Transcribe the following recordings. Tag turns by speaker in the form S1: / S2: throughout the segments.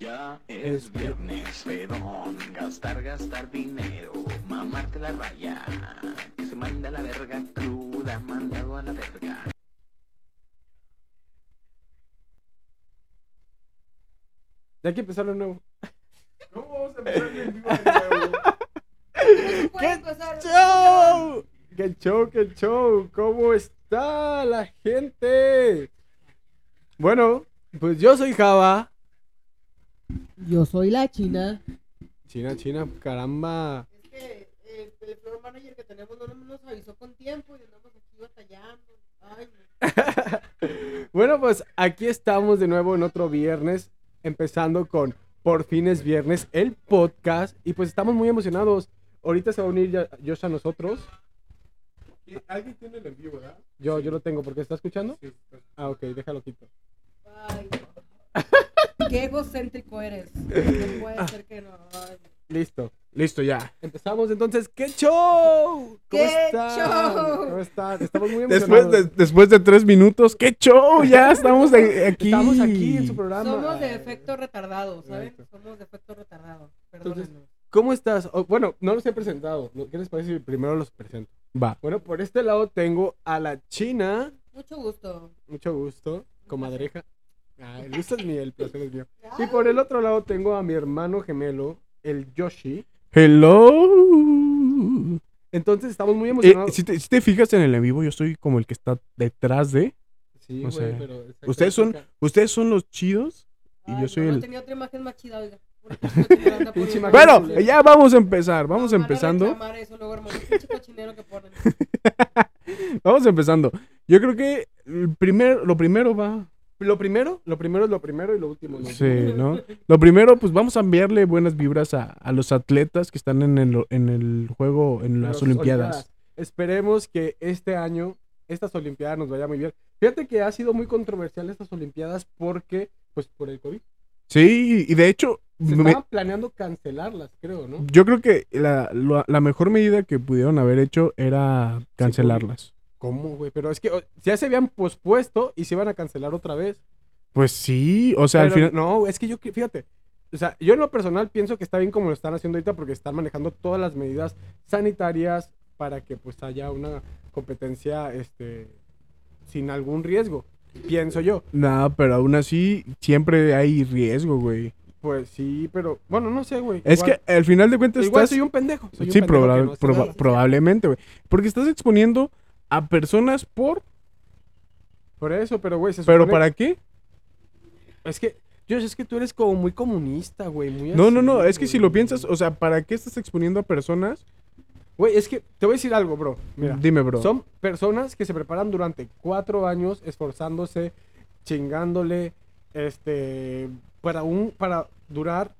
S1: Ya es viernes, pedón, gastar, gastar dinero, mamarte la raya, que se manda a la verga cruda, mandado a la verga.
S2: Ya hay que empezarlo de nuevo.
S3: ¿Cómo vamos a empezar el vivo de nuevo?
S2: ¡Qué
S4: Pueden pasar-
S2: show! ¡Qué show, qué show! ¿Cómo está la gente? Bueno, pues yo soy Java.
S4: Yo soy la china.
S2: China, China, caramba.
S4: Es que eh, el floor manager que tenemos no nos avisó con tiempo y andamos aquí batallando. Ay, no.
S2: Bueno, pues aquí estamos de nuevo en otro viernes, empezando con Por fin es viernes, el podcast. Y pues estamos muy emocionados. Ahorita se va a unir ya- Josh a nosotros.
S3: ¿Qué- ¿Alguien tiene el en vivo, verdad?
S2: Yo, yo lo tengo porque está escuchando.
S3: Sí, pues,
S2: Ah, ok, déjalo quito.
S4: Ay, no. Qué egocéntrico eres. No puede ser que no. Ay,
S2: Ah.
S4: no.
S2: Listo, listo ya. Empezamos entonces. ¡Qué show!
S4: ¡Qué
S2: están?
S4: show!
S2: ¿Cómo están? Estamos muy
S3: Después
S2: emocionados.
S3: de, después de tres minutos, ¡qué show! Ya estamos de- aquí.
S2: Estamos aquí en su programa.
S4: Somos de efecto retardado, ¿saben?
S2: Exacto.
S4: Somos de efecto retardado.
S2: Entonces-
S4: Perdónenos.
S2: ¿Cómo estás? Oh, bueno, no los he presentado. ¿Qué les parece si primero los presento?
S3: Va.
S2: Bueno, por este lado tengo a la China.
S4: Mucho gusto.
S2: Mucho gusto, comadreja. Ah, el gusto es mío, el placer es mío. Y por el otro lado tengo a mi hermano gemelo, el Yoshi.
S3: Hello.
S2: Entonces estamos muy
S3: Eh,
S2: emocionados.
S3: si, te, si te fijas en el en vivo, yo soy como el que está detrás de.
S2: Sí,
S3: o
S2: güey,
S3: sea,
S2: pero exacto,
S3: ustedes son-
S2: nunca-
S3: Ustedes son los chidos y
S4: Ay,
S3: yo soy
S4: no, no
S3: el.
S4: tenía otra imagen más chida, oiga. Por eso estoy tirando por
S2: Pinche
S4: un-
S2: imagen
S3: Bueno,
S2: culera.
S3: ya vamos a empezar. Vamos
S2: Ah,
S4: Van a
S3: empezando.
S4: reclamar eso luego, hermano. Pinche cochinero que ponen.
S3: Vamos empezando. Yo creo que el primer, lo primero va.
S2: Lo primero, lo primero es lo primero y lo último. es lo último.
S3: Sí, ¿no? Lo primero, pues vamos a enviarle buenas vibras a, a los atletas que están en el, en el juego, en las
S2: Las
S3: Olimpiadas.
S2: pues, Esperemos que este año, estas Olimpiadas nos vaya muy bien. Fíjate que ha sido muy controversial estas Olimpiadas porque, pues por el COVID,
S3: Sí, y de hecho,
S2: se
S3: me-
S2: estaban planeando cancelarlas, creo, ¿no?
S3: yo creo que la, la- la mejor medida que pudieron haber hecho era cancelarlas.
S2: ¿Cómo, güey? Pero es que o- ya se habían pospuesto y se iban a cancelar otra vez.
S3: Pues sí, o sea, al
S2: Pero
S3: final.
S2: No, güey, es que yo, que- fíjate, o sea, yo en lo personal pienso que está bien como lo están haciendo ahorita porque están manejando todas las medidas sanitarias para que pues haya una competencia este, sin algún riesgo, pienso yo.
S3: Nada, pero aún así siempre hay riesgo, güey.
S2: Pues sí, pero bueno, no sé, güey.
S3: Es
S2: Igual-
S3: que al final de cuentas
S2: igual
S3: estás...
S2: soy un pendejo. soy un
S3: sí,
S2: pendejo
S3: proba-
S2: que no hace
S3: proba-
S2: nada.
S3: probablemente, güey. Porque estás exponiendo a personas por...
S2: Pues, Por eso, pero güey, se
S3: ¿Pero
S2: supone-
S3: para qué?
S2: es que yo es que tú eres como muy comunista, güey, muy
S3: No, no,
S2: así,
S3: no, es que si lo
S2: güey.
S3: piensas, o sea, ¿para qué estás exponiendo a personas?
S2: Güey, es que te voy a decir algo, bro. Mira,
S3: Dime, bro.
S2: Son personas que se preparan durante cuatro años esforzándose, chingándole, este, para un, para durar,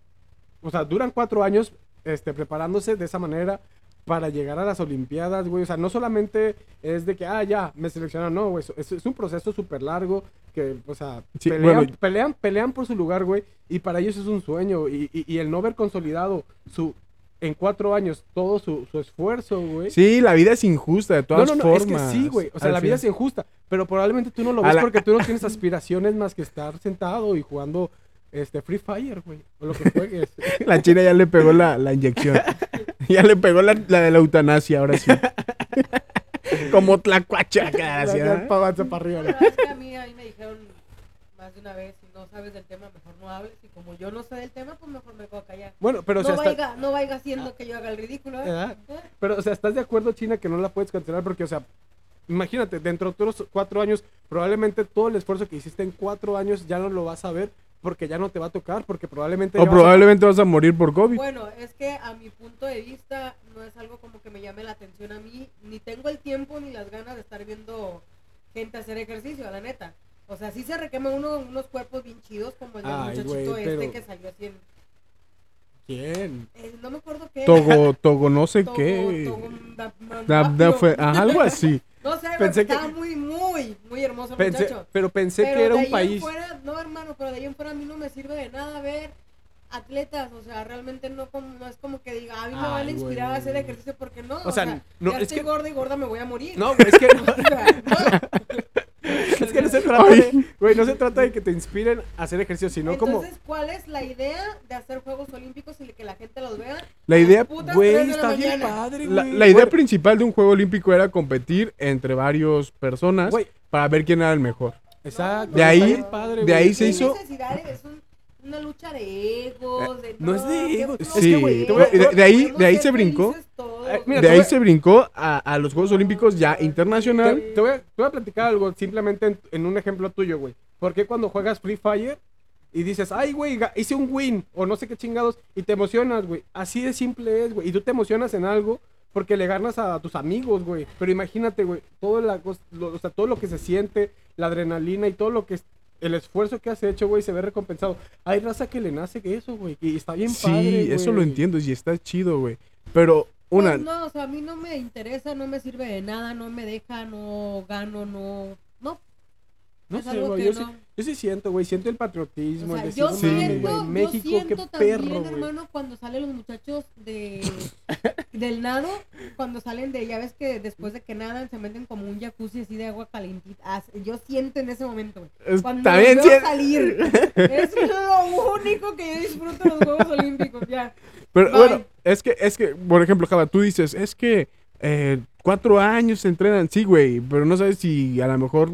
S2: o sea, duran cuatro años, este, preparándose de esa manera para llegar a las Olimpiadas, güey. O sea, no solamente es de que, ah, ya, me seleccionaron, no, güey. Es, es un proceso súper largo que, o sea,
S3: Sí,
S2: pelean,
S3: bueno, y-
S2: pelean, pelean por su lugar, güey. Y para ellos es un sueño. Y, y- y el no ver consolidado su, en cuatro años todo su, su esfuerzo, güey.
S3: Sí, la vida es injusta, de todas
S2: No, no, no,
S3: formas.
S2: es que sí, güey. O sea,
S3: Al
S2: la vida es
S3: fin-
S2: injusta. Pero probablemente tú no lo
S3: A
S2: ves
S3: la-
S2: porque tú no tienes aspiraciones más que estar sentado y jugando este Free Fire, güey. O lo que juegues.
S3: La china ya le pegó la, la inyección. ya le pegó la, la de la eutanasia, ahora sí. Como tlacuacha, cara, ¿sí, ah?
S2: Para para arriba.
S4: Bueno, es que a mí ahí me dijeron más de una vez, si no sabes del tema, mejor no hables. Y como yo no sé del tema, pues mejor me quedo callada.
S2: Bueno, pero, o sea,
S4: no,
S2: está-
S4: vaya, no vaya haciendo que yo haga el ridículo, ¿eh?
S2: Ah.
S4: ¿Eh?
S2: pero, o sea, ¿estás de acuerdo, China, que no la puedes cancelar? Porque, o sea, imagínate, dentro de otros cuatro años, probablemente todo el esfuerzo que hiciste en cuatro años ya no lo vas a ver porque ya no te va a tocar, porque probablemente...
S3: O
S2: ya vas a-
S3: probablemente vas a morir por COVID.
S4: Bueno, es que a mi punto de vista no es algo como que me llame la atención a mí. Ni tengo el tiempo ni las ganas de estar viendo gente hacer ejercicio, la neta. O sea, sí se requema uno unos cuerpos bien chidos, como el del
S2: Ay,
S4: muchachito
S2: güey,
S4: este
S2: pero-
S4: que salió así en...
S2: ¿Quién?
S4: eh, no me acuerdo qué.
S3: Togo, togo, no sé
S4: Togo-
S3: qué.
S4: Togo- da- da-
S3: Da- da-
S4: rápido.
S3: fue- ajá, algo así.
S4: No sé,
S2: Pensé
S4: pensé
S2: que-
S4: estaba muy, muy, muy hermoso el
S2: Pensé-
S4: muchacho.
S2: pero pensé
S4: Pero
S2: que era
S4: de
S2: un
S4: ahí en
S2: país...
S4: fuera- no, hermano, pero de ahí en fuera a mí no me sirve de nada ver atletas. O sea, realmente no, como- no es como que diga, a mí me
S2: Ay,
S4: van a inspirar
S2: güey.
S4: a hacer ejercicio porque no.
S2: O sea, no,
S4: ya
S2: es
S4: estoy
S2: que-
S4: gorda y gorda me voy a morir.
S2: No, güey, es que...
S4: O sea, no.
S2: Es que no se trata de, güey, no se trata de que te inspiren a hacer ejercicio, sino
S4: Entonces, ¿cuál es la idea de hacer Juegos Olímpicos y que la gente los vea?
S3: La
S4: a las
S3: idea,
S2: como,
S4: putas tres
S2: güey,
S4: de la
S2: está bien
S4: mañana?
S2: padre, güey.
S3: La, la idea
S2: Bueno,
S3: principal de un juego olímpico era competir entre varias personas
S2: Güey.
S3: para ver quién era el mejor.
S2: Exacto.
S3: De
S2: está
S3: ahí-
S2: bien padre,
S3: de
S2: güey.
S3: ahí se
S4: ¿Qué
S3: hizo-
S4: necesidad es? Es un- una lucha de egos. de,
S2: Eh, no es de
S4: qué
S2: egos, es
S4: flojera,
S3: que, güey, te voy a- de- de ahí- de ahí
S4: podemos
S3: se
S4: ser
S3: brincó.
S4: felices todos.
S2: Eh, mira,
S3: De
S2: te
S3: ahí
S2: voy-
S3: se brincó a, a los Juegos Olímpicos ya
S2: Te,
S3: internacional.
S2: te voy a, te voy a platicar algo simplemente en, en un ejemplo tuyo, güey. ¿Por qué cuando juegas Free Fire y dices, ay, güey, ga- hice un win o no sé qué chingados y te emocionas, güey? Así de simple es, güey. Y tú te emocionas en algo porque le ganas a tus amigos, güey. Pero imagínate, güey, todo, la, cos- lo, o sea, todo lo que se siente, la adrenalina y todo lo que... es- el esfuerzo que has hecho, güey, se ve recompensado. Hay raza que le nace eso, güey. Y está bien
S3: Sí,
S2: padre,
S3: eso
S2: güey.
S3: lo entiendo y está chido, güey. Pero
S4: Pues
S3: una,
S4: no, o sea, a mí no me interesa, no me sirve de nada, no me deja, no gano, no. No.
S2: No
S4: Es
S2: sé,
S4: algo
S2: güey.
S4: que
S2: Yo,
S4: no.
S2: sí, yo sí siento, güey. Siento el
S4: O
S2: patriotismo.
S4: sea,
S2: el decir,
S4: yo
S2: "No
S3: sí,
S2: mames,
S4: siento,
S2: güey,
S4: yo
S2: México,
S4: siento
S2: qué
S4: también,
S2: perro, güey.
S4: hermano, cuando salen los muchachos de del nado, cuando salen de, ya ves que después de que nadan se meten como un jacuzzi así de agua calentita. Ah, Yo siento en ese momento, güey.
S3: es-
S4: Cuando
S3: Pues, también
S4: los veo
S3: sí-
S4: salir. Es lo único que yo disfruto de los Juegos Olímpicos, ya.
S3: Pero
S4: Bye.
S3: bueno, es que, es que, por ejemplo, Java, tú dices, es que eh, cuatro años se entrenan, sí, güey, pero no sabes si a lo mejor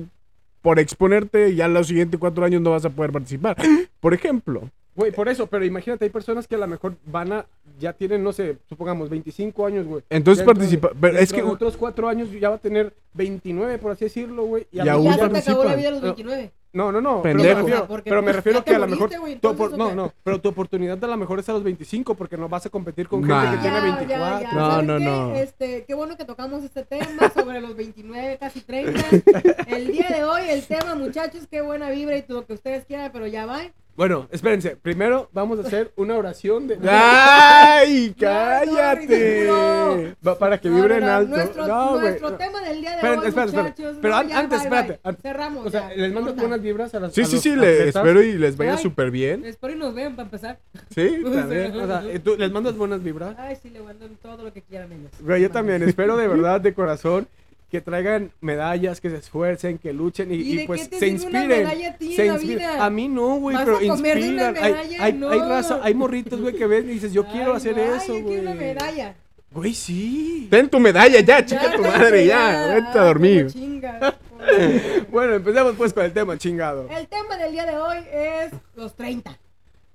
S3: por exponerte ya los siguientes cuatro años no vas a poder participar. Por ejemplo,
S2: Güey, por eso, pero imagínate, hay personas que a lo mejor van a, ya tienen, no sé, supongamos, 25 años, güey.
S3: entonces
S2: Dentro de-
S3: participa, pero es
S2: dentro
S3: que
S2: de otros 4 años ya va a tener 29, por así decirlo, güey. y a
S3: Ya
S2: lo
S4: Y
S3: aún
S4: ya
S2: mejor-
S4: se te acabó la
S3: participan.
S4: vida a los
S2: No.
S4: 29.
S2: No, no, no.
S3: Pendejo.
S2: Pero me refiero,
S4: O sea, porque,
S2: pero me
S4: pues,
S2: refiero
S4: ya
S2: que
S4: te
S2: a lo
S4: moriste,
S2: mejor.
S4: güey,
S2: tu
S4: entonces,
S2: opor-
S4: ¿o
S2: no,
S4: qué?
S2: no. Pero tu oportunidad a lo mejor es a los 25 porque no vas a competir con
S3: Nah.
S2: gente que
S4: Ya,
S2: tiene
S4: ya,
S2: 24.
S4: ya.
S3: No,
S4: ¿Saben
S3: no,
S4: qué?
S3: no.
S4: Este, qué bueno que tocamos este tema sobre los 29, casi 30. El día de hoy, el tema, muchachos, qué buena vibra y todo lo que ustedes quieran, pero ya va.
S2: Bueno, espérense. Primero vamos a hacer una oración de.
S3: Ah. ¡Ay,
S4: No, no,
S3: cállate!
S4: ridículo.
S2: Va- para que
S4: No,
S2: vibren
S4: no, no,
S2: alto.
S4: Nuestro,
S2: no, güey.
S4: nuestro tema del día de
S2: Espérate,
S4: hoy,
S2: espérate, espérate.
S4: muchachos.
S2: Pero
S4: no,
S2: an-
S4: ya,
S2: antes,
S4: bye,
S2: espérate,
S4: bye.
S2: antes.
S4: Cerramos.
S2: O sea,
S4: ya.
S2: les mando
S4: Corta.
S2: buenas vibras a las
S3: Sí,
S2: a
S3: sí,
S2: los
S3: sí, le
S2: atletas.
S3: espero y les vaya
S4: Ay.
S3: súper bien.
S4: Espero y nos vean para empezar.
S3: Sí,
S4: Uy,
S2: También, o sea, eh, tú- les mandas buenas vibras.
S4: Ay, sí, le mandan todo lo que quieran ellos.
S2: Güey, yo
S4: Vale.
S2: también espero de verdad, de corazón, que traigan medallas, que se esfuercen, que luchen y,
S4: ¿Y
S2: y
S4: de
S2: pues
S4: qué te
S2: se
S4: sirve una
S2: inspiren.
S4: medalla a ti en
S2: se
S4: la
S2: inspiren.
S4: vida?
S2: A mí no, güey,
S4: ¿Vas
S2: pero
S4: a comer de una
S2: inspiran. Hay,
S4: medalla?
S2: hay,
S4: No.
S2: hay raza, hay morritos, güey, que ven y dices, yo quiero
S4: Ay,
S2: hacer
S4: no, ay,
S2: eso,
S4: yo
S2: güey.
S4: quiero una medalla.
S2: Güey, sí.
S3: ten tu medalla ya, chica tu
S4: está
S3: madre, ya,
S4: entregada.
S3: vete a
S4: Ay,
S3: dormir.
S4: cómo chingas, pobre.
S2: Bueno, empecemos pues con el tema, chingado.
S4: El tema del día de hoy es los 30.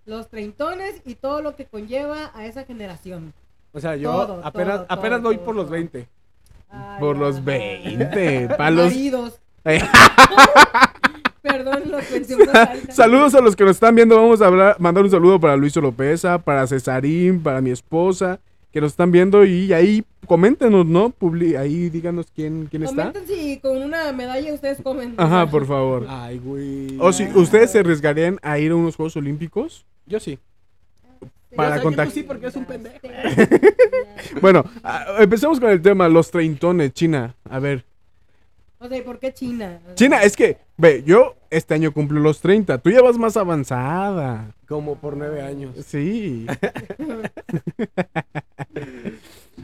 S4: Los treintones y todo lo que conlleva a esa generación.
S2: O sea, yo
S4: Todo,
S2: apenas,
S4: todo,
S2: apenas
S4: todo,
S2: voy por los
S4: todo.
S2: 20.
S4: Ay,
S3: Por los
S4: ajá.
S3: 20, para los...
S4: Maridos.
S3: Ay.
S4: Perdón, los mencionó alta.
S3: Saludos a los que nos están viendo. Vamos a hablar- mandar un saludo para Luis Oropesa, para Cesarín, para mi esposa, que nos están viendo. Y ahí coméntenos, ¿no? Publi- ahí díganos quién, quién está.
S4: Comenten si con una medalla ustedes comen.
S3: Ajá, por favor.
S2: Ay, güey.
S3: O si ustedes se arriesgarían a ir a unos Juegos Olímpicos.
S2: Yo sí.
S3: para
S2: Yo sé que tú
S3: contact-
S2: Sí, porque es un pendejo.
S3: Bueno, ah, empecemos con el tema, los treintones, China. A ver.
S4: O sea, ¿y por qué China? O sea,
S3: China, eh, es que, ve, yo este año cumplo los 30. Tú ya vas más avanzada.
S2: Como por nueve años.
S3: Sí.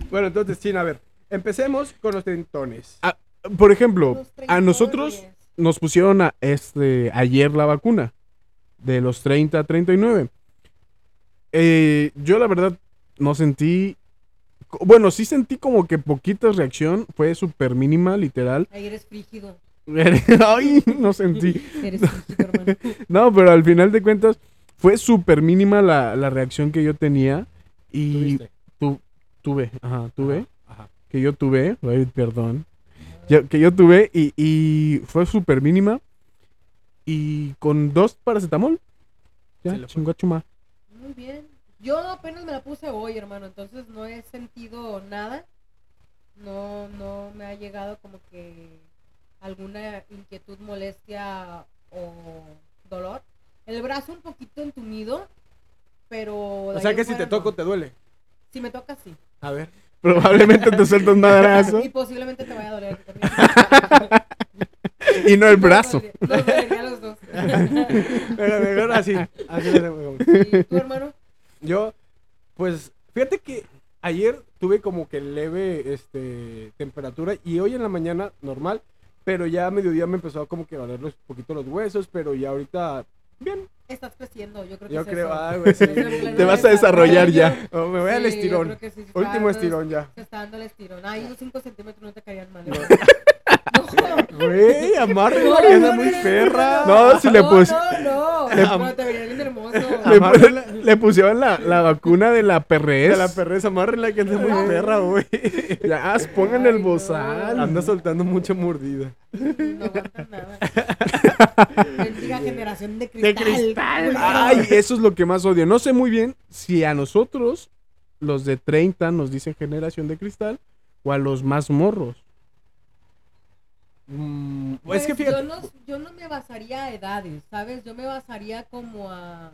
S2: Bueno, entonces, China, a ver. Empecemos con los tentones.
S3: Ah, Por ejemplo,
S4: los
S3: a nosotros
S4: treintones.
S3: nos pusieron a- este, ayer la vacuna de los 30 a 39. Eh, yo la verdad no sentí, co- bueno, sí sentí como que poquita reacción, fue súper mínima, literal.
S4: Ay, eres frígido.
S3: Ay, no sentí.
S4: Eres frígido, hermano.
S3: No, pero al final de cuentas fue súper mínima la, la reacción que yo tenía y
S2: ¿Tuviste?
S3: tu- tuve, ajá, tuve.
S2: Ajá.
S3: que yo tuve, ay, perdón, yo- que yo tuve y, y fue súper mínima. Y con dos paracetamol,
S2: Se
S3: ya,
S2: le fue.
S3: chingó a chumar.
S4: Muy bien. Yo apenas me la puse hoy, hermano, entonces no he sentido nada. No, no me ha llegado como que alguna inquietud, molestia o dolor. El brazo un poquito entumido, pero...
S2: O sea que si te toco, te duele.
S4: Si me toca, sí.
S2: A ver.
S3: Probablemente te suelta un madrazo
S4: Y posiblemente te vaya a doler. también.
S3: y no el brazo.
S4: Nos dolería a los dos.
S2: Pero mejor así. así le hacemos.
S4: ¿Y tú, hermano?
S2: Yo, pues, fíjate que ayer tuve como que leve este, temperatura y hoy en la mañana normal, Pero ya a mediodía me empezó a como que valer los poquito los huesos, pero ya ahorita, bien.
S4: Estás creciendo, yo creo que
S2: Yo
S4: Pues es
S2: creo,
S4: eso.
S2: ah, güey, sí.
S4: Es el
S3: Te vas a desarrollar ya.
S2: Oh, me voy al
S4: Sí, yo
S2: estirón.
S4: creo que sí, está
S2: Último
S4: dando-
S2: estirón ya.
S4: Se está dando el estirón. Ay, unos 5 centímetros no te caían mal. No,
S2: Güey, amarre,
S4: No,
S2: güey,
S4: no,
S2: anda
S4: no,
S2: muy
S4: no,
S2: perra.
S3: No, si le pus-
S4: No, no, no. Pero te vería bien hermoso.
S3: Le,
S2: Amar-
S3: pu- le pusieron la, la vacuna de la
S2: De
S3: PRS.
S2: la perreza, amárrela que anda muy
S4: Ay.
S2: perra, güey.
S3: Ya, pongan el
S4: Ay, no.
S3: bozal.
S2: Anda soltando mucha mordida.
S4: No aguantan nada. Bendiga generación de cristal. culero.
S3: Ay, eso es lo que más odio. No sé muy bien si a nosotros, los de 30, nos dicen generación de cristal o a los más morros.
S2: Mm,
S4: Pues
S2: es que
S4: yo,
S2: fíjate.
S4: no, yo no me basaría a edades, ¿sabes? Yo me basaría como a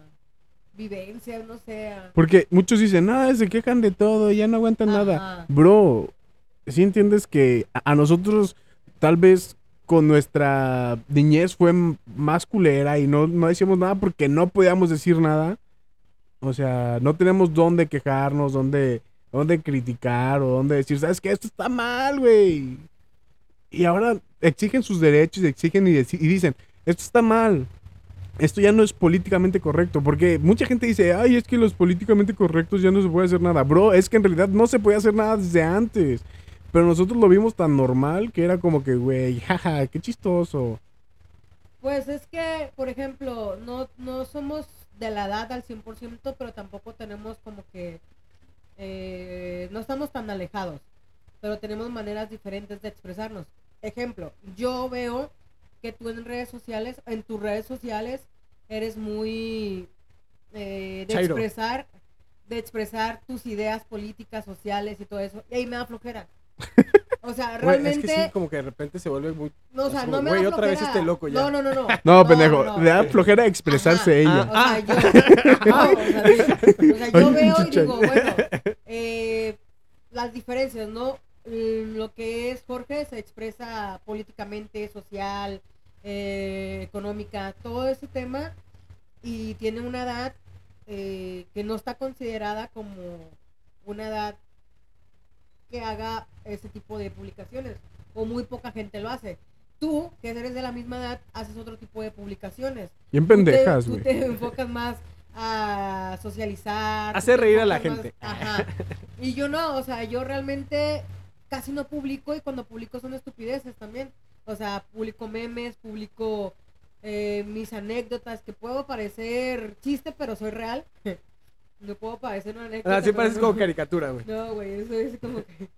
S4: vivencias, no sé. a-
S3: Porque muchos dicen, nada, se quejan de todo, ya no aguantan nada.
S4: Ajá.
S3: Bro, si entiendes que a, a nosotros, tal vez con nuestra niñez fue m- más culera y no, no decíamos nada porque no podíamos decir nada. O sea, no tenemos dónde quejarnos, dónde, dónde criticar o dónde decir, ¿sabes qué? Esto está mal, güey. Y ahora exigen sus derechos, exigen y, deci- y dicen, esto está mal. Esto ya no es políticamente correcto, porque mucha gente dice, ay, es que los políticamente correctos ya no se puede hacer nada. Bro, es que en realidad no se podía hacer nada desde antes. Pero nosotros lo vimos tan normal que era como que, güey, jaja, qué chistoso.
S4: Pues es que, por ejemplo, no, no somos de la edad al 100%, pero tampoco tenemos como que, eh, no estamos tan alejados, pero tenemos maneras diferentes de expresarnos. Ejemplo, yo veo que tú en redes sociales, en tus redes sociales, eres muy eh, de
S2: Chairo.
S4: expresar de expresar tus ideas políticas, sociales y todo eso. Y ahí me da flojera. O sea,
S2: Güey,
S4: realmente...
S2: es que sí, como que de repente se vuelve muy.
S4: No, o sea,
S2: Así
S4: no
S2: como,
S4: me
S2: "Güey,
S4: da
S2: otra vez
S4: flojera".
S2: este loco ya.
S4: No, no, no, no.
S3: No, pendejo,
S4: no.
S3: le da flojera expresarse
S4: Ajá.
S3: ella.
S4: Ah, O sea, yo, no, o sea, sí. O sea, yo
S3: Ay,
S4: veo y
S3: chicha.
S4: digo, bueno, eh, las diferencias, ¿no? Mm, Lo que es Jorge se expresa políticamente, social, eh, económica, todo ese tema, y tiene una edad eh, que no está considerada como una edad que haga ese tipo de publicaciones, o muy poca gente lo hace. Tú, que eres de la misma edad, haces otro tipo de publicaciones
S3: Bien
S4: tú te-
S3: pendejas,
S4: Tú
S3: güey.
S4: te enfocas más a socializar. tú
S2: Hacer
S4: te
S2: reír a la
S4: enfocas más-
S2: gente.
S4: ajá. Y yo no, o sea, yo realmente casi no publico y cuando publico son estupideces también. O sea, publico memes, publico eh, mis anécdotas, que puedo parecer chiste, pero soy real. No puedo parecer una anécdota.
S2: Así
S4: pero
S2: pareces
S4: no-
S2: Ah, como caricatura, güey.
S4: No, güey, eso es como que...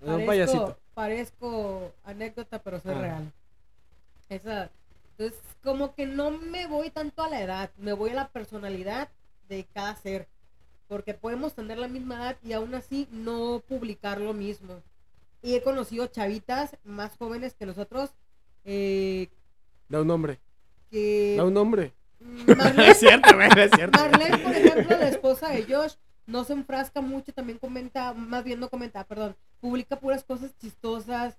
S2: Un
S4: Parezco-
S2: payasito.
S4: Parezco anécdota, pero soy
S2: Ah.
S4: real. Esa, entonces, como que no me voy tanto a la edad, me voy a la personalidad de cada ser. Porque podemos tener la misma edad y aún así no publicar lo mismo. Y he conocido chavitas más jóvenes que nosotros eh,
S2: Da un nombre.
S4: que...
S2: Da un nombre.
S4: Mm, Marlene,
S2: cierto, güey, es cierto.
S4: Marlene, por ejemplo, la esposa de Josh, no se enfrasca mucho, también comenta, más bien no comenta, perdón, publica puras cosas chistosas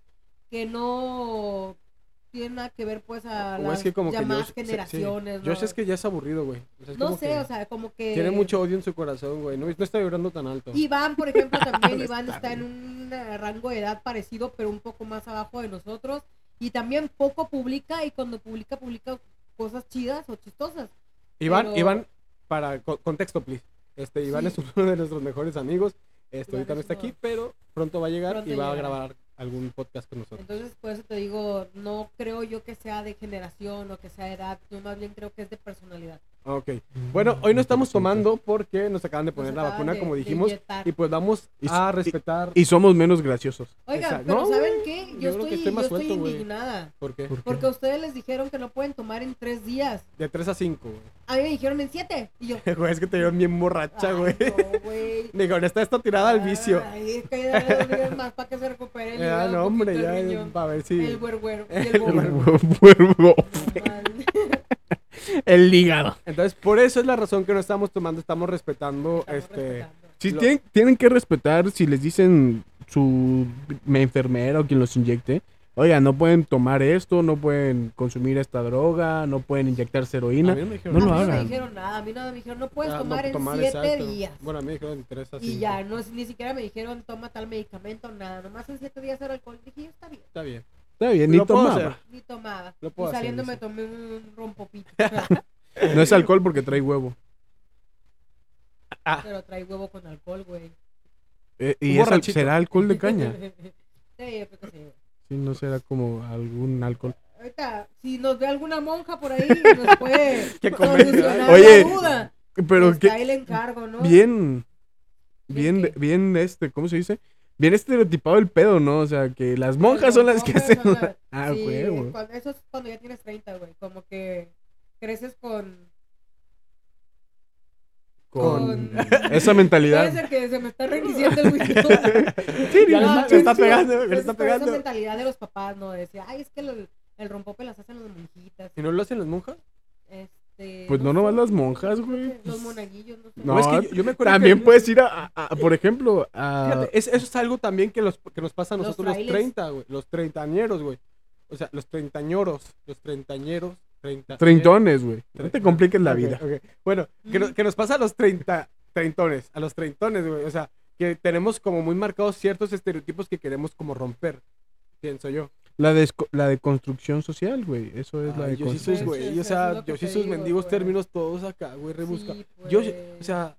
S4: que no tienen nada que ver pues a
S2: O
S4: las
S2: es que como que
S4: llamadas
S2: Josh- sí,
S4: generaciones.
S2: sí.
S4: ¿no?
S2: Josh es que ya es aburrido, güey. O sea, es
S4: No
S2: como
S4: sé,
S2: que
S4: o sea, como que...
S2: Tiene mucho odio en su corazón, güey. No, no está vibrando tan alto.
S4: Iván, por ejemplo, también Iván
S3: Está
S4: está en un eh, rango de edad parecido, pero un poco más abajo de nosotros. Y también poco publica y cuando publica, publica cosas chidas o chistosas.
S2: Iván,
S4: pero-
S2: Iván, para co- contexto, please. Este, Iván
S4: Sí.
S2: es uno de nuestros mejores amigos. Este,
S4: Iván
S2: ahorita no
S4: es
S2: está
S4: uno.
S2: aquí, pero pronto va a llegar
S4: Pronto
S2: y va a
S4: llegará.
S2: grabar algún podcast con nosotros.
S4: Entonces, por eso te digo, no creo yo que sea de generación o que sea de edad, yo más bien creo que es de personalidad.
S2: Ah, Ok. Bueno, hoy no estamos tomando porque nos acaban de poner
S4: Nos
S2: la
S4: acaban
S2: vacuna,
S4: de-
S2: como
S4: de
S2: dijimos.
S4: inyectar.
S2: Y pues vamos
S3: Y-
S2: a
S3: y-
S2: respetar.
S3: Y somos menos graciosos.
S4: Oigan,
S2: Exacto.
S4: pero
S2: No,
S4: ¿saben qué?
S2: yo creo
S4: Yo,
S2: que
S4: estoy,
S2: esté más
S4: yo estoy
S2: suelto, güey.
S4: indignada.
S2: ¿Por qué?
S3: ¿Por qué?
S4: Porque a ustedes les dijeron que no pueden tomar en tres días.
S2: De 3 a 5, güey.
S4: A mí me dijeron en siete. Y yo,
S2: Güey, es que te dieron bien borracha,
S4: ay,
S2: güey.
S4: no, güey.
S2: Digo, está esta tirada
S4: Ah,
S2: al vicio.
S4: Ay, es que hay que darle dos días más para que se recupere el
S2: Ya,
S4: hígado,
S2: no,
S4: un
S2: hombre,
S4: poquito
S2: ya.
S4: el
S2: eh,
S4: riñón,
S2: pa' ver
S4: El
S2: si.
S4: güerguero y el
S2: güerguero.
S4: bobo.
S3: el hígado.
S2: Entonces, por eso es la razón que no estamos tomando. Estamos respetando
S4: Estamos
S2: este.
S4: respetando.
S3: Sí,
S2: Lo-
S3: tienen, tienen que respetar si les dicen su me- enfermera o quien los inyecte. Oiga, no pueden tomar esto, no pueden consumir esta droga, no pueden
S2: A
S3: inyectarse heroína.
S2: mí me dijeron-
S3: No
S4: a
S3: lo
S4: mí no me
S3: hagan.
S4: dijeron nada, a mí nada me dijeron, no puedes
S2: Ah, no,
S4: tomar en siete
S2: exacto.
S4: días.
S2: Bueno, a mí me dijeron de 3 a 5.
S4: Y ya, no, ni siquiera me dijeron toma tal medicamento, nada, nomás en siete días era alcohol, dije, "Ya está bien.
S2: Está bien.
S3: Está bien, ni
S2: Lo puedo
S3: tomaba.
S2: hacer.
S4: ni tomaba.
S2: Lo puedo
S4: y
S2: hacer,
S4: saliendo
S2: dice.
S4: me tomé un rompopito,
S3: No es alcohol porque trae huevo.
S4: pero trae huevo con alcohol, güey.
S3: Eh,
S2: Un
S3: ¿Y es al-
S2: borrachito.
S3: será alcohol de caña?
S4: Sí, yo creo que sí, güey.
S3: Sí, no será como algún alcohol.
S4: Ahorita, si nos ve alguna monja por ahí, nos puede
S2: Que come.
S4: solucionar
S3: Oye,
S4: la duda.
S3: Pero
S4: Pues
S3: que
S4: ahí le encargo, ¿no?
S3: bien, bien,
S4: ¿Qué?
S3: bien este, ¿cómo se dice? Bien estereotipado el pedo, ¿no? O sea, que las monjas son las que
S4: Monjas
S3: hacen...
S4: son las-
S3: Ah,
S4: sí,
S3: huevo.
S4: cuando- eso es cuando ya tienes 30, güey. Como que creces con...
S3: Con
S4: con-
S3: esa
S4: Puede
S3: mentalidad.
S4: ser que se me está reiniciando el Windows.
S2: Ya le
S4: No,
S2: está- le está
S4: sí,
S2: pegando,
S4: pues
S2: le
S4: es
S2: está
S4: por Esa
S2: pegando.
S4: mentalidad de los papás, ¿no? De decir, ay, es que el, el rompopelas hacen las monjitas.
S2: ¿Y no lo hacen las monjas?
S4: Este,
S3: Pues no
S4: sé,
S3: nomás las monjas, güey,
S4: creo que Los
S3: pues.
S4: monaguillos, no sé.
S3: No,
S2: No, es que yo- yo me acuerdo
S3: También
S2: que-
S3: puedes ir a, a- a- por ejemplo, a...
S2: Fíjate, es- eso es algo también que, los, que nos pasa a
S4: Los
S2: nosotros los,
S4: frailes.
S2: 30, güey. Los treintañeros, güey. O sea, los treintañoros. Los treintañeros. Treinta,
S3: Treintones, güey. No te compliques la
S2: Ok,
S3: vida.
S2: ok. Bueno, que, no- que nos pasa a los 30, treintones, a los treintones, güey. O sea, que tenemos como muy marcados ciertos estereotipos que queremos como romper, pienso yo.
S3: La, desco- la de construcción social, güey. Eso es la
S2: Ay,
S3: de
S2: yo sí
S3: construcción.
S2: sus
S4: Eso,
S2: güey,
S4: eso
S2: o
S4: es
S2: sea,
S4: lo que
S2: yo sí
S4: te
S2: sus
S4: digo,
S2: mendigos
S4: güey.
S2: términos todos acá, güey, rebusca.
S4: Sí,
S2: Yo,
S4: pues.
S2: o sea,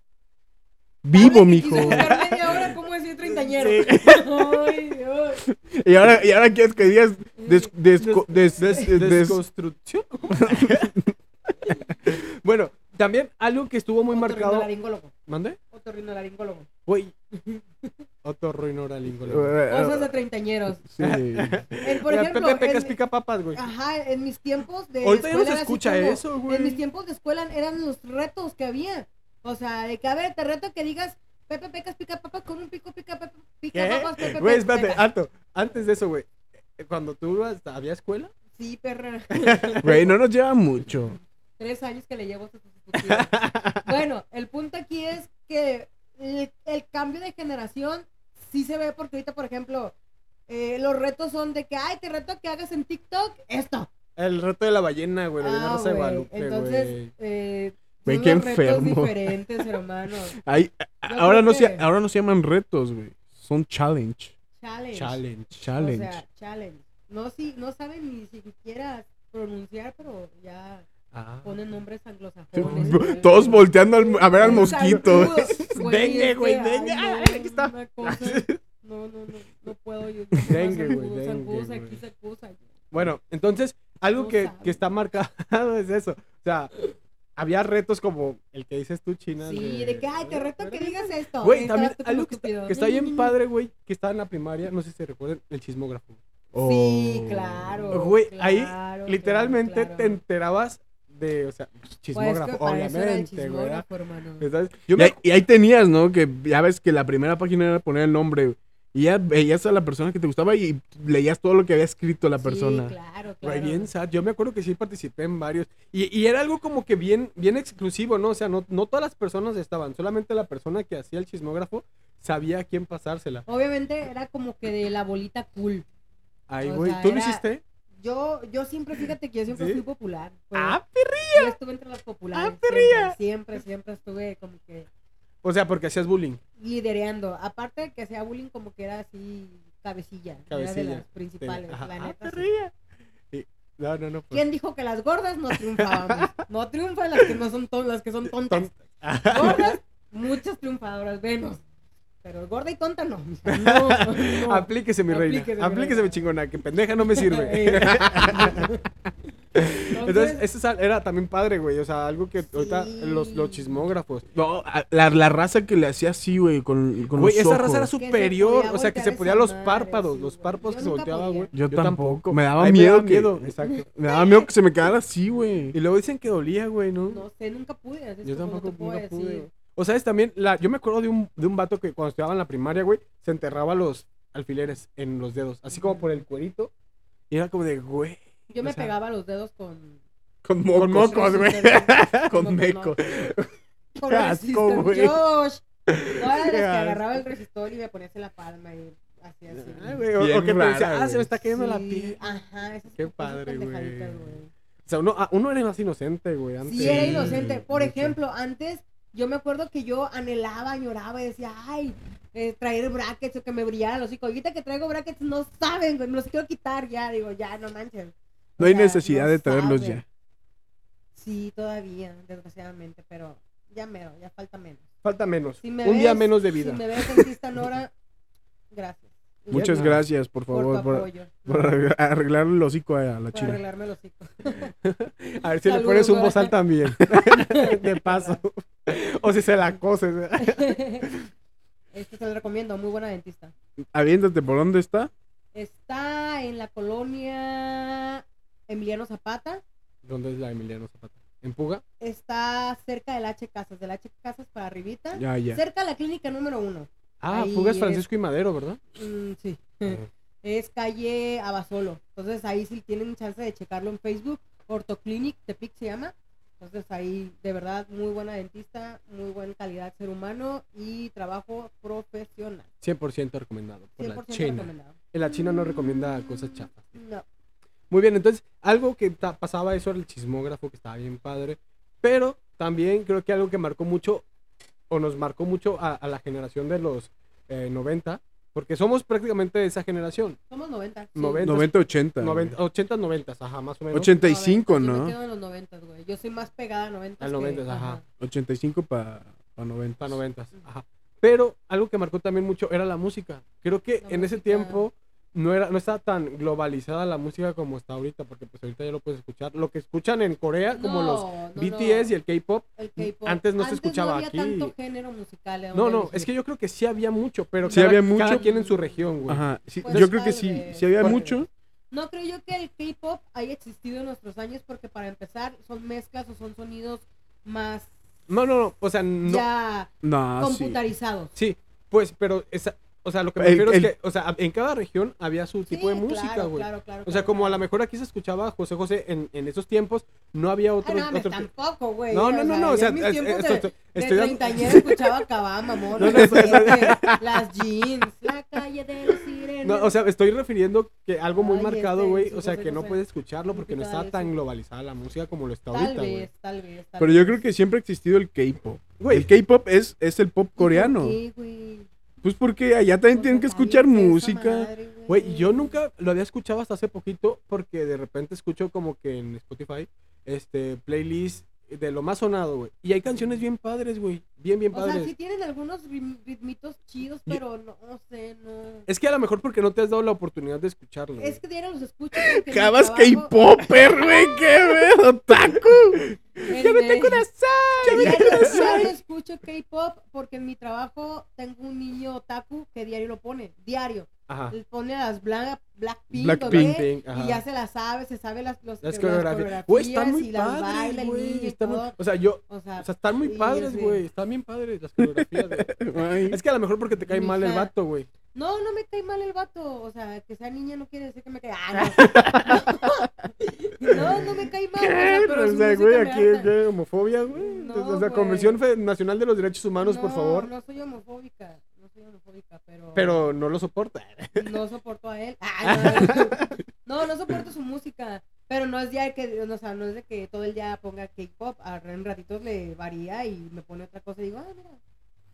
S3: Vivo,
S4: Ahora que
S3: mijo.
S4: quise buscar media hora, ¿cómo decir treintañero?
S2: Sí.
S4: Ay, Dios.
S3: Y ahora, y ahora quieres que digas des- desco- des-
S2: des-
S3: des-
S2: desconstrucción. ¿Cómo? bueno, también algo que estuvo muy marcado.
S4: Otorrinolaringólogo.
S2: ¿Mande?
S4: Otorrinolaringólogo.
S2: Güey. Otro ruinoralingo.
S4: Cosas de treintañeros.
S3: Sí.
S4: El, por
S2: Por
S4: ejemplo,
S2: Pepe Pecas
S4: en, Ah,
S2: pica papas, güey.
S4: ajá, en mis tiempos de
S2: Ahorita ya no
S4: escuela
S2: se
S4: era así
S2: escucha
S4: como-
S2: eso,
S4: En mis
S2: güey.
S4: tiempos de escuela eran los retos que había. O sea, de que a ver, te reto que digas Pepe Pecas pica papas con un pico pica Pepe pica
S2: ¿Qué?
S4: papas Pepe
S2: Güey,
S4: Pecas.
S2: espérate, alto. Antes de eso, güey. eh, Cuando tú ibas, ¿había escuela?
S4: Sí, perra.
S3: Güey, no nos lleva mucho.
S4: Tres años que le llevo a sustitución. Bueno, el punto aquí es que el, el cambio de generación sí se ve porque ahorita, por ejemplo, eh, los retos son de que, ay, te reto que hagas en TikTok esto.
S2: El reto de la ballena, güey. La ballena
S4: Ah,
S2: rosa de
S4: güey.
S2: Guadalupe,
S4: Entonces,
S2: güey.
S4: eh,
S3: Güey,
S4: son
S3: qué
S4: unos retos
S3: enfermo.
S4: diferentes, hermano.
S3: Ahí-
S4: Yo
S3: ahora,
S4: creo
S3: no se,
S4: que-
S3: ahora no se llaman retos, güey. Son challenge.
S4: Challenge.
S2: Challenge.
S3: Challenge.
S4: O sea, challenge. No, si, no saben ni siquiera pronunciar, pero ya
S2: Ah.
S4: ponen nombres
S3: Sí,
S4: anglosajones. güey.
S3: Todos volteando al- a ver al mosquito. güey.
S4: Saludos,
S2: Dengue,
S4: es que,
S2: güey,
S4: este, ay,
S2: dengue.
S4: no,
S2: Ah, aquí está.
S4: una cosa- No, no, no, no puedo yo.
S2: Dengue, güey,
S4: Zancudo,
S2: dengue,
S4: zancudo,
S2: güey.
S4: aquí se acusa.
S2: Bueno, entonces, algo
S4: No
S2: que,
S4: sabe.
S2: que está marcado es eso. O sea, había retos como el que dices tú, China.
S4: Sí, de que, ay, te reto que digas esto.
S2: Güey,
S4: Estabas
S2: también
S4: tú como
S2: algo que está,
S4: estúpido. Mm.
S2: que está bien padbre, güey, que estaba en la primaria, no sé si recuerdan, el chismógrafo.
S4: Sí,
S3: Oh.
S4: claro.
S2: Güey, ahí
S4: claro,
S2: Literalmente
S4: claro, Pues,
S2: te
S4: claro.
S2: enterabas de, o sea, chismógrafo,
S4: Pues que para eso era el
S2: obviamente, güey. ¿verdad?
S4: chismógrafo, hermano.
S2: ¿Sabes? Yo
S3: Y ahí,
S2: me...
S3: y ahí tenías, ¿no? Que ya ves que la primera página era poner el nombre. güey. Y ya veías a la persona que te gustaba y leías todo lo que había escrito la persona.
S4: Sí, claro,
S2: Güey,
S4: claro.
S2: bien sad. Yo me acuerdo que sí participé en varios. Y, y era algo como que bien, bien exclusivo, ¿no? O sea, no, no todas las personas estaban. Solamente la persona que hacía el chismógrafo sabía a quién pasársela.
S4: Obviamente era como que de la bolita cool.
S2: Ay,
S4: O
S2: güey.
S4: sea,
S2: ¿Tú lo
S4: era-
S2: hiciste?
S4: Yo, yo siempre, fíjate que yo siempre
S2: ¿Sí?
S4: fui popular. pues,
S2: Ah,
S4: yo estuve entre las populares.
S2: ¡Ah, perría!
S4: siempre, siempre, siempre estuve como que
S2: O sea, porque hacías bullying.
S4: lidereando. Aparte de que sea bullying, como que era así cabecilla. Era de
S2: Cabecilla,
S4: las principales,
S2: Ajá.
S4: la
S2: Ah,
S4: neta, sí.
S2: perrilla. Sí. No, no, no. pues,
S4: ¿Quién dijo que las gordas no triunfábamos? No triunfan las que no son ton- las que son tontas. Gordas, muchas triunfadoras, menos. Pero gorda y tonta no. mija, No, no.
S2: Aplíquese, mi reina.
S4: Aplíquese, mi
S2: Aplíquese, mi
S4: reina.
S2: chingona. Que pendeja no me sirve. Entonces,
S4: Entonces,
S2: eso es- era también padre, güey. O sea, algo que ahorita
S4: Sí.
S2: los, los chismógrafos.
S3: No, a- la, la raza que le hacía así, güey, con, con
S2: Güey,
S3: los
S2: esa
S3: ojos.
S2: raza era
S4: podía
S2: superior. O sea, que
S4: voltear
S2: se
S4: esa
S2: podía los
S4: madre,
S2: párpados.
S4: sí,
S2: los
S4: güey.
S2: párpados
S4: Yo
S2: que se
S4: nunca
S2: volteaba,
S4: podía.
S2: güey.
S3: Yo tampoco. Me daba
S2: Ay, me
S3: Ah, miedo
S2: daba
S3: que-
S2: miedo. Exacto.
S3: Me daba miedo que se me quedara así, güey.
S2: Y luego dicen que dolía, güey, ¿no?
S4: no sé, nunca pude. así es
S2: Yo
S4: como no
S2: tampoco
S4: te puedo
S2: nunca pude.
S4: decir.
S2: güey. O sabes también, la, yo me acuerdo de un, de un vato que cuando estudiaba en la primaria, güey, se enterraba los alfileres en los dedos, así como por el cuerito. Y era como de, güey.
S4: Yo me
S2: O sea,
S4: pegaba los dedos con.
S3: Con, mo-
S2: Con
S3: mocos, güey.
S4: No,
S3: Con
S4: no,
S3: mecos.
S4: Con
S3: Qué asco,
S4: resistor,
S3: güey.
S4: Josh. Todas las
S2: Qué
S4: que
S2: asco.
S4: agarraba el resistor y me ponías en la palma y así, así.
S2: Ay, güey, o,
S3: Bien
S2: o que te
S3: rara,
S2: decía, ah,
S3: güey.
S2: se me está cayendo la
S4: Sí,
S2: piel.
S4: Ajá, esas
S2: Qué
S4: cosas
S2: padre, güey.
S4: pendejaditas, güey.
S2: O sea, uno, ah, uno era más inocente, güey. Antes.
S4: Sí, era inocente. Por
S2: mucho.
S4: ejemplo, antes Yo me acuerdo que yo anhelaba, lloraba y decía, ay, eh, traer brackets o que me brillara los hocico. Ahorita que traigo brackets no saben, güey, me los quiero quitar ya. Digo, ya, no manchen.
S3: No hay necesidad de traerlos ya.
S4: Sí, todavía, desgraciadamente, pero ya mero, ya falta menos.
S2: Falta menos.
S4: Si me
S2: un día
S4: ves-
S2: menos de vida.
S4: Si me ves dentista, Nora, gracias. Y
S3: Muchas
S4: ya,
S3: gracias, por
S4: por
S3: favor,
S4: tu
S3: por,
S4: apoyo.
S3: por arreglar- arreglarle el hocico a la
S4: Por
S3: china.
S4: arreglarme los hocico.
S2: A ver si le
S4: Saludos,
S2: pones un
S4: Dora.
S2: bozal también. de paso. o si se la coses.
S4: Este se lo recomiendo, muy buena dentista.
S3: Aviéntate, ¿por dónde está?
S4: Está en la colonia Emiliano Zapata.
S2: ¿Dónde es la Emiliano Zapata? ¿En Puga?
S4: Está cerca del H Casas, del H Casas para arribita.
S3: Ya, ya.
S4: Cerca de la clínica número uno.
S2: Ah,
S4: Ahí
S2: Puga es
S4: es.
S2: Francisco y Madero, ¿verdad?
S4: Mm, sí.
S2: Ajá.
S4: Es calle Abasolo. Entonces ahí sí tienen chance de checarlo en Facebook. Ortoclinic Tepic se llama. Entonces ahí de verdad muy buena dentista, muy buena calidad ser humano y trabajo profesional.
S2: 100% recomendado por
S4: 100%
S2: la China.
S4: recomendado.
S2: En la China no recomienda cosas chafas.
S4: No.
S2: Muy bien, entonces, algo que ta- pasaba eso era el chismógrafo, que estaba bien padre, pero también creo que algo que marcó mucho, o nos marcó mucho a, a la generación de los eh, 90, porque somos prácticamente de esa generación,
S4: Somos 90. sí.
S2: 90,
S3: 90, 80.
S2: 90, 80, 90, ajá, más o menos.
S3: 85,
S4: 90, Yo me
S3: ¿no?
S4: quedo en los 90, güey. Yo soy más pegada a 90.
S2: A 90, ajá.
S3: 85 para 90.
S2: Pa' 90, ajá. Pero algo que marcó también mucho era la música. Creo que
S4: La
S2: en ese
S4: música.
S2: tiempo no era no estaba tan globalizada la música como está ahorita, porque pues ahorita ya lo puedes escuchar. Lo que escuchan en Corea, como los BTS y el K-pop,
S4: el K-pop.
S2: antes no se
S4: no
S2: escuchaba
S4: había
S2: aquí.
S4: tanto género musical. de
S2: No,
S4: dónde
S2: no,
S4: elegir.
S2: es que yo creo que sí había mucho, pero
S3: Sí
S2: cada,
S3: había mucho.
S2: cada quien en su región, güey.
S3: Ajá. sí,
S4: Pues
S3: yo creo que
S4: tal
S3: sí,
S4: vez.
S3: sí había
S2: Porque-
S3: mucho.
S4: No creo yo que el K-pop haya existido en nuestros años porque para empezar son mezclas o son sonidos más
S2: No, no, no, o sea, no.
S4: ya
S3: No, Ah, sí.
S4: computarizados.
S2: Sí, pues, pero esa, o sea, lo que me
S3: El-
S2: refiero
S3: el-
S2: es que, o sea, en cada región había su tipo de
S4: Sí,
S2: música,
S4: claro,
S2: güey.
S4: claro, claro,
S2: O sea,
S4: claro,
S2: como a lo
S4: claro.
S2: mejor aquí se escuchaba José José en, en esos tiempos, no había otro.
S4: Ah, no, me-
S2: otro-
S4: tampoco, güey.
S2: No, no, no, no, o
S4: yo
S2: sea,
S4: en mis
S2: es-
S4: tiempos
S2: esto-
S4: de-
S2: esto-
S4: de
S2: estoy dando-
S4: treintañera escuchaba Cabama, amor,
S2: No, no,
S4: los
S2: no, no, no.
S4: siete, las jeans, la calle de las sirenas.
S2: No, o sea, estoy refiriendo que algo muy
S4: Ay,
S2: marcado,
S4: este,
S2: güey,
S4: sí,
S2: o sea,
S4: José
S2: que no
S4: José.
S2: puedes escucharlo porque no
S4: Complicado
S2: está tan
S4: eso.
S2: globalizada la música como lo está
S4: tal
S2: ahorita,
S4: vez,
S2: güey.
S4: tal vez, tal
S3: Pero yo
S4: vez.
S3: creo que siempre ha existido el K-pop.
S2: Güey.
S3: El K-pop es, es el pop coreano.
S4: Sí, güey. Pues
S3: Pues porque allá también tienen
S4: Porque
S3: que
S4: está bien
S3: escuchar
S4: densa
S3: música.
S4: madre,
S2: Güey, yo nunca lo había escuchado hasta hace poquito porque de repente escucho como que en Spotify, este, playlist de lo más sonado, güey. Y hay canciones bien padres, güey. Bien, bien
S4: O sea,
S2: padres.
S4: sí tienen algunos rim- ritmitos chidos, pero no, sé, no.
S2: Es que a lo mejor porque no te has dado la oportunidad de escucharlo. güey.
S4: Es que diario los escucho. porque en mi
S3: Cabas
S4: trabajo-
S3: K-popper, güey. ¿Qué veo, taco?
S4: en el-
S3: ¡Llámate corazón! ¡Llámate
S4: Diario,
S3: corazón!
S4: diario escucho K-pop porque en mi trabajo tengo un niño otaku que diario lo pone, diario.
S2: Ajá.
S4: Le pone a las Bla- Blackpink,
S3: Blackpink,
S4: ¿ok?
S2: Pink, Ah. ajá.
S4: y ya se las sabe, se sabe las, los-
S2: Las coreografías. Güey, están muy
S4: y las baila
S2: padres,
S4: el niño
S2: güey.
S4: y
S2: están muy-
S4: todo.
S2: O sea, yo.
S4: O sea,
S2: O sea, están muy
S4: sí,
S2: padres,
S4: sí.
S2: güey. Están bien padres las coreografías, güey.
S3: Ay,
S2: Es que a lo mejor porque te cae
S4: Mi
S2: mal el
S4: hija-
S2: vato, güey.
S4: No, no me cae mal el vato. O sea, que sea niña no quiere decir que me cae. Ah, no. no, no me cae mal. o sea, pero
S3: O
S4: su
S3: sea,
S4: música
S3: güey,
S4: me
S3: aquí
S4: harta.
S3: ¿qué? homofobia, güey.
S4: No,
S3: O sea,
S4: güey.
S3: Convención Fe- Nacional de los Derechos Humanos, por
S4: No,
S3: favor.
S4: No soy homofóbica. No soy homofóbica, pero.
S2: Pero no lo soporta.
S4: No soporto a él. Ah, no, no, no soporto su música. Pero no es ya que, o sea, no es de que todo el día ponga K-pop, a- en ratitos le varía y me pone otra cosa y digo, ah, mira.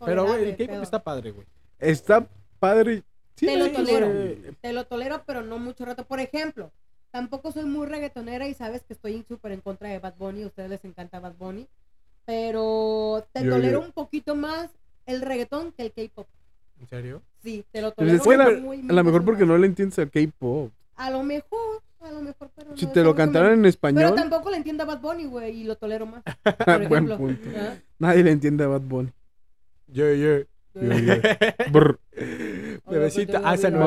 S2: Pero, güey, el
S4: tolerable,
S2: K-pop
S4: pedo.
S2: está padre, güey.
S3: Está padre. Sí,
S4: Te lo
S3: güey.
S4: tolero. Te lo tolero, pero no mucho rato. Por ejemplo, tampoco soy muy reggaetonera y sabes que estoy súper en contra de Bad Bunny. A ustedes les encanta Bad Bunny. Pero te
S3: Yo-
S4: tolero
S3: yo-
S4: un poquito más el reggaetón que el K-pop.
S2: ¿En serio?
S4: Sí, te lo
S3: Pues
S4: tolero.
S3: es que a la,
S4: muy, muy
S3: a lo mejor
S4: mucho
S3: porque
S4: más.
S3: no le entiendes al K-pop.
S4: A lo mejor, a lo mejor, pero
S3: Si
S4: no,
S3: te
S4: es
S3: lo
S4: algo que me-
S3: cantaran en
S4: Pero
S3: español,
S4: tampoco le entiendo a Bad Bunny, güey, y lo tolero más. Por
S3: Buen
S4: ejemplo.
S3: punto.
S4: Ajá.
S3: nadie le entiende a Bad Bunny.
S2: Yo, yo.
S3: Yo, yo. Brr.
S4: pues,
S2: Bebecita,
S4: Oye,
S2: ah, esa
S4: pero-
S2: no.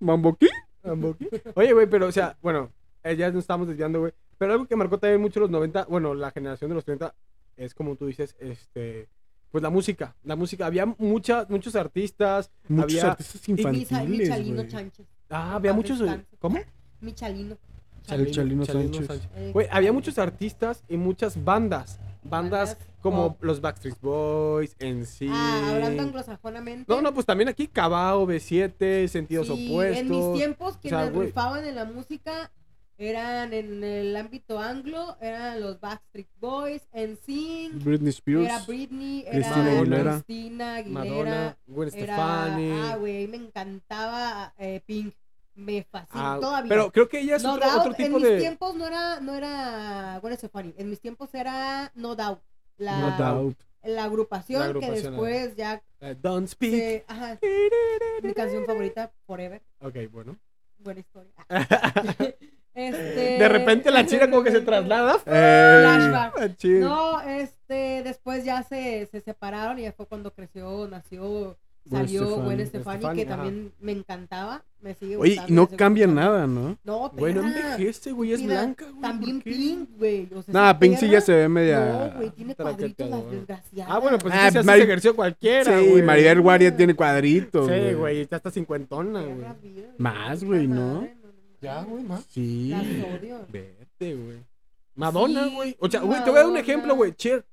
S3: ¿Mamboquí? ¿Mamboquí?
S2: Oye, güey, pero, o sea, bueno, eh, ya nos estamos desviando, güey. Pero algo que marcó también mucho los 90, bueno, la generación de los 30, es como tú dices, este. Pues la música. La música. Había muchas, muchos artistas.
S3: Muchos
S2: Había-
S3: artistas
S4: Mi- mi-
S3: infantiles,
S4: Michalino
S3: güey.
S4: Sánchez.
S2: Ah, había
S4: Paz
S2: muchos.
S4: descanse.
S2: ¿Cómo?
S4: Michalino.
S3: Chalino, Chalino Sánchez.
S4: Eh,
S2: Güey, había muchos artistas y muchas bandas. Bandas
S4: Bandas
S2: como
S4: pop.
S2: los Backstreet Boys, en sí.
S4: Ah, hablando anglosajonamente.
S2: No, no, pues también aquí Cabao, B7, Sentidos
S4: sí,
S2: Opuestos.
S4: En mis tiempos,
S2: sea,
S4: quienes
S2: güey.
S4: rifaban en la música eran en el ámbito anglo, eran los Backstreet Boys, NSYNC,
S3: Britney Spears.
S4: era Britney,
S3: Christina
S4: era
S2: Aguilera.
S4: Cristina Aguilera,
S2: Madonna, Gwen
S4: era,
S2: Stefani.
S4: ah, güey, me encantaba eh, Pink, me fascina
S2: ah,
S4: todavía.
S2: pero creo que ella es
S4: No
S2: otro,
S4: Doubt,
S2: otro tipo
S4: en mis
S2: de.
S4: tiempos no era, no era Gwen Stefani, en mis tiempos era No Doubt, la,
S3: No doubt.
S4: la agrupación,
S2: La agrupación,
S4: que después ya,
S2: eh, Don't speak.
S4: se- ajá, mi canción favorita, Forever,
S2: Ok, bueno.
S4: buena historia. Este,
S2: De repente la china como que se traslada.
S4: Flashback.
S2: Ah, chido.
S4: No, este, después ya se, se separaron y ya fue cuando creció, nació, salió
S3: Gwen
S4: Gwen
S3: Stefani.
S4: Stefani,
S2: Stefani,
S4: que
S2: ajá.
S4: también me encantaba, me sigue
S3: Oye,
S4: gustando,
S3: y no
S4: me sigue
S3: cambia
S4: gustando.
S3: nada, ¿no?
S4: No, pero
S2: Güey, no envejece, este güey. Es
S4: Mira,
S2: blanca, güey.
S4: También
S2: ¿por qué?
S4: Pink, güey. O sea,
S3: Nada,
S4: esa
S3: Pink sí
S4: perra-
S3: ya se ve media.
S4: No, güey, tiene cuadritos las
S2: Traqueteadora.
S4: desgraciadas.
S2: Ah, bueno, pues
S3: Ah,
S2: es que se
S3: Mari-
S2: hace ejercicio cualquiera,
S3: sí,
S2: güey.
S3: Maribel Guardia tiene cuadritos.
S2: Sí, güey, está hasta cincuentona, güey.
S4: Perras vidas,
S3: Más,
S4: puta
S3: güey, ¿no?
S4: madre,
S2: Ya, güey, más.
S3: Sí.
S4: Las odio.
S2: Vete, güey. Madonna,
S4: Sí,
S2: güey. O sea, güey, te voy a dar un
S4: Madonna.
S2: ejemplo, güey. Cher,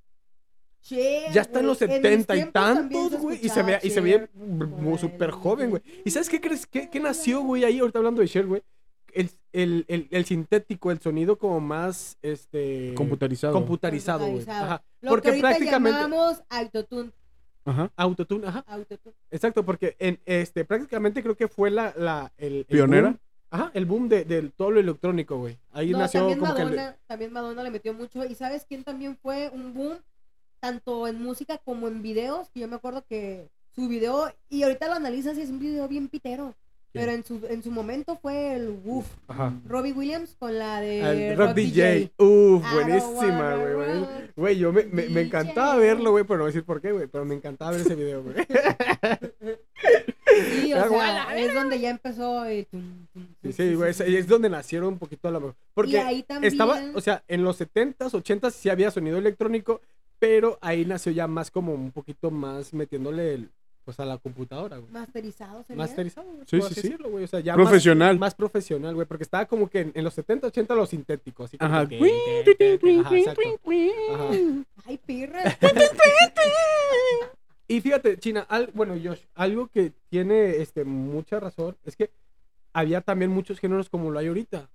S4: Cher,
S2: ya está en los
S4: güey, mis
S2: setenta y
S4: tiempos también
S2: tantos,
S4: se
S2: güey. Y se ve,
S4: escuchaba
S2: y se
S4: Cher.
S2: ve
S4: Por
S2: súper
S4: ahí.
S2: joven, güey. ¿Y sabes qué crees? ¿Qué, qué nació, güey, ahí ahorita hablando de Cher, güey? El, el, el, el sintético, el sonido como más, este...
S3: Computarizado.
S2: computarizado, güey.
S4: Computarizado.
S2: Ajá.
S4: Lo
S2: Porque
S4: que ahorita
S2: prácticamente...
S4: llamamos autotune,
S3: Ajá.
S2: Autotune, ajá.
S4: autotune.
S2: Exacto, porque en este prácticamente creo que fue la, la el, el
S3: ¿Pionera?
S2: boom. ajá, el boom de, de todo lo electrónico, güey. Ahí
S4: No,
S2: nació
S4: también
S2: como que
S4: Madonna,
S2: el-
S4: también Madonna le metió mucho. ¿Y sabes quién también fue un boom? Tanto en música como en videos. Que yo me acuerdo que su video, y ahorita lo analizas y es un video bien pitero. Pero en su, en su momento fue el woof.
S2: ajá. Ah,
S4: Robbie Williams con la de
S2: El rock, DJ. Uf,
S4: I don't
S2: buenísima,
S4: wanna
S2: güey, güey.
S4: rock.
S2: Güey, yo me, me, me encantaba
S4: DJ.
S2: verlo, güey, pero no voy a decir por qué, güey, pero me encantaba ver ese video, güey.
S4: Sí, o
S2: Ah,
S4: sea,
S2: guala,
S4: es donde ya empezó el tum, tum, tum,
S2: Sí, sí, güey, es, es donde nacieron un poquito a la mejor.
S4: y
S2: Porque
S4: ahí también,
S2: estaba, o sea, en los 70s, 80s sí había sonido electrónico, pero ahí nació ya más como un poquito más metiéndole el- pues a la computadora, güey.
S4: masterizado sería.
S2: Masterizado, güey,
S3: Sí,
S2: por
S3: sí,
S2: así
S3: sí.
S2: decirlo, güey, o sea, ya más-
S3: Profesional.
S2: más profesional, güey, porque estaba como que en, en los 70, 80 los sintéticos. Así como
S3: Ajá.
S2: que- Ajá, exacto. Ah. Ajá.
S4: Ay, pirra.
S2: Y fíjate, China, al- bueno, Josh, algo que tiene este, mucha razón es que había también muchos géneros como lo hay ahorita.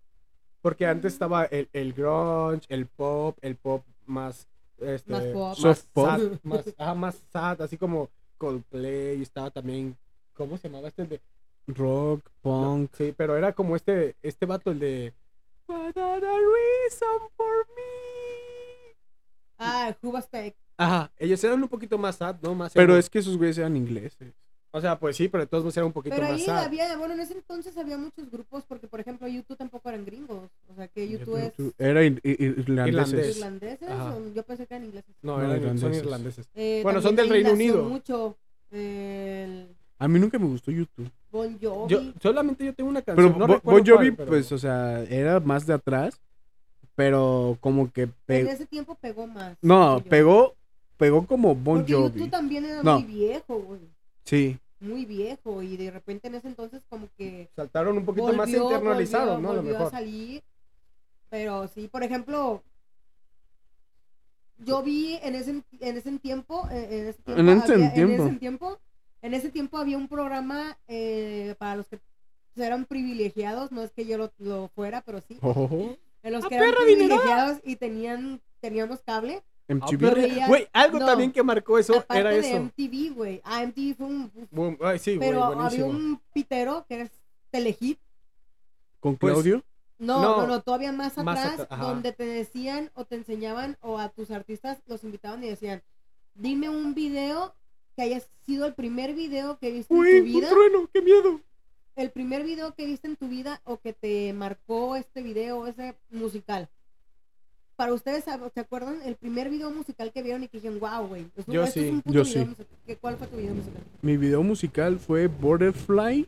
S2: Porque
S4: Mm.
S2: antes estaba el, el grunge, el pop, el pop más... Este,
S4: Más pop.
S3: Soft pop.
S2: sad, más, ajá, más sad, así como Coldplay, estaba también... ¿Cómo se llamaba este? El de
S3: Rock, punk.
S2: Sí, pero era como este, este vato, el de. What are the reason for me?
S4: Ah, Who was Tech.
S2: Ajá, ellos eran un poquito más sad, ¿no? Más
S3: Pero
S2: emo.
S3: es que esos güeyes eran ingleses.
S2: O sea, pues sí, pero de todos modos era un poquito
S4: Pero
S2: más
S4: ahí
S2: sad.
S4: había, bueno, en ese entonces había muchos grupos, porque por ejemplo, YouTube tampoco eran gringos. O sea, que YouTube es
S3: Tú- Era ir- ir-
S2: Irlandés.
S3: irlandeses.
S4: irlandeses,
S2: Ajá.
S4: o yo pensé que eran ingleses.
S2: No,
S3: No,
S2: eran, son
S3: irlandeses.
S2: irlandeses.
S4: Eh,
S2: Bueno, son
S4: también
S2: del
S4: ahí
S2: Reino
S4: nació
S2: Unido.
S4: mucho el
S3: A mí nunca me gustó YouTube.
S4: Bon Jovi.
S2: Yo, solamente yo tengo una canción.
S3: Pero
S2: no
S3: Bo-
S2: recuerdo
S3: Bon Jovi,
S2: cuál, pero-
S3: pues, o sea, era más de atrás. Pero como que
S4: en
S3: pegó.
S4: ese tiempo pegó más.
S3: No,
S4: Bon Jovi.
S3: pegó, pegó como Bon
S4: Porque
S3: Jovi.
S4: YouTube también era
S3: No.
S4: muy viejo, güey.
S3: Sí.
S4: Muy viejo. Y de repente en ese entonces como que
S2: saltaron un poquito más
S4: volvió,
S2: internalizados,
S4: volvió,
S2: ¿no? A lo
S4: volvió
S2: mejor.
S4: salir. Pero sí, por ejemplo, yo vi en ese, en ese tiempo, eh, en ese tiempo,
S3: En ese
S4: había,
S3: tiempo.
S4: En ese tiempo, en ese tiempo había un programa eh, para los que eran privilegiados, no es que yo lo, lo fuera, pero sí,
S2: Oh.
S3: Ojo.
S4: en los que eran
S2: dinerosa!
S4: privilegiados y tenían, teníamos cable.
S2: Ah,
S3: MTV.
S4: pero ya-
S2: Güey, algo
S4: no.
S2: también que marcó eso
S4: aparte
S2: era
S4: de
S2: eso.
S4: MTV, güey. Ah, MTV fue un... uf,
S2: Boom, Ay, sí, güey,
S4: pero había
S2: buenísimo.
S4: un pitero que era Telehit,
S3: Con
S2: Pues,
S3: Claudio.
S4: No,
S2: No.
S4: no, no, todavía más
S2: Más
S4: atrás,
S2: atrás, ajá.
S4: donde te decían o te enseñaban o a tus artistas los invitaban y decían, dime un video que haya sido el primer video que viste en tu
S2: Uy, un
S4: vida,
S2: trueno, qué miedo.
S4: el primer video que viste en tu vida o que te marcó este video, ese musical. Para ustedes, ¿se acuerdan el primer video musical que vieron y que dijeron, wow, güey? es un-
S2: Yo
S4: esto es
S2: sí,
S4: un puto
S3: yo
S4: video
S3: sí.
S4: musical"? ¿Qué- ¿Cuál fue tu video musical?
S3: Mi video musical fue Butterfly.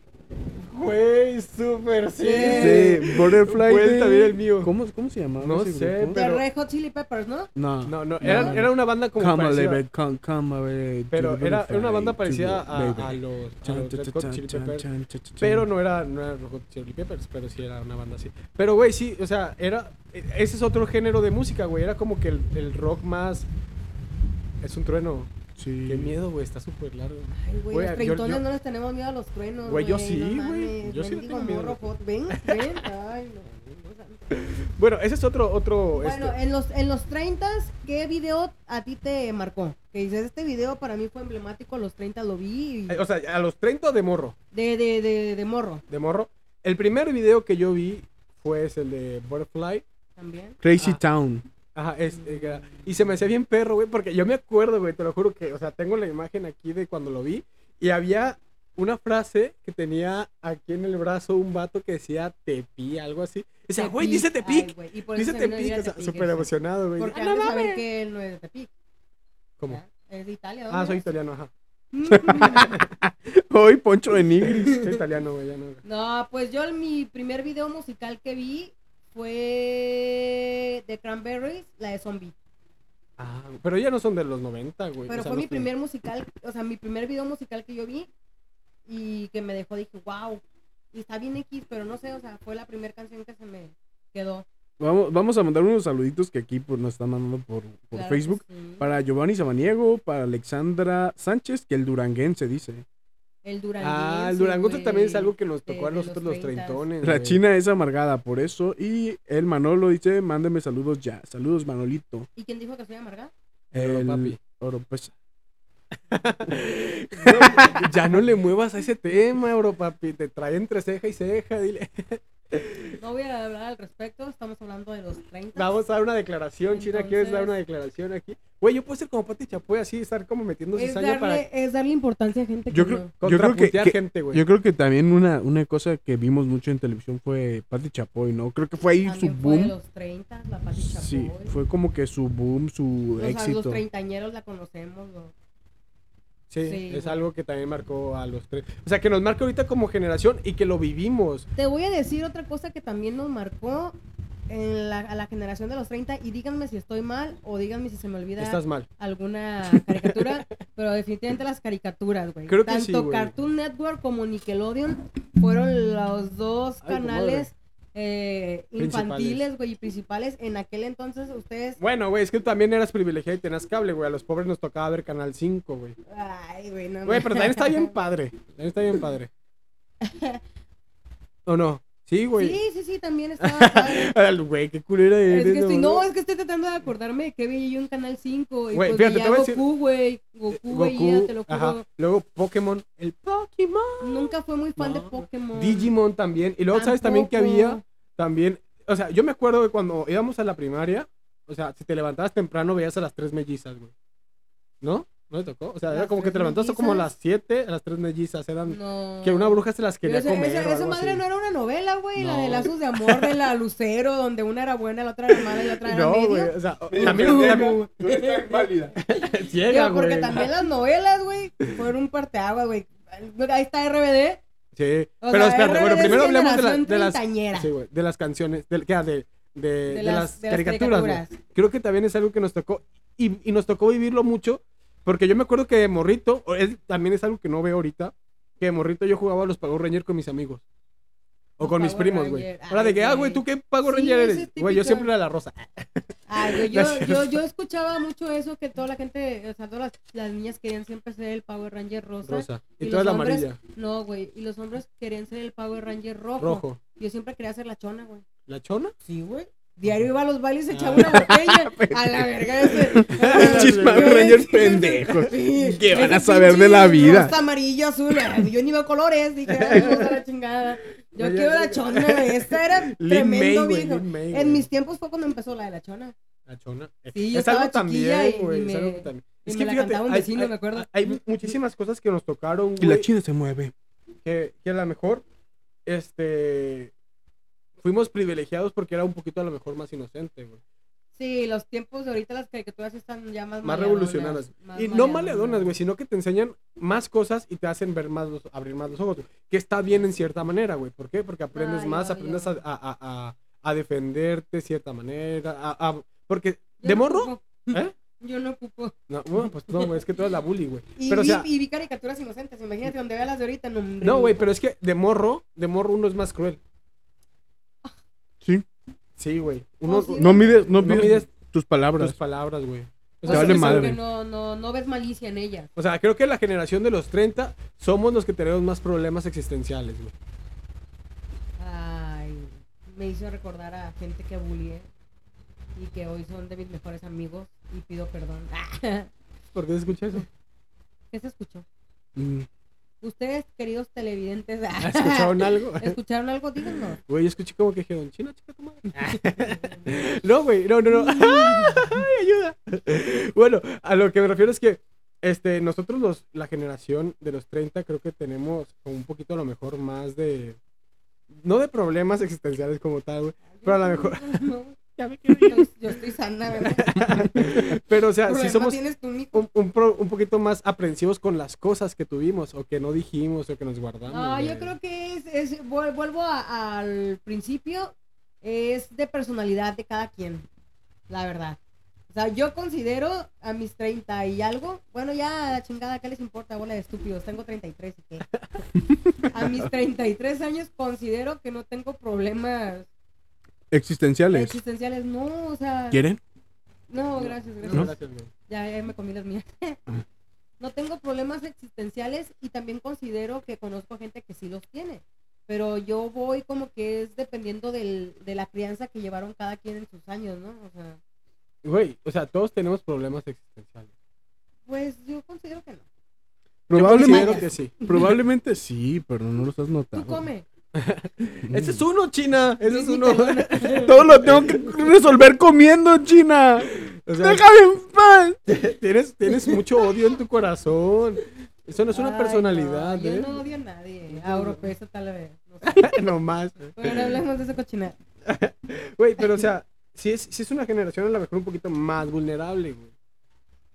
S2: Güey, súper sí.
S3: Sí,
S2: Eh.
S3: Butterfly.
S2: Fue
S3: de-
S2: también el mío.
S3: ¿Cómo, cómo se llamaba?
S2: No
S3: ese
S2: sé,
S3: grupo?
S4: De
S2: Pero-
S4: Red Hot Chili Peppers, ¿no?
S3: No.
S2: No, no,
S3: No,
S2: era,
S3: no.
S2: era una banda como
S3: Come a
S2: parecida-
S3: little bit, come, come a little
S2: Pero
S3: bit
S2: era,
S3: of
S2: era una banda
S3: fire,
S2: parecida
S3: to
S2: a,
S3: the
S2: a
S3: baby.
S2: los, a
S3: Chan,
S2: los
S3: chan,
S2: Red Hot
S3: chan,
S2: Chili
S3: chan,
S2: Peppers,
S3: chan, chan, chan.
S2: Pero no era, no era Red Hot Chili Peppers, pero sí era una banda así. Pero, güey, sí, o sea, era. e- Ese es otro género de música, güey. Era como que el, el rock más. Es un trueno.
S3: Sí.
S2: Qué miedo, güey, está súper largo.
S4: Ay, güey,
S2: Güey,
S4: los
S2: yo-
S4: treintones
S2: yo-
S4: no les tenemos miedo a los truenos.
S2: Güey, yo sí,
S4: no
S2: güey,
S4: mames,
S2: yo sí le
S4: mendigo
S2: tengo miedo.
S4: morro joto. Ven, ven. Ay, no. no sabes.
S2: Bueno, ese es otro, otro,
S4: Bueno,
S2: este,
S4: en los, en los 30, ¿qué video a ti te marcó? Que dices, este video para mí fue emblemático, a los 30 lo vi. y-
S2: eh, o sea, a los 30 de morro,
S4: de, de, de, de morro
S2: de morro. El primer video que yo vi fue ese, el de Butterfly.
S4: también.
S3: Crazy
S2: Ah.
S3: Town.
S2: Ajá, es, eh, que era- y se me hacía bien perro, güey, porque yo me acuerdo, güey, te lo juro que, o sea, tengo la imagen aquí de cuando lo vi y había una frase que tenía aquí en el brazo un vato que decía Tepi, algo así. Decía, güey, dice
S4: Ay,
S2: Tepic,
S4: güey, y por
S2: dice
S4: eso también
S2: Tepic,
S4: era
S2: o sea,
S4: Tepic,
S2: súper
S4: ese.
S2: emocionado, güey.
S4: Porque
S2: Ah,
S4: han
S2: no
S4: de saber
S2: mames.
S4: que él no es de Tepic.
S2: ¿Cómo?
S4: ¿ya? Es de Italia.
S2: Ah, soy
S4: ¿dónde
S2: italiano, ajá.
S4: eres?
S3: Hoy Poncho de Nigris.
S2: Soy italiano, güey, ya no.
S4: no, pues yo el- mi primer video musical que vi fue de Cranberries, la de Zombie.
S2: Ah, pero ya no son de los 90, güey.
S4: Pero
S2: o sea,
S4: fue
S2: no
S4: mi
S2: sé.
S4: primer musical, o sea, mi primer video musical que yo vi y que me dejó, dije, wow. Y está bien X, pero no sé, o sea, fue la primera canción que se me quedó.
S3: Vamos, vamos a mandar unos saluditos que aquí pues, nos están mandando por, por
S4: Claro que
S3: Facebook.
S4: sí.
S3: Para Giovanni Samaniego, para Alexandra Sánchez, que el duranguense dice.
S4: El Durango.
S2: Ah, el Durango también es algo que nos tocó a
S4: de los
S2: nosotros los
S4: 30s.
S2: treintones.
S3: La
S2: güey.
S3: china es amargada por eso. Y el Manolo dice, mándeme saludos ya. Saludos, Manolito.
S4: ¿Y quién dijo que soy amarga?
S2: Oro,
S3: El
S2: papi.
S3: oro, pues,
S2: No, ya no le muevas a ese tema, bro, papi. Te trae entre ceja y ceja, dile.
S4: No voy a hablar al respecto, estamos hablando de los 30.
S2: Vamos a dar una declaración, China. ¿Quieres dar una declaración aquí? Güey, yo puedo ser como Pati Chapoy, así, estar como metiendo
S4: es,
S2: cizaña
S4: darle,
S2: para
S4: es darle importancia a gente
S3: Yo
S4: que
S3: creo-
S4: no.
S2: contrapuntear
S3: que- que-
S2: gente, güey.
S3: Yo creo que también una, una cosa que vimos mucho en televisión fue Pati Chapoy, ¿no? Creo que fue ahí su
S4: También fue de
S3: boom.
S4: los 30, la Pati Chapoy.
S3: Sí, fue como que su boom, su
S4: O sea, los
S3: éxito.
S4: treintañeros la conocemos. lo-
S2: Sí,
S4: Sí,
S2: es
S4: güey.
S2: algo que también marcó a los tres. O sea, que nos marca ahorita como generación y que lo vivimos.
S4: Te voy a decir otra cosa que también nos marcó en la, a la generación de los 30 y díganme si estoy mal o díganme si se me olvida
S2: Estás mal.
S4: alguna caricatura, pero definitivamente las caricaturas, güey.
S2: Creo que
S4: Tanto
S2: sí, güey.
S4: Cartoon Network como Nickelodeon fueron los
S2: Ay,
S4: dos
S2: comadre.
S4: canales eh,
S2: Principales.
S4: infantiles, güey, y principales. En aquel entonces ustedes...
S2: Bueno, güey, es que tú también eras privilegiado y tenías cable, güey. A los pobres nos tocaba ver Canal 5, güey.
S4: Ay, güey, no
S2: Güey,
S4: mames.
S2: pero también está bien padre. También está bien padre. ¿O no? Sí, güey.
S4: Sí, sí, sí, también estaba padre.
S2: Al güey, qué culera
S4: Es
S2: eres.
S4: que estoy, no,
S2: boludo.
S4: es que estoy tratando de acordarme de que veía yo en Canal 5. Y
S2: Güey,
S4: pues
S2: fíjate,
S4: veía
S2: te voy a decir-
S4: Goku, güey. Goku, veía, te lo juro.
S2: ajá. Luego Pokémon, el Pokémon.
S4: Nunca fue muy fan
S2: No.
S4: de Pokémon.
S2: Digimon también. Y luego, ¿sabes también que
S4: Tampoco.
S2: había? También, o sea, yo me acuerdo de cuando íbamos a la primaria, o sea, si te levantabas temprano veías a las tres mellizas, güey. ¿No? ¿No te tocó? O sea, era
S4: ¿Las
S2: como que
S4: tres
S2: te levantabas como a
S4: mellizas?
S2: las siete, a las tres mellizas. Eran
S4: No.
S2: que una bruja se las
S4: Pero
S2: quería
S4: ese-
S2: comer.
S4: ese-
S2: o
S4: esa
S2: algo
S4: madre
S2: así.
S4: no era una novela, güey. La de
S2: No.
S4: lazos de amor de la Lucero, donde una era buena, la otra era mala y la otra era
S2: No,
S4: medio.
S2: güey, o sea, también, también ciega,
S4: Digo, porque
S2: güey.
S4: también las novelas, güey, fueron un parteaguas, güey. Ahí está RBD.
S2: Eh, Sí,
S4: O
S2: pero
S4: sea,
S2: espérate,
S4: RBD
S2: bueno,
S4: es
S2: primero hablemos de, la-
S4: generación
S2: de las
S4: treintañera.
S2: sí, güey, de las canciones, del- que, ah, de, de, de
S4: de
S2: las,
S4: de
S2: caricaturas, güey. Creo que también es algo que nos tocó y, y nos tocó vivirlo mucho, porque yo me acuerdo que de morrito, o es- también es algo que no veo ahorita, que de morrito yo jugaba a los Power Ranger con mis amigos. O
S4: Los
S2: con mis
S4: Power
S2: primos, güey.
S4: Ranger,
S2: Ahora de
S4: ay,
S2: que, ah, güey,
S4: güey.
S2: ¿tú qué Power
S4: Sí,
S2: Ranger
S4: ese
S2: eres?
S4: es
S2: Güey, yo
S4: típico.
S2: siempre era la rosa.
S4: Ay, güey, yo,
S2: Gracias.
S4: yo, yo escuchaba mucho eso, que toda la gente, o sea, todas las, las niñas querían siempre ser el Power Ranger rosa.
S2: Rosa. Y,
S4: y
S2: tú eras
S4: los
S2: la
S4: hombres,
S2: amarilla,
S4: No, güey, y los hombres querían ser el Power Ranger rojo.
S2: rojo.
S4: Yo siempre quería ser la chona, güey.
S2: ¿La chona?
S4: Sí, güey. Diario iba a los bailes y se echaba
S2: Ah.
S4: una botella. a la verga ese. Ah,
S3: Pinches Power Rangers pendejos. ¿Qué van a saber de la vida?
S4: Rosa, amarillo, azul. ay, Yo ni veo colores. Dije, ay, vamos a la chingada. Yo
S2: Oye,
S4: quiero la chona. Esta era
S2: Lin May,
S4: tremendo
S2: güey,
S4: viejo.
S2: Lin May, güey.
S4: En mis tiempos fue cuando empezó la de la chona.
S2: La chona.
S4: Sí, yo
S2: es algo
S4: estaba chiquilla
S2: también,
S4: y- y
S2: güey. Es
S4: me-
S2: algo que también.
S4: y
S2: Es
S4: me
S2: que
S4: la
S2: fíjate,
S4: cantaba un
S2: hay-
S4: vecino,
S2: hay-
S4: me acuerdo.
S2: Hay muchísimas cosas que nos tocaron,
S3: Y la
S2: güey,
S3: china se mueve.
S2: que, que a lo mejor, este, fuimos privilegiados porque era un poquito a lo mejor más inocente, güey.
S4: Sí, los tiempos de ahorita las caricaturas están ya más
S2: Más
S4: maleadonas,
S2: revolucionadas.
S4: más
S2: Y no
S4: maleadonas.
S2: maleadonas, güey, sino que te enseñan más cosas y te hacen ver más, los, abrir más los ojos, güey, que está bien en cierta manera, güey. ¿Por qué? Porque aprendes
S4: Ay,
S2: más,
S4: obvio.
S2: aprendes a, a- a- a- a defenderte de cierta manera, a- a- porque,
S4: Yo
S2: ¿de
S4: no
S2: morro?
S4: ocupo-
S2: ¿Eh?
S4: Yo no ocupo.
S2: No, bueno, pues no, güey, es que tú eres la bully, güey.
S4: Y,
S2: Pero, o
S4: vi,
S2: sea-
S4: y vi caricaturas inocentes. Imagínate donde vea las de ahorita. No, hombre,
S2: No, güey, pero es que de morro, de morro uno es más cruel.
S3: Sí.
S2: Sí, güey. Uno
S4: sí,
S2: uno-
S3: No mides, no
S2: No
S3: mides
S2: mides
S3: tus palabras.
S2: tus palabras, güey. O
S4: O
S2: sea,
S4: sea,
S2: vale
S4: porque
S2: madre.
S4: no, no, no ves malicia en ella.
S2: O sea, creo que la generación de los 30 somos los que tenemos más problemas existenciales, güey.
S4: Ay, me hizo recordar a gente que bullié y que hoy son de mis mejores amigos y pido perdón.
S2: ¿Por qué se escucha eso?
S4: ¿Qué se escuchó?
S2: Mm,
S4: Ustedes, queridos televidentes,
S2: Ah, ¿Escucharon algo?
S4: ¿escucharon algo? Díganos.
S2: Güey, yo escuché como que dijeron, China, chica tu madre. no, güey, no, no, no. Ay, ayuda. Bueno, a lo que me refiero es que este, nosotros, los, la generación de los 30, creo que tenemos como un poquito a lo mejor más de. No de problemas existenciales como tal, güey. Pero a lo mejor.
S4: No,
S2: Ya me
S4: yo, yo estoy sana, ¿verdad?
S2: Pero, o sea,
S4: Problema
S2: si somos
S4: tienes tú, mijo.
S2: un, un pro- un poquito más aprensivos con las cosas que tuvimos o que no dijimos o que nos guardamos.
S4: No, Ah, yo
S2: güey.
S4: creo que es, es- vuel- vuelvo a- al principio, es de personalidad de cada quien, la verdad. O sea, yo considero a mis 30 y algo, bueno, ya la chingada, ¿qué les importa? Bola de estúpidos, tengo 33 y qué. A mis 33 años considero que no tengo problemas
S3: Existenciales.
S4: existenciales, no, o sea,
S3: ¿Quieren?
S4: no, gracias, gracias.
S2: No, gracias, güey.
S4: Ya, ya me comí las mías. no tengo problemas existenciales y también considero que conozco gente que sí los tiene. Pero yo voy como que es dependiendo del, de la crianza que llevaron cada quien en sus años, ¿no? O sea,
S2: Güey, o sea, todos tenemos problemas existenciales.
S4: pues yo considero que no.
S2: Probablemente.
S3: Probablemente,
S2: que sí.
S3: probablemente sí, pero no los has notado.
S4: Tú come.
S3: Mm.
S2: Ese es uno, China. Ese es
S4: Sí,
S2: uno.
S4: perdón.
S3: Todo lo tengo que resolver comiendo, China.
S2: O sea,
S3: Déjame en paz.
S2: tienes, tienes mucho odio en tu corazón. Eso no es una
S4: Ay,
S2: personalidad,
S4: no,
S2: ¿eh?
S4: Yo no odio a nadie. A europeos tal vez. No sé.
S2: No más.
S4: Bueno, hablemos de esa cochinada.
S2: Güey, pero o sea, si es, si es una generación a lo mejor un poquito más vulnerable, güey.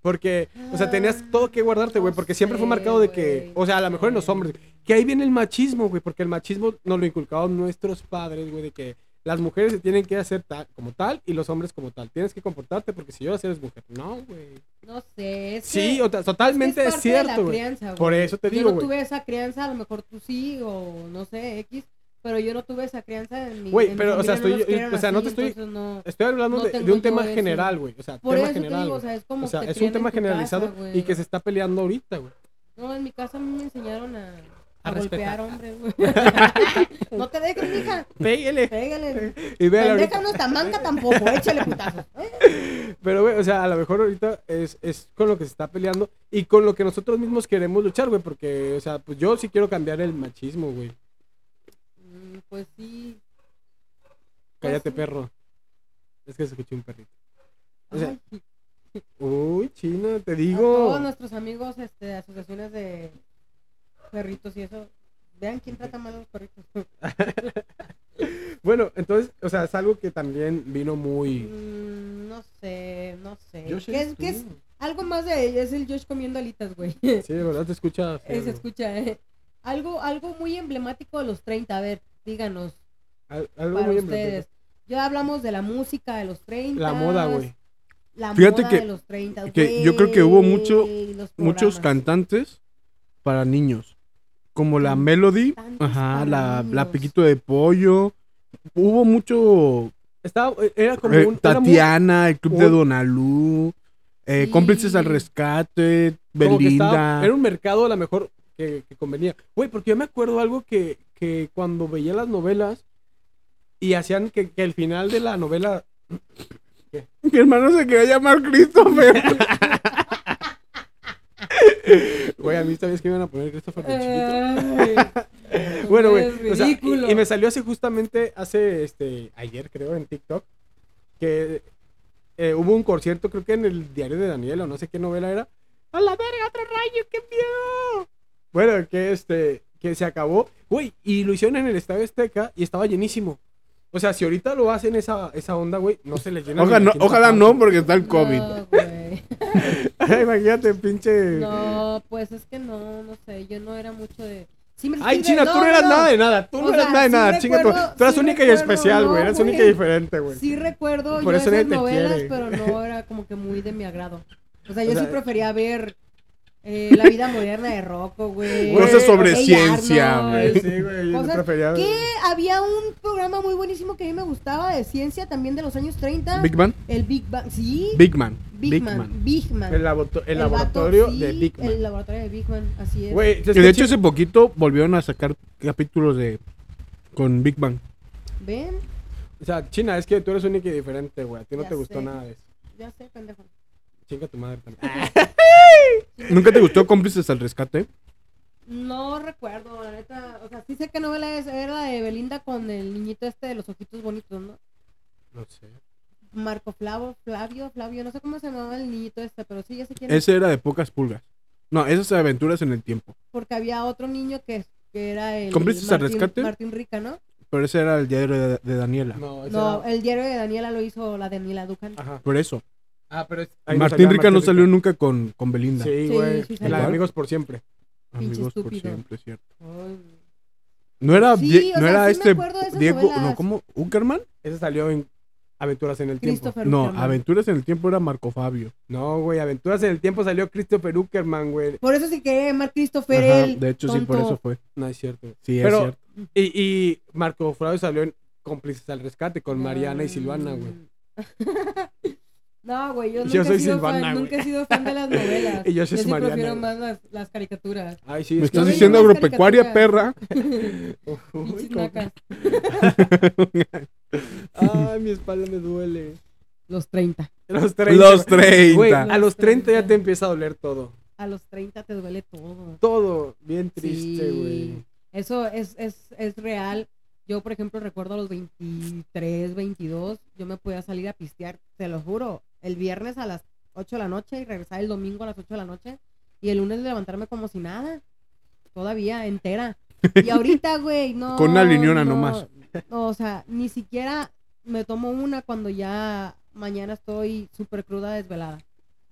S2: Porque, o sea, tenías todo que guardarte, güey,
S4: No
S2: porque siempre fue
S4: sé,
S2: marcado de que,
S4: Ah, güey,
S2: o sea, a lo
S4: no
S2: mejor en los
S4: sé.
S2: hombres, que ahí viene el machismo, güey, porque el machismo nos lo inculcaron nuestros padres, güey, de que las mujeres se tienen que hacer tal, como tal y los hombres como tal. Tienes que comportarte porque si yo eres mujer. No, güey.
S4: No sé. es
S2: Sí,
S4: que-
S2: o sea, totalmente
S4: es
S2: es,
S4: parte de la
S2: cierto, güey.
S4: crianza, güey.
S2: Por eso te digo,
S4: Yo no
S2: güey.
S4: tuve esa crianza, a lo mejor tú sí, o no sé, X, pero yo no tuve esa crianza en mi
S2: Güey,
S4: en mi
S2: pero, o sea,
S4: familia
S2: estoy-
S4: nos criaron
S2: o sea, no te
S4: así,
S2: estoy-
S4: entonces no-
S2: Estoy hablando
S4: No
S2: de, de
S4: tengo
S2: un tema
S4: yo eso.
S2: general, güey. O sea,
S4: Por
S2: tema
S4: eso
S2: general.
S4: te digo,
S2: güey.
S4: o sea, es como
S2: o sea,
S4: te
S2: es un
S4: crían en
S2: tema
S4: tu casa,
S2: generalizado y
S4: güey.
S2: que se está peleando ahorita, güey.
S4: No, en mi casa a mí me enseñaron a,
S2: A
S4: a
S2: respetar.
S4: golpear hombres, güey. no te dejes, hija.
S2: Pégale.
S4: Pégale.
S2: Y véale ahorita.
S4: Pendeja no está manca tampoco, échale putazos. ¿eh?
S2: Pero, güey, o sea, a lo mejor ahorita es, es con lo que se está peleando y con lo que nosotros mismos queremos luchar, güey, porque, o sea, pues yo sí quiero cambiar el machismo, güey.
S4: Mm, Pues sí.
S2: Cállate,
S4: sí.
S2: perro. Es que se escuchó un perrito. O sea,
S4: Ay,
S2: uy, China, te
S4: a
S2: digo.
S4: todos nuestros amigos, este, asociaciones de perritos y eso, vean quién trata mal a los perritos.
S2: Bueno, entonces, o sea, es algo que también vino muy...
S4: Mm, no sé, no sé.
S2: Yo
S4: ¿Qué es, qué es? Algo más de es el Josh comiendo alitas, güey.
S2: Sí, de verdad te escuchas.
S4: Eh, Se escucha, eh. Algo, algo muy emblemático de los 30, a ver, díganos,
S2: Al- Algo
S4: para
S2: muy
S4: ustedes.
S2: emblemático.
S4: Ya hablamos de la música de los 30.
S2: La moda, güey.
S4: La
S3: Fíjate
S4: moda
S3: que-
S4: de los 30.
S3: que yo creo que hubo
S4: güey,
S3: mucho-
S4: los
S3: Muchos
S4: programas.
S3: cantantes para niños. Como la Melody,
S4: Cantantes
S3: ajá,
S4: para
S3: la, la
S4: niños.
S3: Piquito de Pollo. Hubo mucho.
S2: Estaba, era como
S3: eh,
S2: un... era muy-
S3: Tatiana, el Club de
S2: un-
S3: Donalú. eh,
S4: Sí.
S3: Cómplices al Rescate,
S2: como que
S3: Belinda.
S2: estaba- era un mercado a lo mejor que, que convenía. Güey, porque yo me acuerdo algo que, que cuando veía las novelas y hacían que, que el final de la novela.
S3: Mi hermano se quería llamar Christopher.
S2: Güey, a mí sabías que iban a poner Christopher
S4: Eh,
S2: de chiquito.
S4: Ay,
S2: Bueno,
S4: es
S2: güey, o sea, y,
S4: ridículo.
S2: y me salió así justamente hace, este, ayer creo, en TikTok, que eh, hubo un concierto, creo que en el diario de Daniel o no sé qué novela era. ¡A la verga, otro rayo, qué miedo! Bueno, que este, que se acabó, güey, y lo hicieron en el Estadio Azteca y estaba llenísimo. O sea, si ahorita lo hacen esa, esa onda, güey, no se les llena.
S3: Ojalá
S2: ni
S3: no,
S2: la quinta
S3: ojalá
S2: parte.
S3: no, porque está el COVID.
S4: No, güey.
S2: Imagínate, pinche.
S4: No, pues es que no, no sé, yo no era mucho de... Sí me-
S2: Ay,
S4: sí,
S2: China,
S4: no,
S2: tú no eras
S4: no.
S2: nada de nada. Tú
S4: O
S2: no eras
S4: sea,
S2: nada de
S4: sí
S2: nada, chinga tú.
S4: recuerdo-
S2: Tú eras
S4: sí
S2: única y
S4: recuerdo,
S2: especial, güey.
S4: no,
S2: eras
S4: güey.
S2: única y diferente, güey.
S4: Sí recuerdo
S2: Por
S4: yo
S2: eso
S4: esas
S2: nadie te
S4: novelas,
S2: quiere.
S4: pero no era como que muy de mi agrado. O sea,
S2: O
S4: yo
S2: sea,
S4: sí prefería ver Eh, la vida moderna de Rocco, güey.
S3: Cosas sobre
S4: Hey
S3: ciencia,
S4: Arnold.
S3: güey.
S2: Sí, güey, yo
S4: Cosas
S2: prefería.
S4: Que había un programa muy buenísimo que a mí me gustaba de ciencia también de los años 30.
S3: Big Man.
S4: El Big Bang. Sí.
S3: Big Man.
S4: Big, Man. Big Man.
S2: El, labo- el
S4: El
S2: laboratorio
S4: vato, sí,
S2: de Big Man.
S4: El laboratorio de Big Man, así es.
S2: Güey,
S3: Que de hecho hace poquito volvieron a sacar capítulos de con Big Bang.
S4: ¿Ven?
S2: o sea, China, es que tú eres única y diferente, güey. A ti no
S4: Ya
S2: te gustó
S4: sé.
S2: nada de eso.
S4: Ya sé, pendejo.
S2: Chinga tu madre también.
S3: Ah, ¿Nunca te gustó Cómplices al Rescate?
S4: No recuerdo, la neta. O sea, sí sé que novela es, era la de Belinda con el niñito este de los ojitos bonitos, ¿no?
S2: No sé.
S4: Marco Flavo, Flavio, Flavio, no sé cómo se llamaba el niñito este, pero sí, ya sé quién es.
S3: Ese era de pocas pulgas. No, esas aventuras en el tiempo.
S4: Porque había otro niño que, que era el.
S3: ¿Cómplices al
S4: Martín-
S3: rescate?
S4: Martín Rica, ¿no?
S3: Pero ese era el diario de, de Daniela.
S2: No, ese
S4: No, eh.
S2: era-
S4: el diario de Daniela lo hizo la Daniela Ducan.
S2: Ajá.
S3: Por eso.
S2: Ah, pero es...
S3: Martín Rica no salió nunca con, con Belinda.
S2: Sí,
S4: Sí,
S2: güey.
S4: sí
S2: el
S4: salió.
S2: Amigos por siempre.
S4: Pinche
S3: Amigos por
S4: estúpido.
S3: siempre, cierto.
S4: Ay,
S3: No era,
S4: Sí,
S3: Die-
S4: o
S3: no
S4: sea,
S3: era
S4: sí me
S3: este
S4: acuerdo de esas
S3: Diego, no,
S4: novelas.
S3: ¿cómo? ¿Uckerman?
S2: Ese salió en Aventuras en el Tiempo.
S4: Christopher
S3: No,
S4: Uckerman.
S3: Aventuras en el tiempo era Marco Fabio.
S2: No, güey, Aventuras en el Tiempo salió Christopher Uckerman, güey.
S4: Por eso sí que llamar Christopher
S3: Ajá,
S4: el
S3: de hecho, sí, por
S4: tonto.
S3: eso fue.
S2: No es cierto.
S3: Sí,
S2: Pero-
S3: es cierto.
S2: Y, y Marco Flavio salió en Cómplices al Rescate
S4: Mm.
S2: con Mariana y Silvana, güey.
S4: No, güey, yo,
S2: Yo
S4: nunca,
S2: soy
S4: he sido
S2: Silvana,
S4: fan,
S2: güey.
S4: nunca he sido fan de las novelas.
S2: Y yo soy
S4: sí
S2: Mariana,
S4: prefiero
S2: güey.
S4: más las, las caricaturas.
S2: Ay, sí.
S3: Me
S2: es que-
S3: estás
S4: veía
S3: diciendo
S4: unas
S3: agropecuaria, perra.
S4: caricaturas.
S2: Uy,
S4: Pinches
S2: como-
S4: nacas.
S2: Ay, mi espalda me duele.
S4: Los 30.
S2: Los 30.
S3: Los
S2: Güey,
S3: 30.
S2: a los 30 ya te empieza a doler todo.
S4: A los 30 te duele todo.
S2: Todo. Bien triste,
S4: Sí.
S2: güey.
S4: Eso es, es, es real. Yo, por ejemplo, recuerdo a los 23, 22, yo me podía salir a pistear, te lo juro, el viernes a las 8 de la noche y regresar el domingo a las 8 de la noche y el lunes levantarme como si nada, todavía entera. Y ahorita, güey, no.
S3: Con una liñona
S4: no,
S3: nomás.
S4: no, o sea, ni siquiera me tomo una cuando ya mañana estoy súper cruda, desvelada,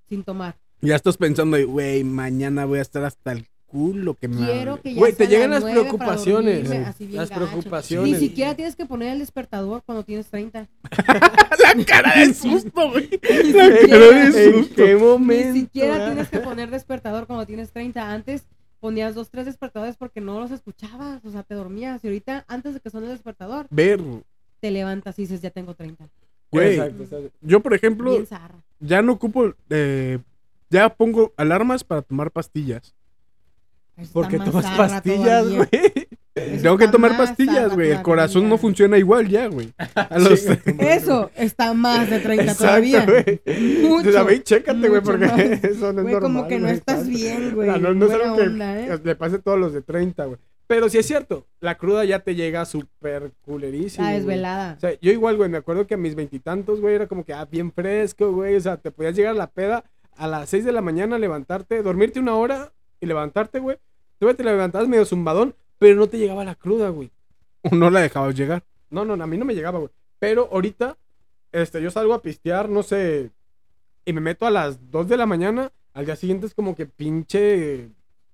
S4: sin tomar.
S3: Ya estás pensando, güey, mañana voy a estar hasta el culo que me
S4: Quiero que ya
S2: Güey, te
S4: sean
S2: llegan las
S4: nueve para
S2: preocupaciones.
S4: dormirme, así bien
S2: Las
S4: gacho. Ni
S2: preocupaciones.
S4: siquiera tienes que poner el despertador cuando tienes 30.
S3: La cara de susto, güey. La
S2: ¿En
S3: cara de
S2: qué- ¿En
S3: susto.
S2: qué momento?
S4: Ni siquiera
S2: ah?
S4: tienes que poner despertador cuando tienes 30. Antes ponías dos, tres despertadores porque no los escuchabas, o sea, te dormías. Y ahorita, antes de que suene el despertador,
S3: Ver,
S4: te levantas y dices, ya tengo 30.
S3: güey.
S2: Exacto, exacto.
S3: Yo, por ejemplo,
S4: Bien zarra.
S3: ya no ocupo, eh, ya pongo alarmas para tomar pastillas.
S4: Eso
S2: Porque
S4: está más
S2: tomas
S4: zarra
S2: pastillas,
S4: todavía.
S2: güey.
S4: Eso
S3: Tengo que
S4: está
S3: tomar
S4: más
S3: pastillas,
S4: zarra
S3: güey. El
S4: todavía.
S3: corazón no funciona igual ya, güey. A los
S4: Eso está más de 30
S2: Exacto,
S4: todavía.
S2: güey.
S4: Mucho,
S2: David, chécate, güey,
S4: mucho
S2: porque
S4: más.
S2: eso no es
S4: Güey,
S2: normal.
S4: como que no
S2: güey,
S4: estás
S2: exacto.
S4: bien,
S2: O
S4: güey.
S2: sea, no, no es
S4: Buena
S2: algo que
S4: onda, ¿eh?
S2: le pase a todos los de 30, güey. Pero sí es cierto, la cruda ya te llega súper culerísimo.
S4: La
S2: güey.
S4: desvelada.
S2: O sea, yo igual, güey, me acuerdo que a mis veintitantos, güey, era como que, ah, bien fresco, güey. O sea, te podías llegar a la peda a las 6 de la mañana, levantarte, dormirte una hora y levantarte, güey. Tú güey, te levantabas medio zumbadón, pero no te llegaba la cruda, güey.
S3: no la dejaba llegar.
S2: No, no, a mí no me llegaba, güey. Pero ahorita, este, yo salgo a pistear, no sé, y me meto a las 2 de la mañana, al día siguiente es como que pinche...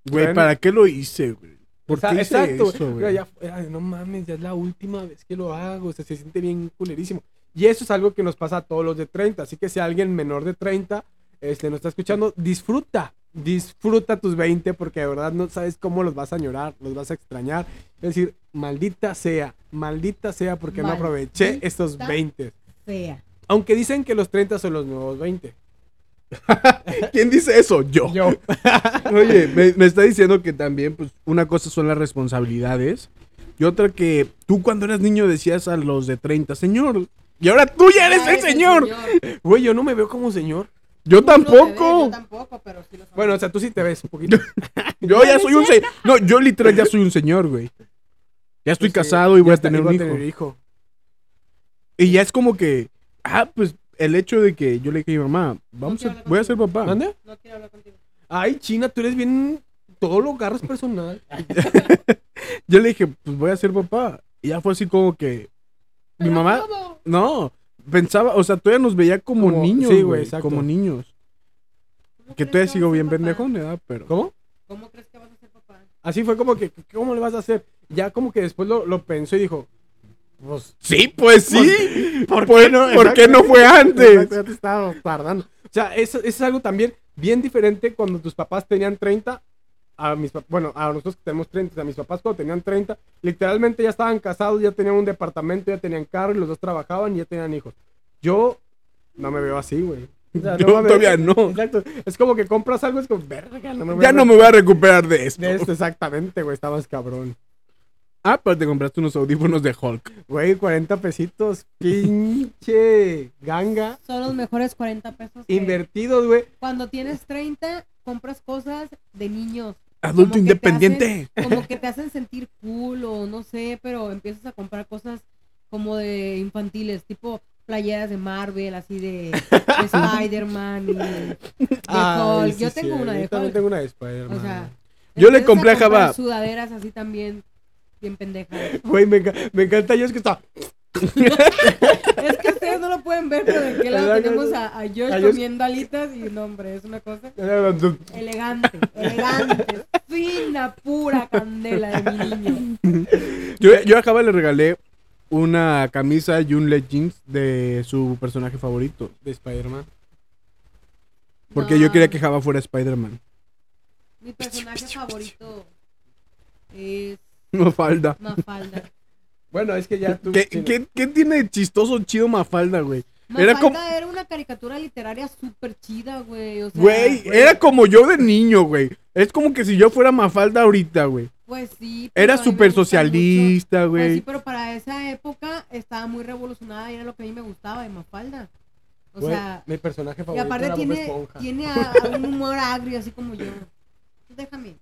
S3: Güey,
S2: Bueno.
S3: ¿para qué lo hice, güey? ¿Por
S2: Exa-
S3: qué hice
S2: exacto,
S3: eso,
S2: güey.
S3: güey?
S2: Ya fue- ay, no mames, ya es la última vez que lo hago, o sea, se siente bien culerísimo. Y eso es algo que nos pasa a todos los de 30, así que si alguien menor de 30 este, nos está escuchando, disfruta, disfruta tus 20 porque de verdad no sabes cómo los vas a llorar, los vas a extrañar. Es decir, maldita sea, maldita sea porque no aproveché
S4: Maldita
S2: estos 20.
S4: Fea.
S2: Aunque dicen que los 30 son los nuevos 20.
S3: ¿Quién dice eso? Yo.
S2: Yo.
S3: Oye, me, me está diciendo que también, pues, una cosa son las responsabilidades y otra que tú cuando eras niño decías a los de 30, señor. Y ahora tú ya eres
S4: Ya
S3: el señor.
S2: Güey, yo no me veo como señor.
S3: Yo
S4: No te ve,
S3: tampoco.
S4: yo tampoco, pero sí lo sabes.
S2: Bueno, o sea, tú sí te ves un poquito.
S3: Yo ya soy un señor. No, yo literal ya soy un señor, güey. Pues Ya estoy
S2: Sí,
S3: casado y
S2: ya
S3: voy a
S2: está, y
S3: tener un
S2: voy
S3: hijo. Y ya es como que, ah, pues el hecho de que yo le dije a mi mamá, vamos a, voy a ser papá.
S2: ¿Dónde?
S4: No quiero hablar contigo.
S2: Ay, China, tú eres bien. Todo lo agarras personal.
S3: Yo le dije, pues voy a ser papá. Y ya fue así como que mi
S4: Pero
S3: mamá,
S4: ¿cómo?
S3: no, pensaba, o sea, todavía nos veía como,
S2: Como-
S3: niños,
S2: sí, güey,
S3: güey,
S2: exacto.
S3: como niños.
S4: ¿Cómo
S3: Que
S4: crees
S3: todavía
S4: vas
S3: sigo
S4: a ser
S3: bien
S4: papá?
S3: pendejón, ¿verdad? Pero
S2: ¿Cómo?
S4: ¿Cómo crees que vas a ser papá?
S2: Así fue como que, ¿cómo le vas a hacer? Ya como que después lo, lo pensó y dijo, pues.
S3: sí, pues sí. ¿Por, ¿por qué no,
S2: exacto?
S3: fue antes?
S2: Ya te estaba tardando. O sea, eso, eso es algo también bien diferente cuando tus papás tenían 30 a mis pap- bueno, a nosotros que tenemos 30, a mis papás cuando tenían 30, literalmente ya estaban casados, ya tenían un departamento, ya tenían carro y los dos trabajaban y ya tenían hijos. Yo no me veo así, güey. O sea,
S3: Yo
S2: mames.
S3: todavía no.
S2: Exacto. Es como que compras algo, es como, verga, no me voy
S3: Ya
S2: a-
S3: no me voy a recuperar de esto.
S2: De esto, exactamente, güey, estabas cabrón.
S3: Ah, pero te compraste unos audífonos de Hulk.
S2: Güey, 40 pesitos, pinche ganga.
S4: Son los mejores 40 pesos. que-
S2: Invertidos, güey.
S4: Cuando tienes 30, compras cosas de niños. Como que
S3: Adulto
S4: te
S3: independiente.
S4: Como que te hacen sentir cool o no sé, pero empiezas a comprar cosas como de infantiles, tipo playeras de Marvel, así de, de Spider-Man y de
S2: Ay,
S4: Hulk.
S2: sí,
S4: Yo
S2: sí,
S4: tengo una de
S2: Yo también
S4: Hulk.
S2: tengo una de Spider-Man.
S4: O sea,
S3: Yo le
S4: empiezas a
S3: compré a
S4: comprar
S3: Jabá.
S4: Sudaderas así también, bien pendejas.
S2: Güey, me, enca- me encanta yo es que está.
S4: Es que ustedes no lo pueden ver, pero de qué lado
S2: Exacto.
S4: tenemos a, a Josh
S2: A Josh.
S4: comiendo alitas y no, hombre, es una cosa elegante, elegante, fina, pura candela de mi niño.
S3: Yo, yo a Java le regalé una camisa y un leggings de su personaje favorito.
S2: De Spider-Man.
S3: Porque
S4: No,
S3: yo quería que Java fuera Spider-Man.
S4: Mi personaje favorito es
S3: No falda.
S4: Mafalda.
S2: Bueno, es que ya tú.
S3: ¿Qué,
S2: sí,
S3: qué- qué tiene de chistoso chido Mafalda, güey?
S4: Mafalda era,
S3: Era como-
S4: una caricatura literaria súper chida, güey. O sea,
S3: Güey, era como yo de niño, güey. Es como que si yo fuera Mafalda ahorita, güey.
S4: Pues sí. pero
S3: Era
S4: a mí me
S3: súper
S4: gusta mucho.
S3: socialista,
S4: Pues sí,
S3: güey.
S4: pero para esa época estaba muy revolucionada y era lo que a mí me gustaba de Mafalda. O
S2: güey,
S4: sea,
S2: mi personaje
S4: y
S2: favorito
S4: aparte
S2: era Bob
S4: tiene,
S2: Esponja.
S4: tiene a- a un humor agrio, así como yo. Déjame.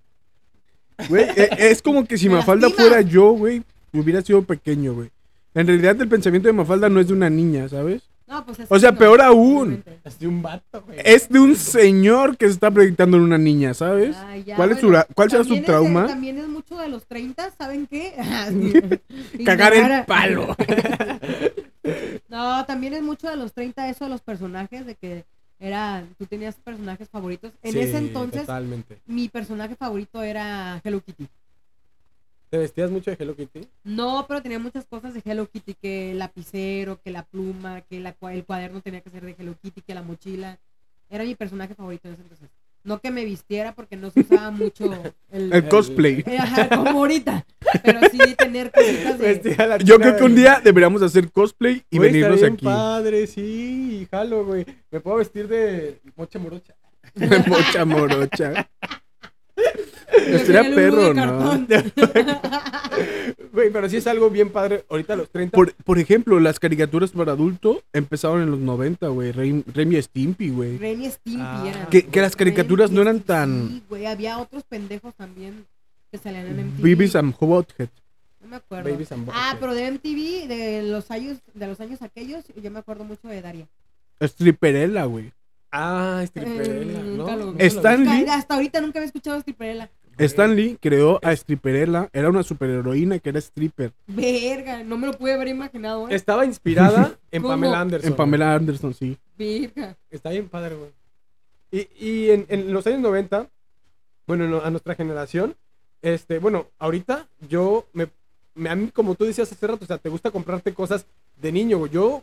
S3: Güey, e- es como que si
S4: Me
S3: Mafalda
S4: lastima.
S3: fuera yo, güey, hubiera sido pequeño, güey. En realidad el pensamiento de Mafalda no es de una niña, ¿sabes?
S4: No, pues
S3: O sea,
S4: no,
S3: peor aún.
S4: obviamente.
S2: Es de un vato, güey.
S3: Es de un señor que se está proyectando en una niña, ¿sabes?
S4: Ah, ya,
S3: ¿Cuál, es su,
S4: bueno,
S3: ra- ¿cuál será su
S4: también es-
S3: trauma?
S4: también es mucho de los 30, ¿saben qué? Ignorar
S3: Cagar el
S4: a-
S3: palo.
S4: No, también es mucho de los 30 eso de los personajes, de que era, tú tenías personajes favoritos. En
S2: Sí,
S4: ese entonces,
S2: Totalmente.
S4: mi personaje favorito era Hello Kitty.
S2: ¿Te vestías mucho de Hello Kitty?
S4: No, pero tenía muchas cosas de Hello Kitty, que el lapicero, que la pluma, que la cua- el cuaderno tenía que ser de Hello Kitty, que la mochila. Era mi personaje favorito en ese entonces. No que me vistiera porque no se usaba mucho el...
S3: El cosplay.
S4: eh, ajá, como ahorita, pero sí tener cositas de...
S2: Vestía a la
S3: Yo
S2: china
S3: creo que un
S2: de-
S3: día deberíamos hacer cosplay y
S2: Güey,
S3: venirnos
S2: estaría bien
S3: aquí.
S2: padre, sí, jalo, güey. Me puedo vestir de mocha morocha.
S3: Mocha morocha.
S4: yo
S3: Estaría
S4: tenía el
S3: perro,
S4: Lulu de
S3: ¿no?
S4: cartón.
S2: Güey, pero sí es algo bien padre. Ahorita a los 30.
S3: Por, por ejemplo, las caricaturas para adulto empezaron en los 90, güey. Rey, Remy y Stimpy, güey.
S4: Ren y Stimpy
S2: Ah.
S4: eran.
S3: Que, que las caricaturas
S4: Ren y
S3: no eran
S4: Stimpy,
S3: tan
S4: Sí, güey, había otros pendejos también que salían en MTV.
S3: Bibis and Hothead.
S4: No me acuerdo.
S2: Babies and
S4: ah,
S2: Butthead.
S4: pero de MTV, de los años, de los años aquellos, yo me acuerdo mucho de Daria.
S3: Stripperella, güey.
S2: Ah, Stripperella,
S4: Eh,
S2: ¿no?
S4: nunca lo-
S2: No
S4: nunca
S3: Stan
S2: vi.
S4: Nunca-
S3: Lee.
S4: hasta ahorita nunca había escuchado a Stripperella.
S3: Stan Lee creó a Stripperella. Era una superheroína que era stripper.
S4: Verga, no me lo pude haber imaginado, ¿eh?
S2: Estaba inspirada en
S4: ¿Cómo?
S2: Pamela Anderson.
S3: En Pamela Anderson, sí.
S4: Verga.
S2: Está bien padre, güey. Y, y en, en los años 90, bueno, en lo- a nuestra generación, este, bueno, ahorita yo, me, me- a mí, como tú decías hace rato, o sea, te gusta comprarte cosas de niño, güey. Yo,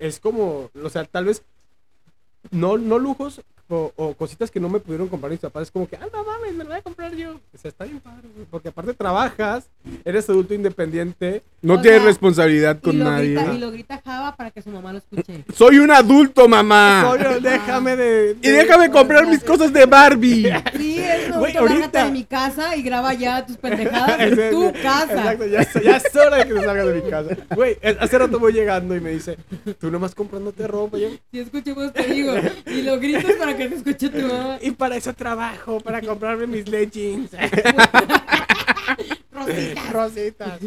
S2: es como, o sea, tal vez, no, no lujos o, o cositas que no me pudieron comprar mis papás. Es como que, ah, no mames, me lo voy a comprar yo. O sea, está bien padre, güey. Porque aparte trabajas, eres adulto independiente.
S3: No
S4: O
S3: tiene
S4: sea,
S3: responsabilidad
S4: Y
S3: con
S4: lo,
S3: nadie.
S4: grita, y lo grita Java para que su mamá lo escuche.
S3: Soy un adulto, mamá.
S2: Oye, déjame de...
S3: Ah. Y déjame comprar mis cosas de Barbie.
S4: Sí, es
S2: Güey,
S4: ahorita lárgate
S2: ahorita.
S4: de mi casa y graba ya tus pendejadas
S2: Ese-
S4: en tu casa.
S2: Exacto, ya, es- ya es hora de que te salgas de mi casa. Güey, eh, hace rato voy llegando y me dice, tú nomás comprándote ropa. yo,
S4: Si escuchemos te digo. Y lo gritas para que te escuche tu mamá.
S2: y para eso trabajo, para comprarme mis leggings,
S4: Rosita.
S2: rositas.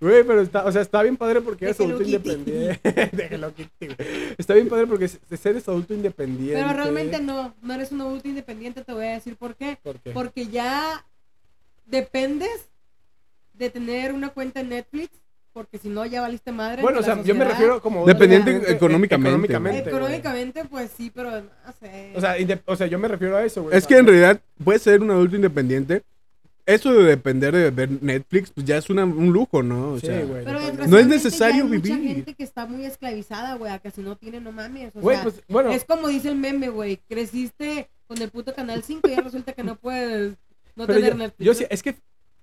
S2: Güey, pero está, o sea, está bien padre porque
S4: De
S2: eres
S4: Hello
S2: adulto
S4: Kitty.
S2: independiente. De Hello Kitty, güey. Está bien padre porque es- eres adulto independiente.
S4: Pero realmente no, no eres un adulto independiente, te voy a decir por qué.
S2: ¿Por qué?
S4: Porque ya dependes de tener una cuenta en Netflix, porque si no ya valiste madre.
S2: Bueno, o
S4: la
S2: sea, yo me
S4: sociedad.
S2: refiero como...
S3: Dependiente
S2: eh,
S3: económicamente, güey.
S2: económicamente, güey.
S4: Económicamente, pues sí, pero no sé.
S2: O sea, inde- o sea, yo me refiero a eso, güey.
S3: Es que en realidad puedes ser un adulto independiente. Eso de depender de ver Netflix, pues ya es una- un lujo, ¿no? O
S2: Sí,
S3: sea,
S2: güey.
S4: Pero
S2: totalmente.
S3: No es
S4: desgraciadamente
S3: necesario
S4: ya hay mucha
S3: vivir.
S4: gente que está muy esclavizada, güey, a que si no tiene, no mames. O
S2: Güey,
S4: sea,
S2: pues, bueno.
S4: Es como dice el meme, güey. Creciste con el puto Canal 5 ya resulta que no puedes no
S2: Pero
S4: tener
S2: yo,
S4: Netflix.
S2: yo
S4: ¿no?
S2: sí- es que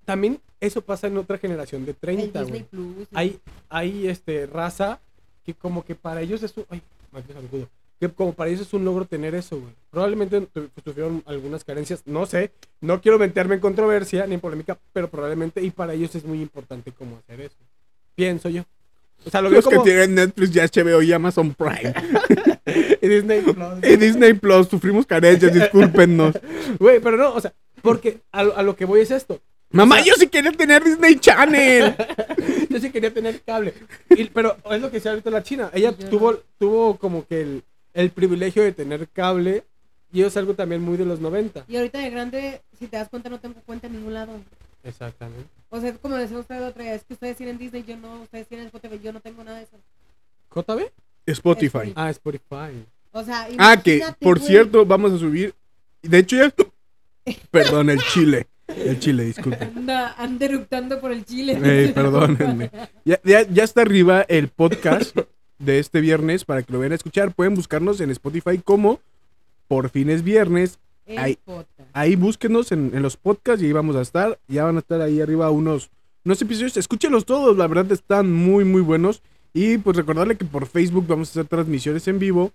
S2: también eso pasa en otra generación de
S4: El
S2: 30,
S4: Disney
S2: güey.
S4: Plus. y-
S2: Hay, hay este, raza que como que para ellos es un... Ay, maldito zancudo. Que como para ellos es un logro tener eso, güey. Probablemente tu- pues, tuvieron algunas carencias, no sé. No quiero meterme en controversia ni en polémica, pero probablemente y para ellos es muy importante como hacer eso. Pienso yo. O sea, lo veo
S3: Los
S2: como
S3: que tienen Netflix, ya HBO y Amazon Prime.
S2: Disney Plus.
S3: y Disney Plus, sufrimos carencias, discúlpenos.
S2: Güey, pero no, o sea, porque a lo- a lo que voy es esto.
S3: Mamá, yo sí quería tener Disney Channel.
S2: Yo sí quería tener cable. Y- pero es lo que se ha ahorita la China. Ella
S4: Yo no.
S2: tuvo, tuvo como que el, el privilegio de tener cable. Y eso es algo también muy de los 90.
S4: Y ahorita de grande, si te das cuenta, no tengo cuenta en ningún lado.
S2: Exactamente.
S4: O sea, como decía usted la otra vez, es que ustedes tienen Disney, yo no, ustedes tienen Spotify, yo no tengo nada de eso.
S2: ¿JB?
S3: Spotify.
S2: Ah, Spotify.
S4: O sea,
S3: Ah, que
S4: imagínate,
S3: por
S4: güey.
S3: cierto, vamos a subir. De hecho, ya. Perdón, el chile. El chile, disculpen.
S4: Anda, anda eructando por el chile.
S3: Ey, perdónenme. Ya, ya- ya está arriba el podcast de este viernes para que lo vayan a escuchar. Pueden buscarnos en Spotify como Por fines viernes.
S4: Es
S3: Ay.
S4: pota.
S3: Ahí búsquenos en, en los podcasts y ahí vamos a estar. Ya van a estar ahí arriba unos, unos episodios. Escúchenlos todos, la verdad están muy, muy buenos. Y pues recordarle que por Facebook vamos a hacer transmisiones en vivo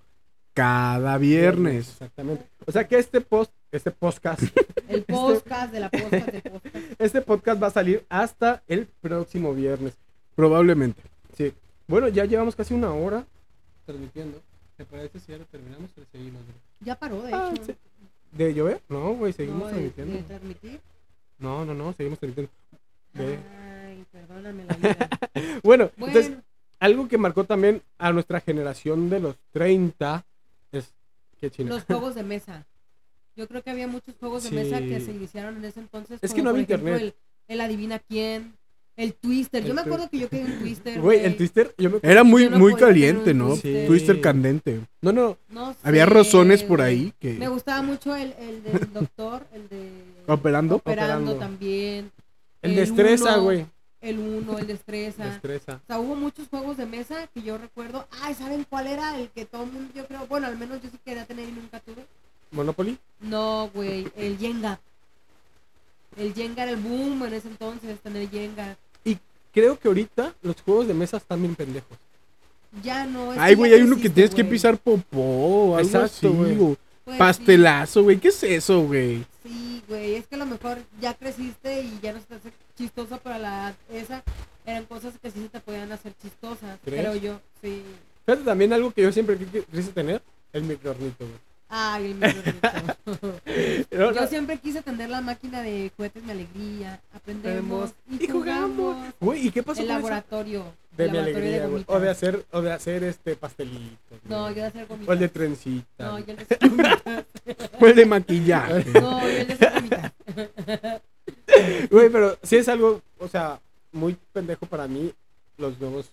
S3: cada viernes.
S2: Exactamente. O sea que este post, este podcast,
S4: El podcast de la podcast del podcast.
S2: este podcast va a salir hasta el próximo viernes.
S3: Probablemente.
S2: Sí. Bueno, ya llevamos casi una hora transmitiendo. ¿Te parece si ya lo terminamos o le seguimos? güey?
S4: Ya paró, de hecho.
S2: Ah, sí. ¿De llover? No, güey, seguimos
S4: No, eh, de-
S2: transmitiendo.
S4: de transmitir.
S2: No, no, no, seguimos transmitiendo. De-
S4: Ay, perdóname la vida.
S2: Bueno,
S4: Bueno,
S2: entonces, algo que marcó también a nuestra generación de los 30 es que China.
S4: los juegos de mesa. Yo creo que había muchos juegos de
S2: Sí.
S4: mesa que se iniciaron en ese entonces.
S2: Es
S4: como
S2: que no
S4: por
S2: había
S4: ejemplo,
S2: internet.
S4: El, el adivina quién, el twister. Yo
S2: El
S4: me
S2: twi-
S4: acuerdo que yo quería un twister.
S2: Güey, el twister, yo me...
S3: Era muy,
S4: Yo no
S3: muy
S4: podía tener
S3: caliente,
S4: un
S3: ¿no?
S2: Twister.
S3: Twister candente.
S2: No, no,
S4: No sé,
S3: Había razones por
S4: güey.
S3: ahí
S4: Me
S3: que...
S4: gustaba mucho el, el del doctor, el de... Operando
S3: Operando.
S2: Operando.
S4: también.
S2: el destreza,
S4: uno,
S2: güey.
S4: El uno, el destreza.
S2: Destreza.
S4: O sea, hubo muchos juegos de mesa que yo recuerdo. Ay, ¿saben cuál era? El que todo el mundo, yo creo, bueno, al menos yo sí quería tener y nunca tuve.
S2: Monopoly.
S4: No, güey, el Jenga. El Jenga era el boom en ese entonces, tener Jenga.
S2: Creo que ahorita los juegos de mesa están bien pendejos.
S4: Ya no es
S3: Ay,
S4: ya
S3: güey, hay uno que
S4: creciste,
S3: tienes que
S4: güey.
S3: pisar popó o algo
S2: Exacto,
S3: así,
S2: güey.
S3: o
S4: Pues sí,
S3: Pastelazo, güey. ¿Qué es eso, güey?
S4: Sí, güey, es que a lo mejor ya creciste y ya no se te hace chistoso para la edad esa. Eran cosas que sí se te podían hacer chistosas,
S2: ¿Crees?
S4: creo yo. Sí.
S2: Fíjate también algo que yo siempre qui- qui- quise tener, el microornito, güey.
S4: Ay, el microornito.
S2: No,
S4: Yo
S2: no,
S4: siempre quise tener la máquina de juguetes mi alegría. Aprendemos
S2: Vemos
S4: y, jugamos.
S2: Güey, ¿y qué pasó
S4: El
S2: con eso?
S4: laboratorio.
S2: De
S4: el
S2: mi
S4: laboratorio
S2: alegría, güey.
S4: gomitas.
S2: O de hacer, o de hacer este pastelito.
S4: No, yo de hacer
S2: O el de
S4: gomitas.
S2: trencita.
S4: No,
S2: güey.
S4: yo el de hacer gomitas.
S3: Fue de maquillaje.
S4: No, yo el de hacer gomitas.
S2: Güey, pero sí es algo, o sea, muy pendejo para mí los nuevos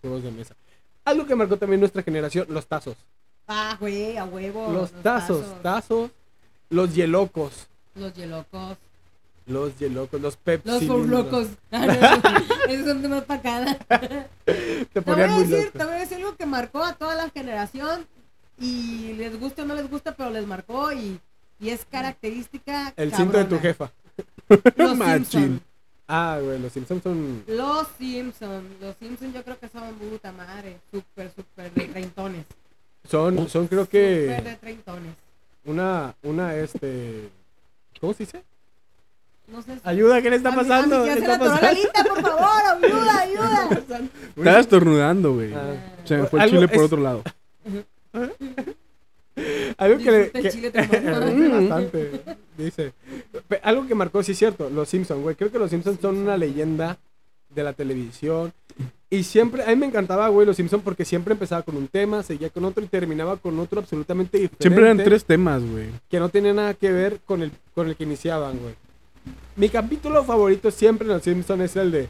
S2: juegos de mesa. Algo que marcó también nuestra generación, los tazos.
S4: Ah, güey, a huevo.
S2: los tazos, tazos, los hielocos,
S4: Los yelocos.
S2: los hielocos, los Pepsi.
S4: Los
S2: cilindros.
S4: furlocos. Ah, no, Esos son de más pacada.
S2: Te
S4: Te voy,
S2: ponían
S4: a
S2: muy
S4: decir,
S2: loco.
S4: te voy a decir algo que marcó a toda la generación y les gusta o no les gusta, pero les marcó y, y es característica.
S2: Mm. El cinto de tu
S4: cabrona.
S2: jefa.
S4: Los
S3: Machín.
S4: Simpson.
S2: Ah, güey, los Simpsons son...
S4: Los Simpson. Los Simpson yo creo que son puta madre. Súper, súper de treintones.
S2: Son, son creo
S4: Súper de
S2: que
S4: treintones.
S2: una, una, este... ¿Cómo se dice?
S4: No sé si...
S2: Ayuda, ¿qué le está
S4: A mi- a mi
S2: pasando?
S4: tía
S2: ¿Qué
S4: se la
S2: está
S4: atoró la
S2: pasando?
S4: lista, por favor, ayuda, ayuda.
S3: Estaba estornudando, güey.
S2: Ah.
S3: Se me fue el
S2: Algo
S3: chile por
S2: es-
S3: otro lado.
S2: Algo que le...
S4: Disfruta el
S2: que-
S4: chile, tu mamá.
S2: Dice bastante, dice. Pe- algo que marcó, sí es cierto, los Simpsons, güey. Creo que los Simpsons son una leyenda de la televisión. Y siempre, a mí me encantaba, güey, los Simpsons porque siempre empezaba con un tema, seguía con otro y terminaba con otro absolutamente diferente.
S3: Siempre eran tres temas, güey.
S2: Que no tenía nada que ver con el, con el que iniciaban, güey. Mi capítulo favorito siempre en los Simpsons es el de...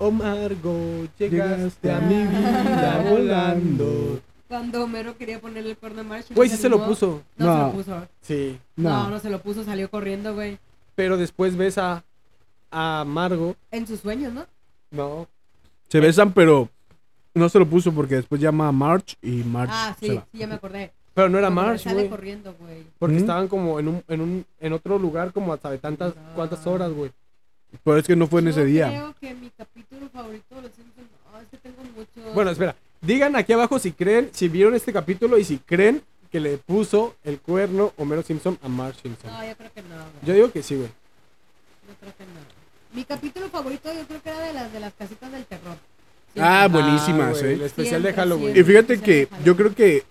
S2: Oh Margo, llegaste a mi vida volando.
S4: Cuando Homero quería ponerle el cuerno a Marshall.
S2: Güey, sí se lo
S4: animó.
S2: puso.
S4: No, se
S3: No.
S4: lo puso.
S2: Sí.
S4: No. no,
S3: No.
S4: se lo puso, salió corriendo, güey.
S2: Pero después ves a, a Margo.
S4: En sus sueños, ¿no?
S2: No,
S3: Se besan, pero no se lo puso porque después llama a March y March
S4: Ah, sí,
S3: se va.
S4: sí, ya me acordé.
S2: Pero no era
S4: Cuando me
S2: March,
S4: Sale
S2: güey.
S4: corriendo, güey.
S2: Porque
S3: ¿Mm?
S2: estaban como en un, en un, en otro lugar como hasta de tantas,
S4: Ah.
S2: cuántas horas, güey.
S3: Pero es que no fue en
S4: Yo
S3: ese día.
S4: creo que mi capítulo favorito de Los Simpsons... Ah, es que tengo muchos...
S2: Bueno, espera. Digan aquí abajo si creen, si vieron este capítulo y si creen que le puso el cuerno Homero Simpson a Marge Simpson.
S4: No, yo creo que no, güey.
S2: Yo digo que sí, güey.
S4: Yo creo que no. Mi capítulo favorito yo creo que era de las de las casitas del terror.
S3: Ah,
S4: Siempre.
S3: buenísimas,
S2: güey,
S3: ¿eh?
S2: El especial
S4: Siempre,
S2: de Halloween.
S3: Y
S4: siempre.
S3: fíjate que yo creo que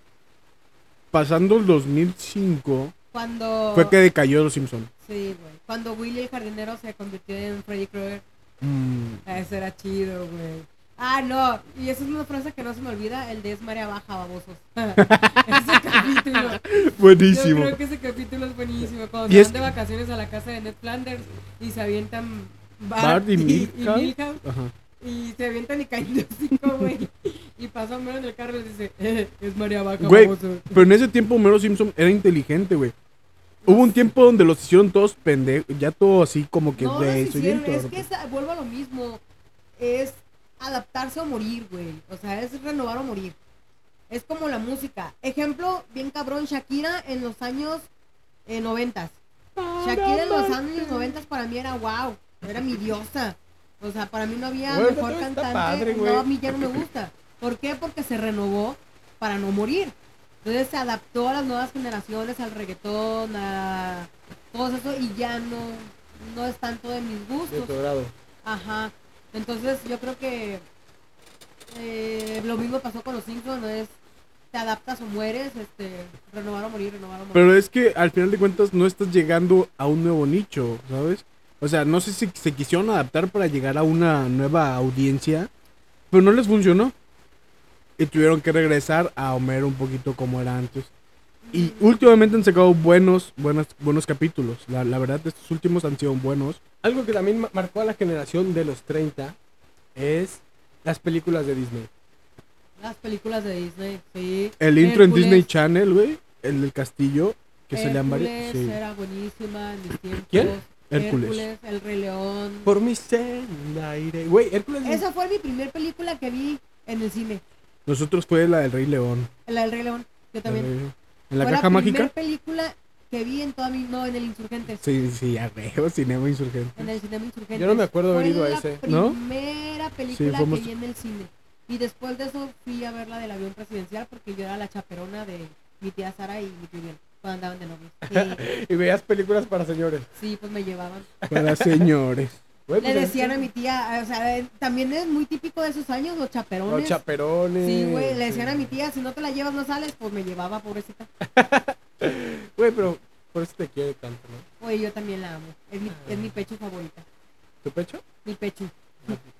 S3: pasando el 2005
S4: Cuando
S3: fue que decayó Los Simpson.
S4: Sí, güey. Cuando Willy el jardinero se convirtió en Freddy Krueger,
S3: Mm.
S4: Ah, eso era chido, güey. Ah, no, y esa es una frase que no se me olvida, el de es marea baja, babosos. ese capítulo. Yo
S3: Buenísimo.
S4: creo que ese capítulo es buenísimo. Cuando
S3: Y
S4: se
S3: es
S4: van de vacaciones a la casa de Ned Flanders y se avientan Bart,
S3: Bart y
S4: y, y
S3: Milhouse.
S4: Milhouse,
S3: Ajá.
S4: y se avientan y caen de hocico, güey. y pasa Homero en el carro y les dice, "Eh, es marea baja,
S3: Güey,
S4: babosos.
S3: pero en ese tiempo Homero Simpson era inteligente, güey. Hubo un tiempo donde los hicieron todos pendejos, ya todo así como que,
S4: no,
S3: güey,
S4: no
S3: soy
S4: hicieron,
S3: bien
S4: es
S3: torpe.
S4: que esa- vuelvo a lo mismo. Es adaptarse o morir, güey. O sea, es renovar o morir. Es como la música. Ejemplo, bien cabrón, Shakira en los años eh, 90. Shakira en los años 90 para mí era wow. Era mi diosa. O sea, para mí no había
S2: Güey,
S4: mejor
S2: pero está
S4: cantante.
S2: padre, güey.
S4: no, a mí ya no me gusta. ¿Por qué? Porque se renovó para no morir. Entonces se adaptó a las nuevas generaciones, al reggaetón, a todo eso, y ya no, no es tanto de mis
S2: De
S4: gustos.
S2: tu grado.
S4: Ajá. Entonces yo creo que eh, lo mismo pasó con los Simpsons, no es te adaptas o mueres, este, renovar o morir, renovar o morir.
S3: Pero es que al final de cuentas no estás llegando a un nuevo nicho, ¿sabes? O sea, no sé si se quisieron adaptar para llegar a una nueva audiencia, pero no les funcionó. Y tuvieron que regresar a Homero un poquito como era antes. Y últimamente han sacado buenos, buenos, buenos capítulos. La, la verdad, estos últimos han sido buenos.
S2: Algo que también ma- marcó a la generación de los 30 es las películas de Disney.
S4: Las películas de Disney, sí.
S3: El intro en
S4: Hércules,
S3: Disney Channel, güey. El del castillo. Que se le han
S4: Hércules
S3: variado. Sí.
S4: era buenísima en mis tiempos.
S2: ¿Quién?
S3: Hércules.
S4: El Rey León.
S2: Por mi senda iré. Güey, Hércules.
S4: Esa fue mi primer película que vi en el cine,
S3: Nosotros fue la del Rey León.
S4: la del Rey León, yo también.
S3: El Rey León. En la
S4: Fue
S3: caja mágica.
S4: primera película que vi en toda mi... No, en el Insurgentes.
S3: Sí, sí, a huevo, Cinema Insurgente.
S4: En el Cinema Insurgentes.
S2: Yo no me acuerdo haber
S4: Fue
S2: ido a
S4: la
S2: ese,
S3: ¿no?
S4: primera película
S3: fuimos-
S4: que vi en el cine. Y después de eso fui a ver la del avión presidencial porque yo era la chaperona de mi tía Sara y mi tío Miguel cuando andaban de novios. Sí,
S2: Y veías películas para señores.
S4: sí, pues me llevaban.
S3: Para señores.
S2: Güey,
S4: Le
S2: pues,
S4: decían a mi tía, eh, o sea, eh, también es muy típico de esos años los chaperones.
S2: Los chaperones.
S4: Sí, güey, le decían a mi tía, si no te la llevas no sales, pues me llevaba, pobrecita.
S2: Güey, pero por eso te quiere tanto, ¿no?
S4: Güey, yo también la amo. Es mi, es mi pecho favorita.
S2: ¿Tu pecho?
S4: Mi pecho.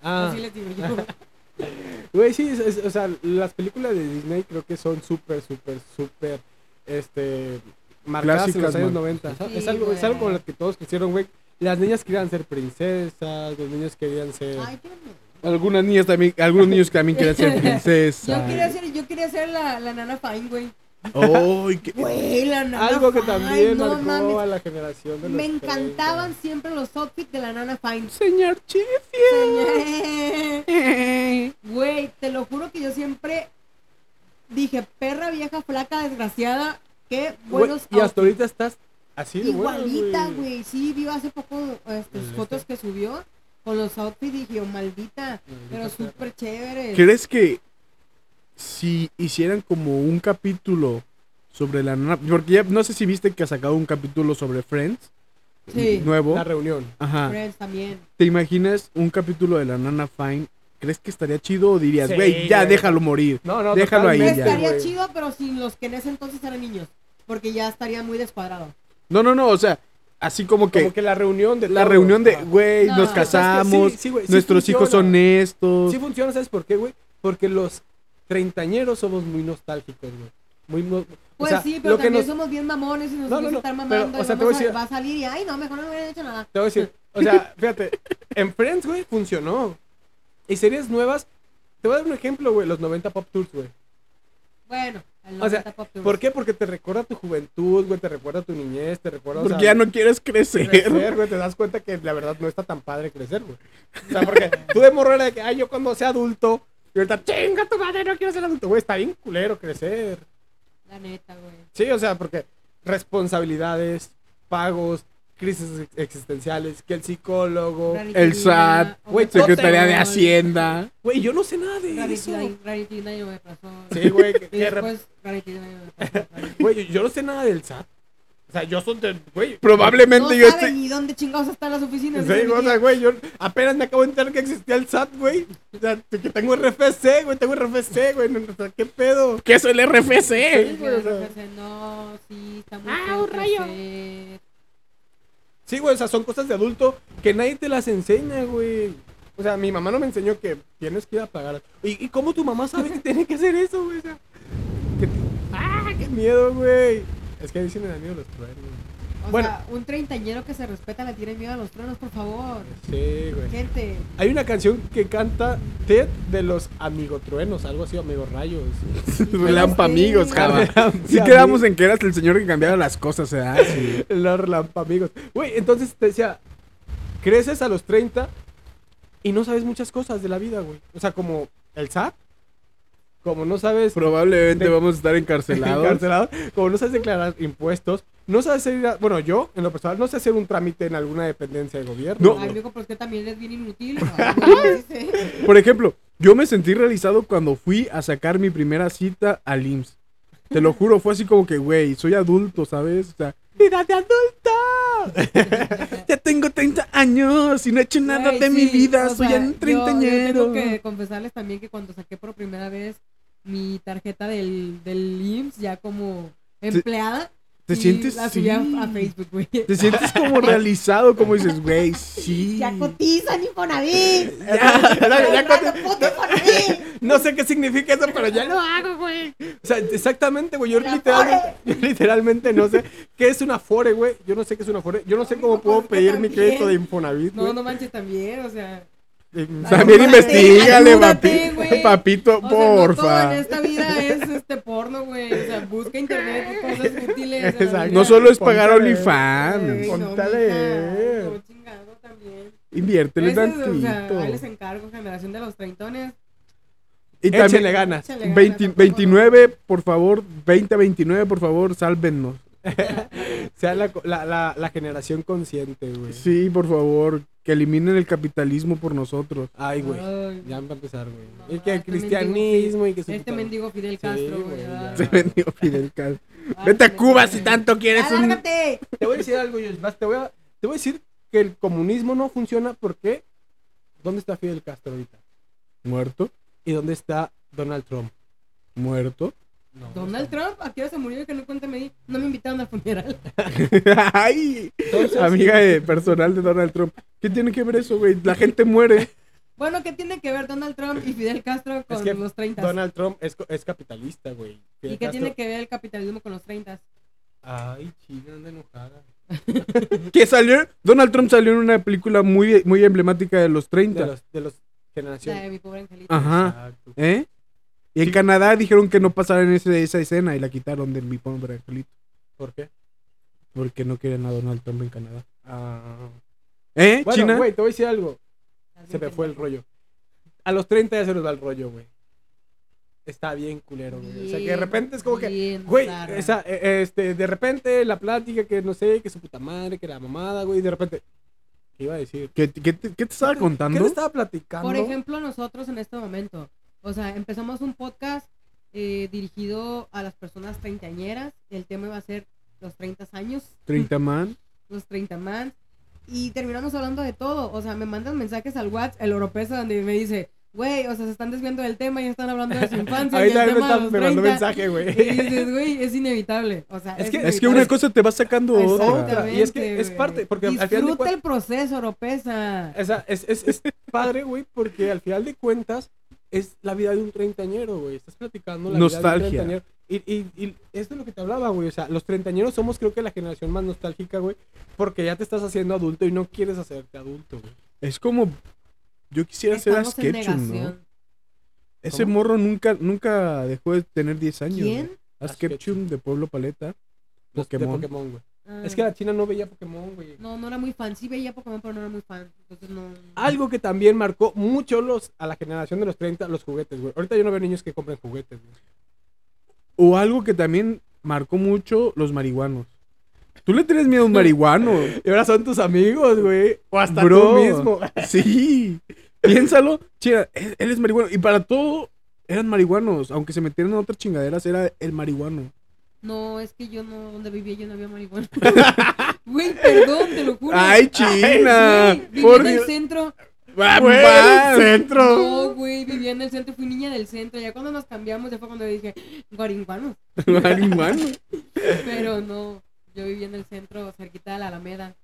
S2: Ah,
S4: Así les digo yo.
S2: güey, sí, es- es- o sea, las películas de Disney creo que son súper, súper, súper, este, marcadas en
S3: Clásicas,
S2: los años
S3: man.
S2: 90. ¿sabes?
S4: Sí,
S2: es, algo, es algo
S4: güey.
S2: con lo que todos crecieron, güey. Las niñas querían ser princesas, los niños querían ser...
S4: Ay, yo no.
S3: Algunas niñas también, algunos niños que también quieren ser princesas.
S4: Yo quería ser, yo quería ser la, la nana Fine, güey.
S3: Ay, qué-
S4: Güey, la nana
S2: algo que
S4: Fine,
S2: también
S4: no
S2: marcó a
S4: mames.
S2: la generación de los
S4: Me
S2: 30.
S4: encantaban siempre los outfits de la nana Fine.
S3: Señor Chef.
S4: Güey, te lo juro que yo siempre dije, perra vieja, flaca, desgraciada, qué
S2: Güey,
S4: buenos
S2: y hasta
S4: outfits.
S2: ahorita estás así de buena,
S4: Igualita, güey. Sí, vio hace poco este,
S2: Mm,
S4: fotos que subió con los outfits y dije, oh,
S2: Maldita
S4: maldita, pero
S2: perra.
S4: súper chévere.
S3: ¿Crees que si hicieran como un capítulo sobre la nana? Porque ya no sé si viste que ha sacado un capítulo sobre Friends.
S4: Sí,
S3: Nuevo.
S2: La reunión.
S3: Ajá.
S4: Friends también.
S3: ¿Te imaginas un capítulo de la nana Fine? ¿Crees que estaría chido o dirías,
S2: Sí,
S3: güey, ya
S2: güey.
S3: déjalo morir?
S2: No, no,
S3: Déjalo ahí
S2: totalmente,
S3: ya.
S4: Estaría
S2: güey.
S4: chido, pero sin los que en ese entonces eran niños. Porque ya estaría muy descuadrado.
S3: No, no, no, o sea, así como que
S2: Como que la reunión de
S3: la
S2: todos,
S3: reunión de,
S2: ajá.
S3: güey,
S4: No.
S3: nos
S4: Es que sí,
S3: casamos,
S2: sí, güey, sí
S3: nuestros hijos son
S2: funciona.
S3: estos.
S2: Sí funciona, ¿sabes por qué, güey? Porque los treintañeros somos muy nostálgicos, güey. Muy no- o
S4: Pues
S2: sea,
S4: sí, pero
S2: lo que
S4: también
S2: nos-
S4: somos bien mamones y nos
S2: No,
S4: gusta
S2: no, no,
S4: estar
S2: pero,
S4: mamando.
S2: o
S4: y
S2: sea, te
S4: vamos
S2: voy a
S4: a- va a salir y, ay, no, mejor no hubiera hecho nada.
S2: Te voy a decir, o sea, fíjate, en Friends, güey, funcionó. Y series nuevas, te voy a dar un ejemplo, güey, los 90 Pop Tours, güey.
S4: Bueno, el
S2: O sea,
S4: 90 Pop Tours.
S2: ¿Por qué? Porque te recuerda tu juventud, güey, te recuerda tu niñez, te recuerda... o
S3: Porque
S2: sea,
S3: ya no quieres crecer.
S2: crecer, güey, te das cuenta que la verdad no está tan padre crecer, güey. O sea, porque tú de morro era de que, ay, yo cuando sea adulto, y ahorita, chinga tu madre, no quiero ser adulto, güey, está bien culero crecer.
S4: La neta, güey.
S2: Sí, o sea, porque responsabilidades, pagos, crisis ex- existenciales, que el psicólogo.
S4: Raritina,
S3: El SAT,
S2: güey,
S3: Secretaría de
S4: Oxxo,
S3: Hacienda.
S2: Güey, yo no sé nada de eso.
S4: Raritina, raritina y me pasó.
S2: Sí, güey, que-
S4: Y
S2: que re-
S4: después, raritina y me pasó.
S2: güey, yo no sé nada del SAT. O sea, yo soy de- güey.
S4: No
S3: Probablemente yo
S4: saben
S3: estoy.
S4: ni dónde chingados están las oficinas.
S2: Sí,
S4: dicen
S2: o sea,
S4: aquí.
S2: güey, yo apenas me acabo de enterar que existía el SAT, güey. O sea, que tengo RFC, güey, tengo RFC, güey. no- o sea, ¿Qué pedo?
S3: ¿Qué es el RFC?
S2: Sí,
S4: Dicen,
S2: güey, o sea.
S4: RFC, No, sí, está muy
S5: Ah,
S4: feo
S5: un rayo.
S4: crecer.
S2: Sí, güey, o sea, son cosas de adulto que nadie te las enseña, güey. O sea, mi mamá no me enseñó que tienes que ir a pagar. ¿Y, y cómo tu mamá sabe que tiene que hacer eso, güey? O sea, que te- ¡Ah, qué miedo, güey! Es que dicen el anillo de los truenos.
S4: O
S2: Bueno.
S4: sea, un treintañero que se respeta le tiene miedo a los tronos, por favor.
S2: Sí, güey.
S4: Gente,
S2: Hay una canción que canta Ted de los Amigotruenos, algo así, Amigo Rayos.
S3: Relampa amigos, cabrón. Ah, Sí
S2: Relampa
S3: quedamos en que eras el señor que cambiaba las cosas, ¿verdad? Sí.
S2: Los relampa amigos. Güey, entonces te decía, creces a los 30 y no sabes muchas cosas de la vida, güey. O sea, como el SAT, como no sabes
S3: Probablemente vamos a estar encarcelados.
S2: encarcelado, como no sabes declarar impuestos, no sabes hacer, bueno, yo en lo personal no sé hacer un trámite en alguna dependencia del gobierno.
S3: No.
S4: ay, amigo, pero es que también es bien inútil. Ay, güey, dice.
S3: Por ejemplo, yo me sentí realizado cuando fui a sacar mi primera cita al IMSS. Te lo juro, fue así como que, güey, soy adulto, ¿sabes? O sea,
S2: ¡Vida de adulto!
S3: ya tengo 30 años y no he hecho nada
S4: Güey,
S3: de
S4: sí,
S3: mi vida,
S4: o
S3: soy
S4: sea,
S3: un
S4: yo-
S3: treintañero.
S4: Yo, tengo que confesarles también que cuando saqué por primera vez mi tarjeta del, del IMSS, ya como empleada,
S3: ¿Te
S4: sí,
S3: sientes?
S4: la
S3: sí.
S4: subí a, a Facebook, güey.
S3: Te sientes como realizado, como dices, güey, sí.
S5: Ya cotizan Infonavit.
S2: Ya- ya
S5: Comprando
S2: cuando-
S5: puto Infonavit.
S2: no sé qué significa eso, pero ya
S5: Ya
S2: no.
S5: lo hago, güey.
S2: O sea, exactamente, güey. Yo
S5: Una
S2: literalmente, yo literalmente no sé qué es una Fore, güey. Yo no sé qué es una Fore. Yo no sé cómo puedo
S4: Pues que
S2: pedir mi
S4: también.
S2: crédito de Infonavit,
S4: No,
S2: güey.
S4: no manches también, o sea.
S2: Em,
S4: Ay,
S3: También
S4: Ayúdate,
S3: investigale,
S4: ayúdate, güey.
S3: papi, papito,
S4: O sea, no todo
S3: porfa.
S4: en esta vida es este porno, güey. O sea, busca internet y cosas útiles. a la
S2: Exacto.
S4: vida.
S3: No solo es pagar
S2: Póntale.
S4: Ay,
S3: OnlyFans,
S4: no,
S2: Contale.
S4: mija, no, chingado también.
S3: inviértele
S4: Ese es, o sea,
S3: tantito.
S4: ahí les encargo, generación de los treintones.
S3: Y
S2: Échenle ganas.
S4: échale ganas,
S3: 20
S4: tampoco-
S3: 29, por favor, 20 29, por favor, sálvennos.
S2: Sea la, la, la, la generación consciente, güey.
S3: Sí, por favor, que eliminen el capitalismo por nosotros.
S2: Ay, güey.
S4: Ay,
S2: Ya va a empezar, güey.
S4: Mamá,
S2: Es que el
S4: este
S2: cristianismo y que su
S4: Este
S2: puta-
S4: mendigo Fidel
S2: Sí,
S4: Castro,
S2: güey,
S4: güey.
S2: ya.
S4: ay,
S3: Se vendió Fidel Castro.
S4: ay,
S3: Vete a
S4: Fidel
S3: Cuba
S4: Castro.
S3: si tanto quieres
S2: Ah,
S3: un
S5: Alárgate.
S2: Te voy a decir algo, Josh, vas, Te voy a, te voy a decir que el comunismo no funciona porque. ¿Dónde está Fidel Castro ahorita?
S3: muerto,
S2: ¿Y dónde está Donald Trump?
S3: muerto.
S2: No,
S4: Donald Trump, ¿a qué hora se murió? Que no cuente, me di- No me invitaron al funeral.
S3: Ay,
S2: Entonces,
S3: amiga de personal de Donald Trump. ¿Qué tiene que ver eso, güey? La gente muere.
S4: Bueno, ¿qué tiene que ver Donald Trump y Fidel Castro con
S2: Es que
S4: los 30?
S2: Donald Trump es, co- es capitalista, güey.
S4: ¿Y qué tiene que ver el capitalismo con los 30?
S2: Ay, China anda enojada.
S3: Que salió, Donald Trump salió en una película muy, muy emblemática de los
S2: De
S3: 30.
S2: los, de los
S4: La
S2: generaciones.
S4: de mi pobre angelito.
S2: Ah,
S3: Ajá,
S4: Ah.
S2: Exacto.
S3: ¿eh? Y en Canadá dijeron que no pasaran ese- esa escena y la quitaron de mi pobre angelito.
S2: ¿Por qué?
S3: Porque no quieren a Donald Trump en Canadá.
S2: Ah.
S3: ¿Eh,
S2: Bueno,
S3: China?
S2: güey, te voy a decir algo.
S4: Alguien
S2: Se me
S4: que-
S2: fue el rollo. A los 30 ya se nos va el rollo, güey. Está bien culero, güey. O sea, que de
S4: Bien,
S2: repente es como que.
S4: bien,
S2: Güey,
S4: zarra.
S2: esa, eh, este, de repente la plática que no sé, que su puta madre, que la mamada, güey, de repente. ¿Qué iba a decir?
S3: ¿Qué, qué te, qué te estaba
S2: ¿Qué
S3: contando?
S2: le estaba platicando?
S4: Por ejemplo, nosotros en este momento, o sea, empezamos un podcast eh, dirigido a las personas treintañeras. El tema iba a ser los 30 años,
S3: 30 man.
S4: los 30 más. Y terminamos hablando de todo. O sea, me mandan mensajes al WhatsApp, el europeo, donde me dice, güey, o sea, se están desviando del tema y están hablando de su infancia.
S2: Ahí
S4: y el
S2: también me
S4: tema de
S2: están
S4: los
S2: me mandó
S4: 30".
S2: mensaje, güey.
S4: Y dices, güey, es inevitable. O sea,
S2: Es
S4: es,
S2: que-
S3: Eh, Es que una cosa te va sacando otra.
S2: otra, y es que es
S4: güey.
S2: parte, porque al
S4: Disfruta
S2: final de cuen-
S4: el proceso, Oropesa.
S2: O sea, es, es, es padre, güey, porque al final de cuentas es la vida de un treintañero, güey. Estás platicando la vida de
S3: Nostalgia.
S2: un treintañero. Y, y, y esto es lo que te hablaba, güey. O sea, los treintañeros somos creo que la generación más nostálgica, güey. Porque ya te estás haciendo adulto y no quieres hacerte adulto, güey.
S3: Es como. Yo quisiera ser a
S4: Estamos en
S3: Sketchum, ¿no?
S4: negación.
S3: Ese
S2: ¿Cómo?
S3: morro nunca, nunca dejó de tener 10 años.
S4: ¿Quién?
S3: güey. A
S2: A
S3: Sketchum
S2: Sketchum.
S3: de Pueblo Paleta.
S2: Los de
S3: Pokémon.
S2: Pokémon, güey.
S4: Ah,
S2: Es que la China no veía Pokémon, güey.
S4: No, no era muy fan. Sí veía Pokémon, pero no era muy fan. Entonces no...
S2: Algo que también marcó mucho los, a la generación de los 30, los juguetes, güey. Ahorita yo no veo niños que compren juguetes, güey.
S3: O algo que también marcó mucho los marihuanos. Tú le tienes miedo a un marihuano.
S2: Y ahora son tus amigos, güey. O hasta
S3: Bro.
S2: tú mismo.
S3: Sí. Piénsalo. Chira, él él es marihuano. Y para todo eran marihuanos. Aunque se metieran en otras chingaderas, era el marihuano.
S4: No, es que yo no, donde vivía yo no había marihuana. Güey, perdón, te lo juro.
S3: ¡Ay, China!
S4: Güey, vivía
S3: ¡Por
S4: en el
S3: Dios!
S4: centro.
S3: ¡Va,
S2: Güey,
S3: va!
S2: el centro.
S4: No, güey, vivía en el centro, fui niña del centro. Ya cuando nos cambiamos, ya fue cuando dije, guaringuanos.
S3: Marihuano.
S4: Pero no, yo vivía en el centro, cerquita de la Alameda.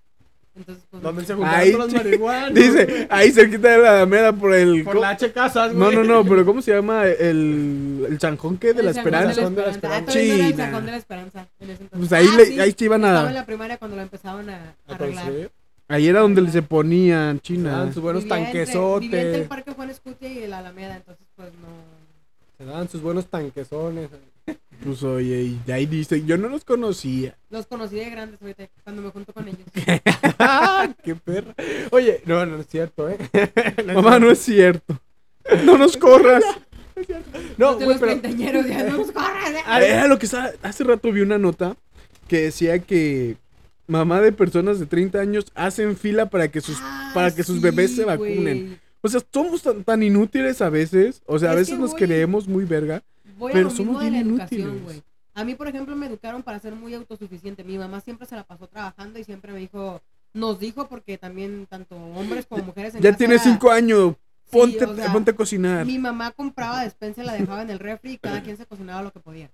S4: Entonces, pues.
S2: Donde se
S4: no.
S2: juntaron
S3: Ay,
S2: todos los
S3: sí.
S2: marihuanos.
S3: Dice, ahí cerquita de la Alameda por el.
S2: Por la H Casas,
S3: No,
S2: güey.
S3: no, no, pero ¿cómo se llama el, el chanjón que de la
S4: El San Juan
S3: esperanza?
S2: Esperanza.
S4: Ah, todavía no era el San
S3: China.
S4: Juan de la Esperanza. en ese entonces.
S3: Pues ahí,
S4: Ah,
S3: le,
S4: sí,
S3: ahí se iban
S4: Estaba en
S3: a.
S4: la primaria cuando lo empezaban a, a arreglar.
S2: Entonces,
S3: Ahí era donde se ponían,
S2: se
S3: China.
S2: dan sus buenos
S4: Vivía entre- Vivía entre el
S2: tanquesotes.
S4: parque Juan Escutia y el Alameda, entonces, pues no.
S2: Se dan sus buenos tanquesones.
S3: Pues oye, y de ahí dice, yo no los conocía.
S4: Los conocí de grandes ahorita, cuando me junto con ellos.
S2: ¡Ah, qué perra! Oye, no, no es cierto, ¿eh? No es
S3: Mamá, no es cierto. No nos corras.
S2: cierto.
S4: No,
S2: No,
S4: de
S2: güey,
S4: los
S2: pero...
S4: treintañeros ya no nos corran. ¿eh?
S3: Ah, Era lo que estaba. Hace rato vi una nota que decía que mamá de personas de 30 años hacen fila para que sus.
S4: Ah,
S3: para que sus
S4: sí,
S3: bebés se
S4: güey.
S3: vacunen. O sea, somos tan, tan inútiles a veces. O sea, a
S4: Es
S3: veces
S4: que,
S3: nos
S4: güey.
S3: creemos muy verga.
S4: Voy a
S3: Pero
S4: lo mismo
S3: somos
S4: de
S3: bien
S4: la educación,
S3: inútiles.
S4: güey. A mí, por ejemplo, me educaron para ser muy autosuficiente. Mi mamá siempre se la pasó trabajando y siempre me dijo, nos dijo porque también tanto hombres como mujeres en
S3: Ya
S4: casa
S3: tienes
S4: era-
S3: 5 años.
S4: sí,
S3: Ponte,
S4: o sea,
S3: ponte a cocinar.
S4: Mi mamá compraba despensa, la dejaba en el refri y cada quien se cocinaba lo que podía.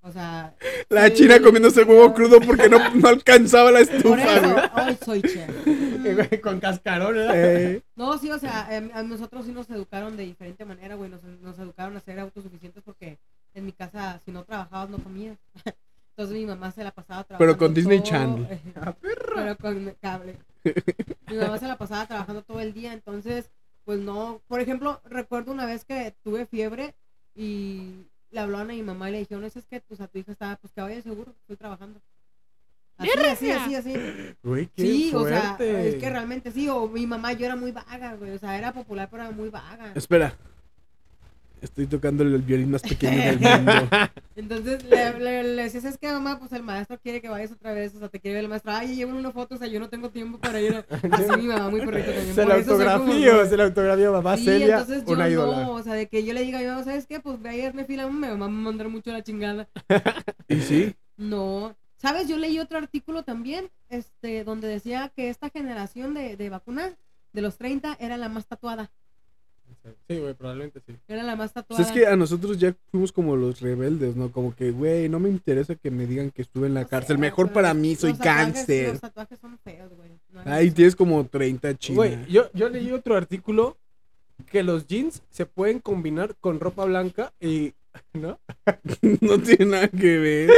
S4: O sea,
S3: La
S4: Sí.
S3: china comiéndose huevo crudo porque no, no alcanzaba la
S4: por
S3: estufa,
S4: eso
S3: güey.
S4: hoy soy chef.
S2: güey, Con cascarón, ¿eh?
S3: Eh,
S4: No, sí, o sea, em, a nosotros sí nos educaron de diferente manera, güey. Nos, nos educaron a ser autosuficientes porque en mi casa, si no trabajabas, no comías. Entonces mi mamá se la pasaba trabajando.
S3: Pero con Disney
S4: todo-
S3: Channel. Ah,
S4: Pero con cable. Mi mamá se la pasaba trabajando todo el día, entonces, pues no. Por ejemplo, recuerdo una vez que tuve fiebre y le hablaron a mi mamá y le dijeron, eso es que pues, a tu hija estaba, pues que vaya seguro, estoy trabajando. Así, así, así, así.
S2: Güey, qué
S4: Sí, o sea,
S2: fuerte.
S4: es que realmente sí, o mi mamá yo era muy vaga, güey, o sea, era popular pero era muy vaga.
S3: Espera. Estoy tocando el violín más pequeño del mundo.
S4: Entonces le, le- le decías, es que mamá, pues el maestro quiere que vayas otra vez, o sea, te quiere ver el maestro, ay, llevo una foto, o sea, yo no tengo tiempo para ir a... Así mi mamá muy correcta también.
S2: Se
S4: por
S2: la
S4: eso soy como-
S2: autografío, se la autografío mamá
S4: Sí,
S2: Celia,
S4: entonces yo
S2: una
S4: no,
S2: ídola.
S4: o sea, de que yo le diga, yo, ¿sabes qué? Pues ve a irme fila, me va a mandar mucho la chingada.
S3: ¿Y sí?
S4: No. ¿Sabes? Yo leí otro artículo también, este, donde decía que esta generación de, de vacuna, de los 30, era la más tatuada.
S2: Sí, güey, probablemente sí.
S4: Era la más
S3: O
S4: tatuada.
S3: sea, Pues es que a nosotros ya fuimos como los rebeldes, ¿no? Como que, güey, no me interesa que me digan que estuve en la
S4: No
S3: cárcel.
S4: sé,
S3: Mejor
S4: güey.
S3: para mí, soy
S4: Los tatuajes-
S3: cáncer.
S4: Los tatuajes son feos, güey. No hagan
S3: Ay,
S4: eso.
S3: tienes como 30
S2: Güey,
S3: chinas.
S2: yo, yo leí otro artículo que los jeans se pueden combinar con ropa blanca y... ¿No?
S3: No tiene nada que ver.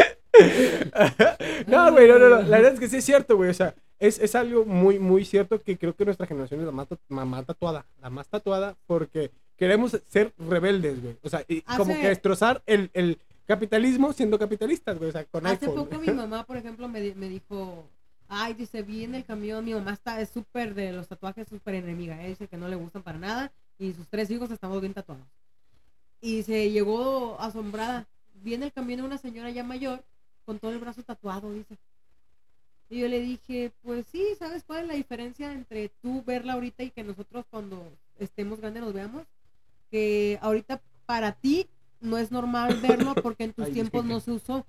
S2: No, güey, no, no, no. La verdad es que sí es cierto, güey. O sea, es, es algo muy, muy cierto que creo que nuestra generación es la más, tatu- la más tatuada. La más tatuada porque queremos ser rebeldes, güey. O sea, y como
S4: Hace-
S2: que destrozar el, el capitalismo siendo capitalistas, güey. O sea, con
S4: Hace
S2: iPhone.
S4: poco mi mamá, por ejemplo, me, di- me dijo, ay, dice, vi en el camión, mi mamá está es súper de los tatuajes, súper enemiga, ¿eh? dice que no le gustan para nada y sus tres hijos estamos bien tatuados. Y se llegó asombrada, vi en el camión a una señora ya mayor con todo el brazo tatuado, dice. Y yo le dije, pues sí, ¿sabes cuál es la diferencia entre tú verla ahorita y que nosotros cuando estemos grandes nos veamos? Que ahorita para ti no es normal verlo porque en tus
S2: Ay,
S4: tiempos no se usó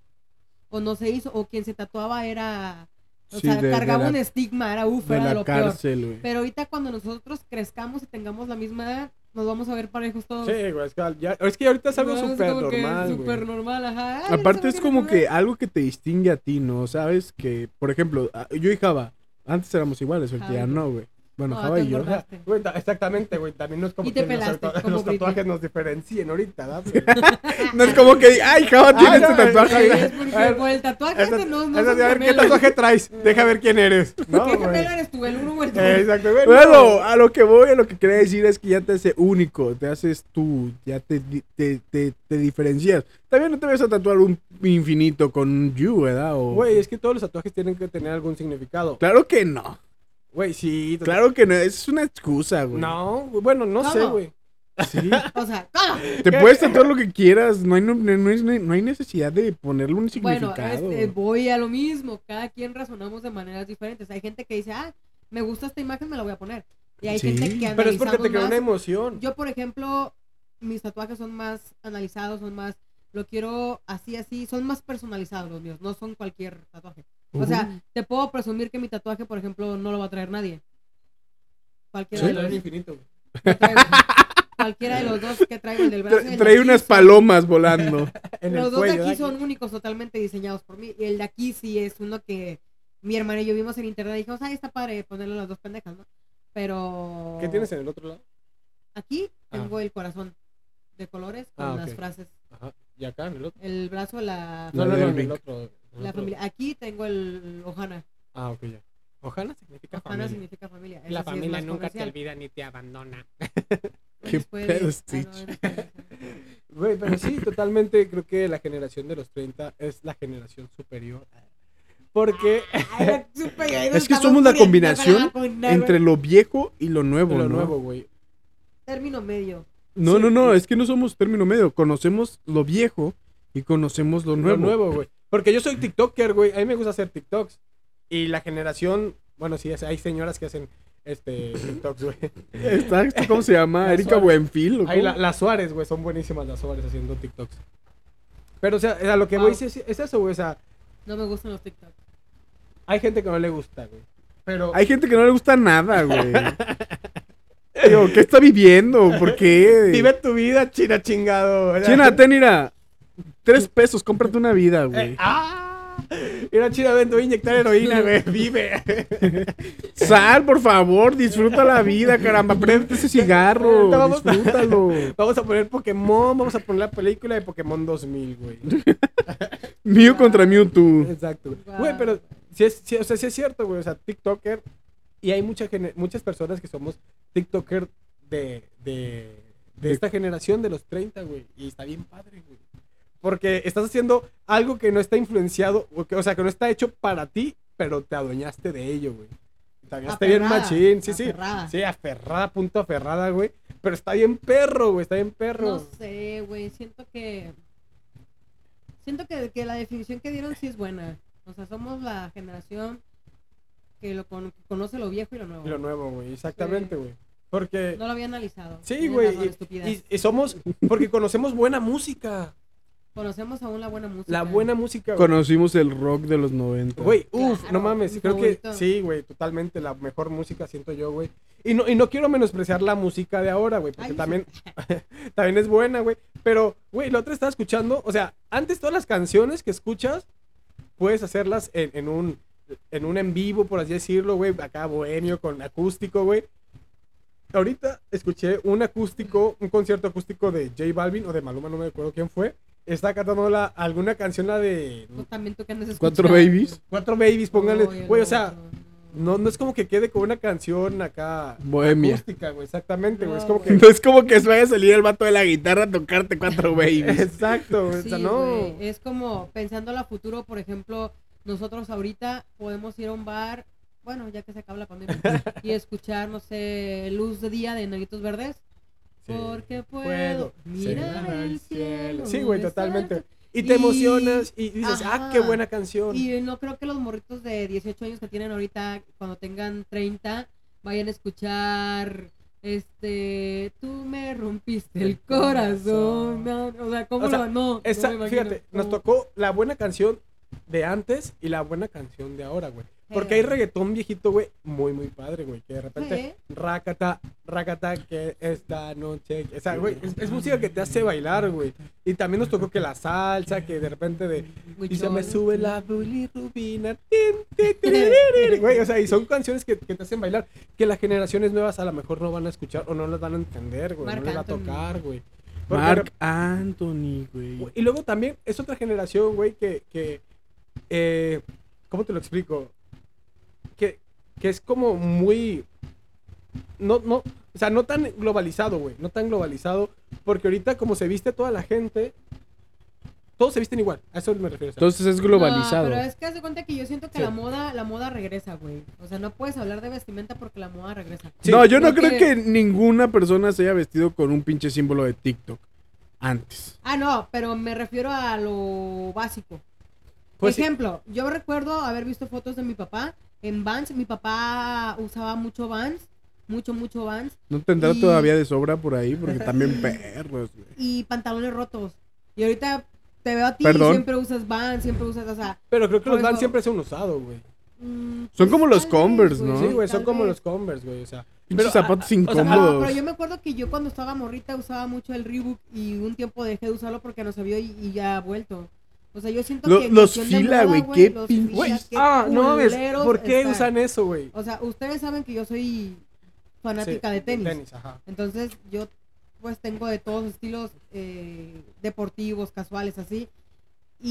S4: o no se hizo, o quien se tatuaba era, o
S3: Sí,
S4: sea,
S3: de- de
S4: cargaba
S3: la-
S4: un estigma, era uff,
S3: De
S4: era
S3: la
S4: lo peor.
S3: cárcel, güey.
S4: Pero ahorita cuando nosotros crezcamos y tengamos la misma edad, nos vamos a ver parejos todos.
S2: Sí, güey, es que, ya- es que ahorita es algo
S4: No,
S2: súper
S4: como que
S2: normal,
S4: Súper
S2: güey.
S4: normal, ajá. Ay, mira,
S3: Aparte
S4: se
S3: es
S4: ve
S3: como
S4: natural.
S3: que algo que te distingue a ti, ¿no? Sabes que, por ejemplo, a- yo y Java, antes éramos iguales, ahorita
S4: Java y
S3: ya
S4: yo.
S3: no, güey. Bueno,
S4: No,
S3: Java
S4: te
S3: y yo.
S4: engordaste.
S2: Güey, ta- exactamente, güey. También no es como
S4: Y te
S2: que los
S4: pelaste,
S2: tatu- los,
S4: como Britney.
S2: tatuajes nos diferencien ahorita, ¿verdad?
S3: No es como que, ay, Java tiene
S2: Ay,
S3: este
S2: Ah, no, eh,
S3: tatuaje.
S2: güey.
S4: Es porque
S2: A ver,
S4: por el tatuaje
S2: Eso-
S4: ese no, no
S2: eso
S4: son
S2: de, a ver, ¿qué
S4: gemelos.
S2: tatuaje traes? Deja ver quién eres. No,
S4: ¿Qué
S2: güey.
S4: gemelo eres tú, el uno o el dos?
S2: Eh, Exacto, güey.
S3: Bueno, a lo que voy, a lo que quería decir es que ya te hace único, te haces tú, ya te, di- te, te, te diferencias. También no te vas a tatuar un infinito con un you, ¿verdad? O...
S2: Güey, es que todos los tatuajes tienen que tener algún significado.
S3: Claro que no,
S2: Güey, sí. to-
S3: claro que no, es una excusa, güey.
S2: No, güey, bueno, no
S4: ¿Cómo?
S2: sé, güey.
S3: Sí.
S4: O sea, ah, ¿cómo?
S3: Te puedes tatuar lo que quieras, no hay, no, no- no es- no hay necesidad de ponerle un
S4: Bueno,
S3: significado.
S4: este, voy a lo mismo. Cada quien razonamos de maneras diferentes. Hay gente que dice, ah, me gusta esta imagen, me la voy a poner. Y hay
S3: Sí.
S4: gente que
S2: Pero es porque te
S4: analizamos
S2: creó
S4: más.
S2: una emoción.
S4: Yo, por ejemplo, mis tatuajes son más analizados, son más, lo quiero así, así, son más personalizados los míos, no son cualquier tatuaje. O sea, te puedo presumir que mi tatuaje, por ejemplo, no lo va a traer nadie. Cualquiera,
S3: Sí.
S4: de,
S2: Lo del
S4: los,
S2: infinito, güey.
S4: que traigo. cualquiera de los dos que traigo, el del brazo. y
S3: Tra-
S4: el de
S3: trae
S4: aquí,
S3: unas
S4: son-
S3: palomas volando.
S2: En el
S4: Los dos
S2: cuello,
S4: de
S2: ¿verdad?
S4: aquí son únicos, totalmente diseñados por mí. Y el de aquí sí es uno que mi hermana y yo vimos en internet y dijimos, ay, está padre ponerle las dos pendejas, ¿no? Pero...
S2: ¿Qué tienes en el otro lado?
S4: Aquí
S2: Ah.
S4: tengo el corazón de colores con
S2: Ah,
S4: las
S2: ok.
S4: frases.
S2: Ajá. Y acá en el otro.
S4: El brazo, la,
S3: La
S2: No, no, no, en
S3: del
S2: el
S3: Vic.
S2: otro. en el
S4: la
S2: otro.
S4: familia. Aquí tengo el Ohana.
S2: Ah, ok, ya. Ojana significa
S4: Ohana
S2: familia.
S4: significa familia.
S2: la
S4: Ese sí es
S2: familia
S4: más
S2: nunca te
S4: comercial.
S2: olvida ni te abandona.
S3: Qué
S4: Después
S3: pedo,
S4: de-
S3: Stitch.
S4: Ah, no, era comercial.
S2: Güey, pero sí, totalmente creo que la generación de los 30 es la generación superior. Porque
S4: Ay, era súper- ahí nos
S3: Es que
S4: estamos
S3: somos la
S4: poniendo
S3: combinación
S4: la vacuna,
S3: Entre
S4: güey.
S3: lo viejo y lo nuevo,
S2: lo
S3: ¿no?
S2: nuevo, güey.
S4: Término medio.
S3: No,
S2: Sí.
S3: no, no, es que no somos término medio. Conocemos lo viejo y conocemos lo nuevo.
S2: Lo nuevo, güey. Porque yo soy TikToker, güey. A mí me gusta hacer TikToks. Y la generación, bueno, sí, hay señoras que hacen este TikToks, güey.
S3: Está, está- ¿Cómo se llama?
S2: La
S3: Erika
S2: Suárez.
S3: Buenfil. ¿o
S2: Ahí
S3: cómo?
S2: la- las Suárez, güey, son buenísimas las Suárez haciendo TikToks. Pero, o sea, a lo que voy
S4: Wow.
S3: Ah.
S2: es, es- es eso, güey. O sea,
S4: No me gustan los TikTok.
S2: hay gente que no le gusta, güey. Pero
S3: Hay gente que no le gusta nada, güey. Digo, ¿qué está viviendo? ¿Por qué?
S2: vive tu vida, china chingado. güey.
S3: Chínate, mira. Tres pesos, cómprate una vida,
S2: Eh,
S3: güey.
S2: ¡Ah! Era chida, ven, te voy a inyectar heroína, güey. Vive.
S3: Sal, por favor, disfruta la vida, caramba. Prende ese
S2: No,
S3: cigarro,
S2: vamos a-
S3: disfrútalo.
S2: Vamos a poner Pokémon, vamos a poner la película de Pokémon 2000, güey.
S3: Mew contra Mewtwo.
S2: Exacto. güey.
S4: Guau.
S2: Güey, pero
S4: ah,
S2: sí es, sí, o sea, sí es cierto, güey. O sea, TikToker. Y hay mucha gene- muchas personas que somos TikToker de, de, de esta generación de los 30, güey. Y está bien padre, güey. Porque estás haciendo algo que no está influenciado, o, que- o sea, que no está hecho para ti, pero te adueñaste de ello, güey. Te adueñaste bien
S4: Aferrada,
S2: machín, sí,
S4: aferrada.
S2: sí. Sí, aferrada, punto aferrada, güey. Pero está bien perro, güey, está bien perro.
S4: No sé, güey. Siento que. Siento que, que la definición que dieron sí es buena. O sea, somos la generación que lo con- que conoce lo viejo y lo nuevo.
S2: Y Lo nuevo, güey, exactamente, güey. Porque...
S4: No lo había analizado.
S2: Sí,
S4: Tienes
S2: güey.
S4: razón,
S2: Y,
S4: estupidez.
S2: y- y somos, porque conocemos buena música.
S4: Conocemos aún la buena música.
S2: La buena música. güey.
S3: Conocimos el rock de los 90.
S2: Güey, uff,
S4: Claro,
S2: no mames.
S4: mi
S2: Creo que
S4: favorito.
S2: sí, güey, totalmente la mejor música, siento yo, güey. Y no, y no quiero menospreciar la música de ahora, güey, porque
S4: Ay,
S2: también, también es buena, güey. Pero, güey, la otra estaba escuchando, o sea, antes todas las canciones que escuchas, puedes hacerlas en, en un en un en vivo, por así decirlo, güey, acá bohemio con acústico, güey. Ahorita escuché un acústico, un concierto acústico de J Balvin o de Maluma, no me acuerdo quién fue. Está cantando la, alguna canción, la de
S4: Pues también tú que andas
S3: Cuatro
S4: escuchando.
S3: babies.
S2: Cuatro babies, pónganle.
S4: No, yo
S2: Güey,
S4: no,
S2: o sea,
S4: no,
S2: no, no es como que quede con una canción acá
S3: Bohemia.
S2: acústica, güey. Exactamente, güey.
S4: No,
S2: es como que.
S3: No es como que se vaya a salir el vato de la guitarra a tocarte cuatro babies.
S2: Exacto, güey.
S4: Sí,
S2: o sea, no.
S4: güey, Es como pensando a futuro, por ejemplo, nosotros ahorita podemos ir a un bar, bueno, ya que se acaba la pandemia, y escuchar, no sé, Luz de Día de Naguitos Verdes.
S2: Sí,
S4: porque puedo, mirar
S2: mirar
S4: el cielo.
S2: Sí, güey,
S4: besar
S2: totalmente.
S4: tu-
S2: Y te
S4: Y-
S2: emocionas y dices, ah, qué
S4: Ajá.
S2: buena canción.
S4: Y no creo que los morritos de 18 años que tienen ahorita, cuando tengan 30, vayan a escuchar. Este, tú me rompiste el corazón. na- O sea, ¿cómo
S2: O sea,
S4: lo- No,
S2: Esa-
S4: no me imagino.
S2: fíjate, nos
S4: No.
S2: tocó la buena canción de antes y la buena canción de ahora, güey. Porque hay
S4: Sí.
S2: reggaetón viejito, güey, muy, muy padre, güey. Que de repente,
S4: Sí.
S2: rácata, rácata, que esta noche. O sea, güey, es, es música que te hace bailar, güey. Y también nos tocó que la salsa, que de repente de. Y se me
S4: Huichol.
S2: sube la bilirrubina. tin, ti, tiririri, Güey, o sea, y son canciones que, que te hacen bailar. Que las generaciones nuevas a lo mejor no van a escuchar o no las van a entender, güey.
S4: Marc
S2: no les va a
S4: Anthony.
S2: tocar, güey. Porque de
S3: Mark Anthony, güey.
S2: y luego también es otra generación, güey, que, que eh, ¿cómo te lo explico? Que, que es como muy, no, no, o sea, no tan globalizado, güey, no tan globalizado, porque ahorita como se viste toda la gente, todos se visten igual. A eso me refiero. o sea,
S3: Entonces es globalizado.
S4: No, pero es que haz de cuenta que yo siento que
S2: Sí.
S4: la moda, la moda regresa, güey. O sea, no puedes hablar de vestimenta porque la moda regresa.
S2: Sí.
S3: no, yo no
S4: Porque-
S3: creo que ninguna persona se haya vestido con un pinche símbolo de TikTok antes.
S4: Ah, no, pero me refiero a lo básico.
S2: pues sí.
S4: Por ejemplo, yo recuerdo haber visto fotos de mi papá en Vans. Mi papá usaba mucho Vans, mucho, mucho Vans,
S3: No tendrá
S4: Y-
S3: todavía de sobra por ahí, porque también perros, güey.
S4: y pantalones rotos. Y ahorita te veo a ti,
S3: Perdón.
S4: y siempre usas Vans, siempre usas, o sea...
S2: Pero creo que los
S4: Por
S2: Vans
S4: eso-
S2: siempre se han usado, güey.
S4: mm,
S3: Son como los
S4: tal vez,
S3: Converse, ¿no?
S2: Sí, güey, son
S4: tal
S2: como
S4: vez.
S2: los Converse, güey. O sea,
S3: Pinches
S2: Pero,
S3: zapatos
S2: o sea,
S3: incómodos.
S4: Ah, pero yo me acuerdo que yo cuando estaba morrita usaba mucho el Reebok y un tiempo dejé de usarlo porque no se vio y, y ya ha vuelto. O sea, yo siento
S3: Lo-
S4: que... en
S3: los
S4: cuestión de
S3: fila,
S4: moda,
S3: güey, qué
S4: los
S3: pinches-
S4: fila,
S3: Güey,
S4: qué
S2: ah, no mames.
S4: culeros
S2: ¿Por qué
S4: están.
S2: usan eso, güey?
S4: O sea, ustedes saben que yo soy fanática
S2: Sí,
S4: de tenis.
S2: Tenis, ajá.
S4: Entonces, yo pues tengo de todos los estilos eh, deportivos, casuales, así.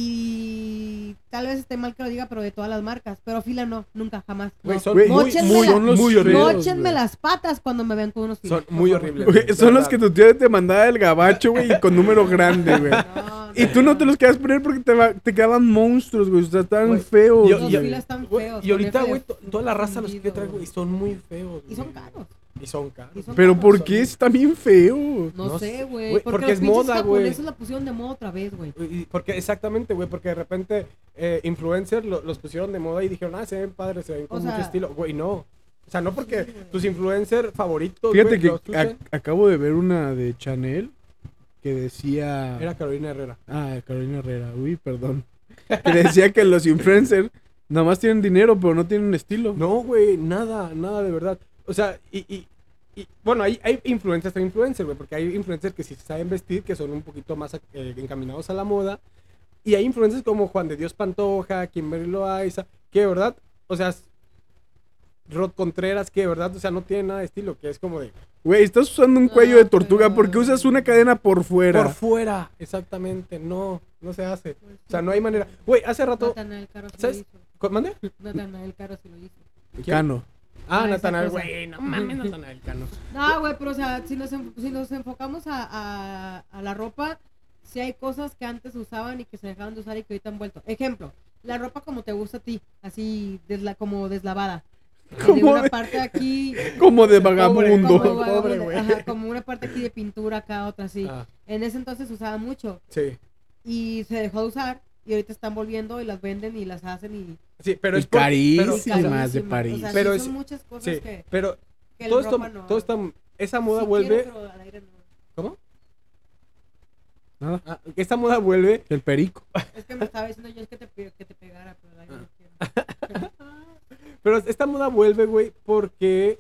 S4: Y tal vez esté mal que lo diga, pero de todas las marcas. Pero fila no, nunca, jamás.
S2: Güey,
S4: no.
S2: son
S3: Güey,
S2: muy,
S4: móchenme
S2: muy,
S4: la-
S2: son los
S3: muy
S2: feos,
S4: No
S3: horribles.
S4: échenme
S3: güey.
S4: las patas cuando me vean con unos filas.
S2: Son
S4: por
S2: muy
S4: favor.
S2: horribles.
S3: Güey,
S2: la
S3: son los
S2: verdad.
S3: que tu tía te mandaba el gabacho, güey, y con número grande, güey.
S4: No,
S3: Y tú no te los querías poner porque te, va- te quedaban monstruos, güey. O sea, estaban
S2: Güey,
S3: feos.
S2: yo-
S4: Los
S3: güey.
S2: yo-
S4: filas están
S2: Güey,
S4: feos.
S2: y
S4: con
S2: ahorita,
S4: F de
S2: güey, to- toda la raza los que
S4: fundido.
S2: traigo, güey, son muy feos.
S4: Y son
S2: güey.
S4: caros.
S2: Y son caros.
S4: Y son
S3: Pero
S4: caros.
S3: ¿por qué están bien feos?
S4: No,
S2: No sé,
S4: sé, güey.
S2: güey,
S4: Porque,
S2: porque es
S4: los pinches
S2: moda, güey.
S4: japoneses la pusieron de moda otra vez, güey.
S2: Y- y- Porque, exactamente, güey, porque de repente eh, influencers lo- los pusieron de moda y dijeron, ah, se ven padres, se ven con
S4: O
S2: mucho
S4: sea-
S2: estilo. Güey, no. O sea, no porque
S4: Sí, güey.
S2: tus influencers favoritos,
S3: Fíjate
S2: güey,
S3: que
S2: los usen.
S3: ac- acabo de ver una de Chanel que decía...
S2: Era Carolina Herrera.
S3: Ah, Carolina Herrera, uy, perdón. Que decía que los influencers nada más tienen dinero, pero no tienen estilo.
S2: No, güey, nada, nada de verdad. O sea, y, y, y- bueno, hay, hay influencers hay influencers, güey, porque hay influencers que sí saben vestir, que son un poquito más eh, encaminados a la moda. Y hay influencers como Juan de Dios Pantoja, Kimberly Loaiza, que de verdad, o sea, es- Rod Contreras, que de verdad, o sea, no tiene nada de estilo, que es como de
S3: Güey, estás usando un
S4: No,
S3: cuello de tortuga.
S4: pero-
S3: ¿Por qué usas una cadena por fuera?
S2: por fuera, exactamente, no, no se hace. O sea, no hay manera. Güey, hace rato,
S4: Natanael Caro sí lo
S2: ¿Sabes?
S4: hizo.
S2: ¿co- ¿mande?
S4: Natanael Caro sí lo hizo.
S3: Cano.
S2: Ah,
S4: Ah, esa
S2: Natanael,
S4: cosa.
S2: güey, no mames, Natanael Cano.
S4: No, güey, pero o sea, si nos, enf- si nos enfocamos a, a- a la ropa, sí hay cosas que antes usaban y que se dejaron de usar y que ahorita han vuelto. Ejemplo, la ropa como te gusta a ti, así desla, como deslavada. Como de
S3: Como
S4: una
S3: de-
S4: parte aquí,
S3: Como de
S2: Pobre,
S3: vagabundo.
S4: como, algo
S2: Pobre,
S4: de-
S2: güey.
S4: ajá, como una parte aquí de pintura, acá otra así.
S2: Ah,
S4: En ese entonces usaban mucho
S2: sí.
S4: y se dejó de usar y ahorita están volviendo y las venden y las hacen y...
S2: Sí, pero
S3: Y
S2: es por- pero-
S4: y
S3: Sí, más de
S4: carísimas.
S3: París.
S4: O sea, sí
S2: Pero
S4: son
S2: es-
S4: muchas cosas
S2: Sí,
S4: que,
S2: pero
S4: que
S2: todo
S4: la
S2: esto,
S4: ropa no...
S2: todo esta, esa moda
S4: sí
S2: vuelve,
S4: quiero, pero al aire no.
S2: ¿cómo?
S3: Nada.
S2: Ah, esta moda vuelve,
S3: El perico.
S4: Es que me estaba diciendo yo es que te, pe- que te pegara, pero la no quiero.
S2: pero esta moda vuelve, güey, porque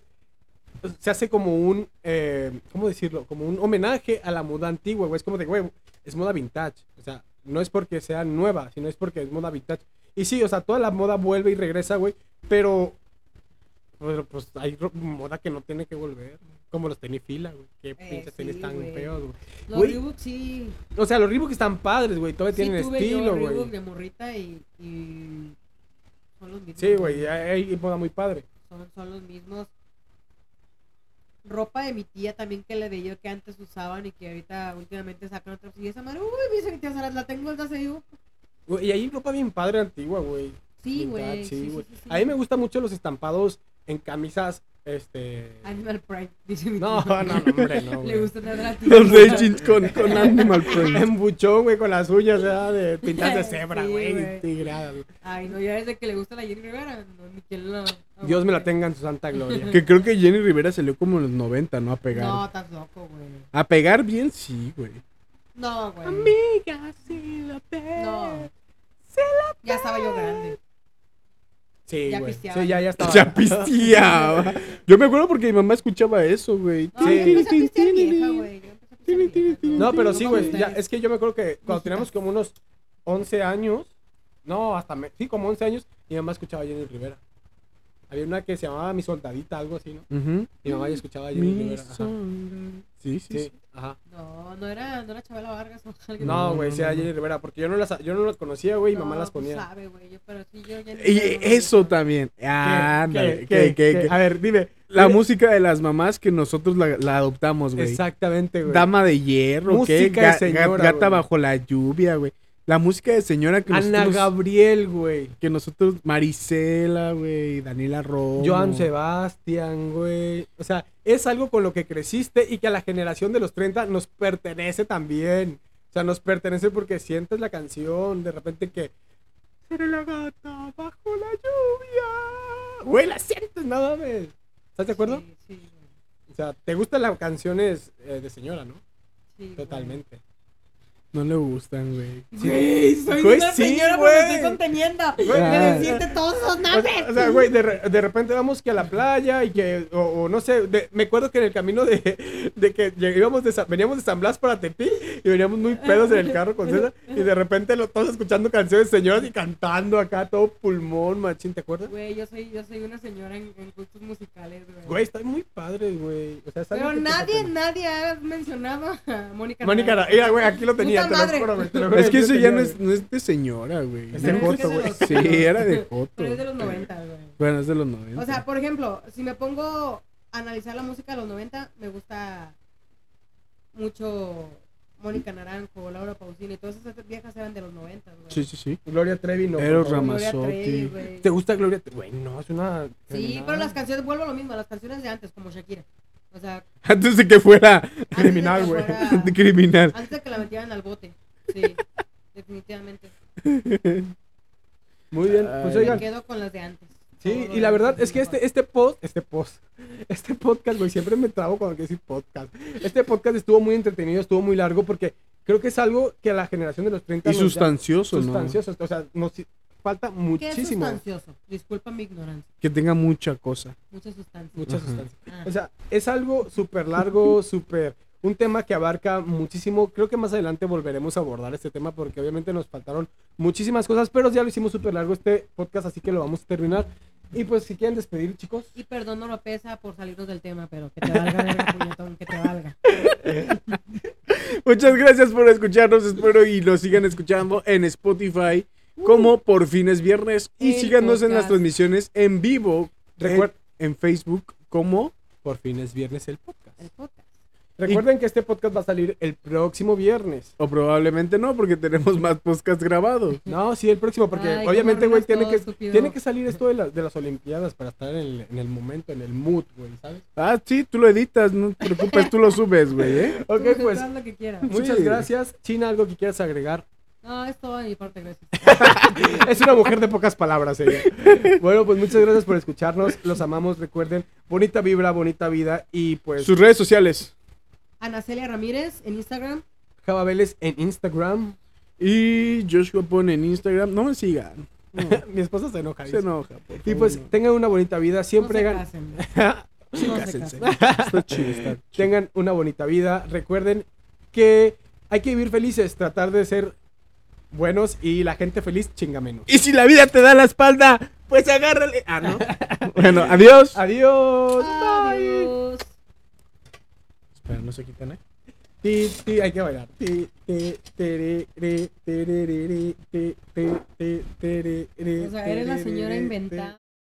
S2: se hace como un, eh, ¿cómo decirlo? Como un homenaje a la moda antigua, güey. Es como de, güey, es moda vintage. O sea, no es porque sea nueva, sino es porque es moda vintage. Y sí, o sea, toda la moda vuelve y regresa, güey, pero pero, pues hay ro- moda que no tiene que volver, como los tenis fila, güey. Qué pinches
S4: Eh, sí,
S2: tenis tan
S4: güey.
S2: feos, güey.
S4: Los
S2: Güey,
S4: Reebok sí.
S2: O sea, los Reebok están padres, güey, todavía
S4: sí
S2: tienen
S4: tuve yo
S2: estilo,
S4: Reebok
S2: güey.
S4: de morrita y, y son los mismos.
S2: Sí, güey, hay hay moda pues, muy padre.
S4: Son, son los mismos. Ropa de mi tía también que le veía que antes usaban y que ahorita últimamente sacan otra. Y esa madre, uy, me dice mi tía Sara, la tengo desde hace digo.
S2: Güey, Y hay ropa bien padre antigua, güey. Vintage,
S4: Sí, güey. Sí, sí,
S2: güey.
S4: sí, sí.
S2: A mí me gustan mucho los estampados en camisas, este...
S4: Animal Pride, dice mi tía.
S2: No, no, no, hombre, no,
S4: Ah, Le
S2: güey.
S4: gusta tener la tía.
S3: Los de jeans con, con animal print.
S2: En buchón, güey, con las suyas, ¿verdad? De pintas de cebra,
S4: Sí,
S2: güey,
S4: güey.
S2: tigradas, güey.
S4: Ay, no, ya desde que le gusta la Jenny Rivera, no, ni quien la.
S2: Dios me la
S4: aguante.
S2: tenga en su santa gloria.
S3: Que creo que Jenny Rivera salió como en los 90, ¿no? A pegar.
S4: No, estás loco, güey.
S3: A pegar bien, sí, güey.
S4: No, güey.
S5: Amiga, sí la
S4: No. Ya estaba yo grande.
S2: Sí,
S4: Ya
S2: güey.
S4: pisteaba.
S2: Sí, ya, ya estaba.
S3: Ya pisteaba. Yo me acuerdo porque mi mamá escuchaba eso, güey.
S2: Ah,
S4: No, yo empecé a pistear vieja, güey. Yo empecé a pistear
S3: Tiri, tiri,
S4: vieja,
S3: tiri,
S2: No, pero
S4: No
S2: sí,
S4: como
S2: güey. ya,
S4: ustedes.
S2: Es que yo me acuerdo que cuando
S4: Mijitas.
S2: teníamos como unos 11 años, no, hasta me- sí, como 11 años, mi mamá escuchaba a Jenny Rivera. Había una que se llamaba Mi Soldadita, algo así, ¿no?
S3: Ujú.
S2: Mi mamá ya escuchaba a Jenny
S3: Mi
S2: Rivera. Ajá.
S3: sombra. Sí, sí,
S2: Sí,
S3: sí.
S2: ajá.
S4: No, no era, no era Chabela Vargas o alguien.
S2: No, güey,
S3: no,
S2: sí era
S3: no.
S2: Jenny Rivera, porque yo no las, yo no las conocía, güey, y
S4: No,
S2: mamá las
S4: pues
S2: ponía.
S4: sabe, güey, yo- pero sí, yo ya ni
S3: Y
S4: me acuerdo.
S3: eso también.
S2: ¿Qué?
S3: Ándale.
S2: ¿Qué?
S3: que-
S2: ¿Qué?
S3: que-
S2: ¿Qué?
S3: que-
S2: A ver, dime.
S3: La
S2: Dime-
S3: música de las mamás que nosotros la, la adoptamos, güey.
S2: Exactamente, güey.
S3: Dama de hierro, ¿qué?
S2: Música de
S3: Ga- ga-
S2: señora,
S3: gata
S2: güey.
S3: bajo la lluvia, güey. La música de señora que
S2: Ana
S3: nosotros,
S2: Gabriel, güey.
S3: que nosotros Marisela, güey, Daniela Romo.
S2: Joan Sebastián, güey. O sea, es algo con lo que creciste y que a la generación de los 30 nos pertenece también. O sea, nos pertenece porque sientes la canción, de repente que... Seré la gata bajo la lluvia. Güey, la sientes, no mames. ¿Estás de acuerdo?
S4: Sí, sí, güey.
S2: O sea, te gustan las canciones eh, de señora, ¿no?
S4: Sí, güey.
S2: Totalmente.
S3: No le gustan, güey.
S4: Güey, soy
S2: Güey,
S4: una
S2: sí,
S4: señora, pero me
S2: güey.
S4: estoy conteniendo.
S2: Ah.
S4: Pero decirte todos esos
S2: O
S4: nombres.
S2: sea, o sea, güey, de, re- de repente vamos que a la playa y que, o, o no sé, de- me acuerdo que en el camino de, de que lleg- íbamos de Sa- veníamos de San Blas para Tepic y veníamos muy pedos en el carro con César y de repente lo, todos escuchando canciones de señoras y cantando acá todo pulmón, machín, ¿te acuerdas?
S4: Güey, yo soy, yo soy una señora en, en gustos musicales, güey.
S2: Güey, está muy padre, güey. O sea, es algo
S4: Pero
S2: que te
S4: nadie,
S2: pertenece.
S4: nadie ha mencionado a Mónica.
S2: Mónica, Ara- mira, güey, aquí lo tenía,
S4: Puta
S2: te lo
S4: madre.
S2: juro, güey, te lo juro,
S3: Es que
S2: aquí
S3: eso
S2: lo
S3: ya
S2: tenía,
S3: no
S2: güey.
S3: es, no es de señora, güey.
S2: Es
S4: Este de
S3: No,
S4: joto,
S3: es
S4: güey.
S3: que se- Sí, era de Joto.
S4: Pero es de los 90, güey.
S3: Bueno, es de los 90.
S4: O sea, por ejemplo, si me pongo a analizar la música de los 90, me gusta mucho Mónica Naranjo, Laura Pausini, todas esas viejas eran de los 90, güey.
S3: sí, sí, sí.
S2: Gloria Trevi, no. por
S3: Eros
S2: favor.
S3: Rama-
S4: Gloria
S3: Ramazzotti.
S4: Trevi, güey.
S2: ¿Te gusta Gloria Trevi? Güey, no, es una...
S4: Sí,
S2: criminal.
S4: pero las canciones, vuelvo a lo mismo, las canciones de antes, como Shakira. O sea,
S3: Antes de que fuera
S4: antes de
S2: Criminal,
S4: que
S2: güey.
S4: fuera-
S3: de criminal.
S4: Antes de que la metieran al bote. Sí, definitivamente.
S2: Muy bien, pues
S3: Ay.
S2: oigan,
S4: Me quedo con las de antes.
S2: Sí,
S4: Todo
S2: y la
S4: lo
S2: verdad
S4: demás
S2: es que este, este post, este post, este podcast, güey, siempre me trabo cuando quiero decir podcast. Este podcast estuvo muy entretenido, estuvo muy largo porque creo que es algo que a la generación de los 30
S3: Y
S2: nos da-
S3: sustancioso, ¿no?
S2: sustancioso, o sea, nos falta
S4: ¿Qué es
S2: muchísimo,
S4: sustancioso? Disculpa mi ignorancia.
S3: Que tenga mucha cosa.
S4: Mucha sustancia.
S2: mucha
S3: Ajá.
S2: sustancia.
S4: Ah.
S2: O sea, es algo súper largo, súper un tema que abarca muchísimo. Creo que más adelante volveremos a abordar este tema porque obviamente nos faltaron muchísimas cosas, pero ya lo hicimos súper largo este podcast, así que lo vamos a terminar. Y pues si quieren despedir, chicos.
S4: y perdón, no lo pesa por salirnos del tema, pero que te valga, verga, puñetón, que te valga.
S3: Muchas gracias por escucharnos. Espero y lo sigan escuchando en Spotify como por fines viernes. Y
S4: Uh. El
S3: síganos en las
S4: podcast.
S3: transmisiones en vivo.
S2: Recuer-
S3: en, en Facebook como
S2: Por fin es viernes el podcast.
S4: El podcast.
S2: Recuerden que este podcast va a salir el próximo viernes.
S3: o probablemente no porque tenemos más podcasts grabados.
S2: No, sí, el próximo, porque
S4: Ay,
S2: obviamente,
S4: cómo
S2: güey,
S4: arruinas
S2: tiene
S4: todo,
S2: que,
S4: estúpido.
S2: tiene que salir esto de, la- de las Olimpiadas para estar en el, en el momento, en el mood, güey, ¿sabes?
S3: Ah, sí, tú lo editas, no te preocupes, tú lo subes, güey, ¿eh?
S2: Ok,
S4: Tú, tú
S2: pues
S4: haz lo que quieras.
S2: muchas
S3: Sí.
S2: gracias. China, algo que quieras agregar.
S4: No, es todo de mi parte, gracias.
S2: Es una mujer de pocas palabras ella. Bueno, pues muchas gracias por escucharnos. Los amamos, recuerden. Bonita vibra, bonita vida. Y pues,
S3: Sus redes sociales.
S4: Ana Celia Ramírez en Instagram.
S2: Java Vélez en Instagram.
S3: Y Joshua pone en Instagram. No me sigan.
S4: Mm.
S2: Mi esposa se enoja. dice.
S3: Se enoja. Por
S2: Y
S3: favor,
S2: pues,
S3: no.
S2: tengan una bonita vida. Siempre
S4: no se
S2: hagan-
S4: casen. No se
S3: Cásense.
S4: casen.
S3: Está chido, está chido.
S2: Eh, tengan una bonita vida. Recuerden que hay que vivir felices, tratar de ser buenos y la gente feliz chinga menos.
S3: Y si la vida te da la espalda, pues agárrale. Ah, no. bueno, adiós.
S2: Adiós. Pues, Bye.
S4: Adiós.
S3: Espera, no se quitan, ¿eh?
S2: Ti, ti, hay que bailar. Ti, ti, tiri, ri, tiri, ri, ri, ti, ti, ti, tiri, ri,
S4: O sea, eres la
S2: tiri,
S4: señora
S2: ri, ti.
S4: inventada.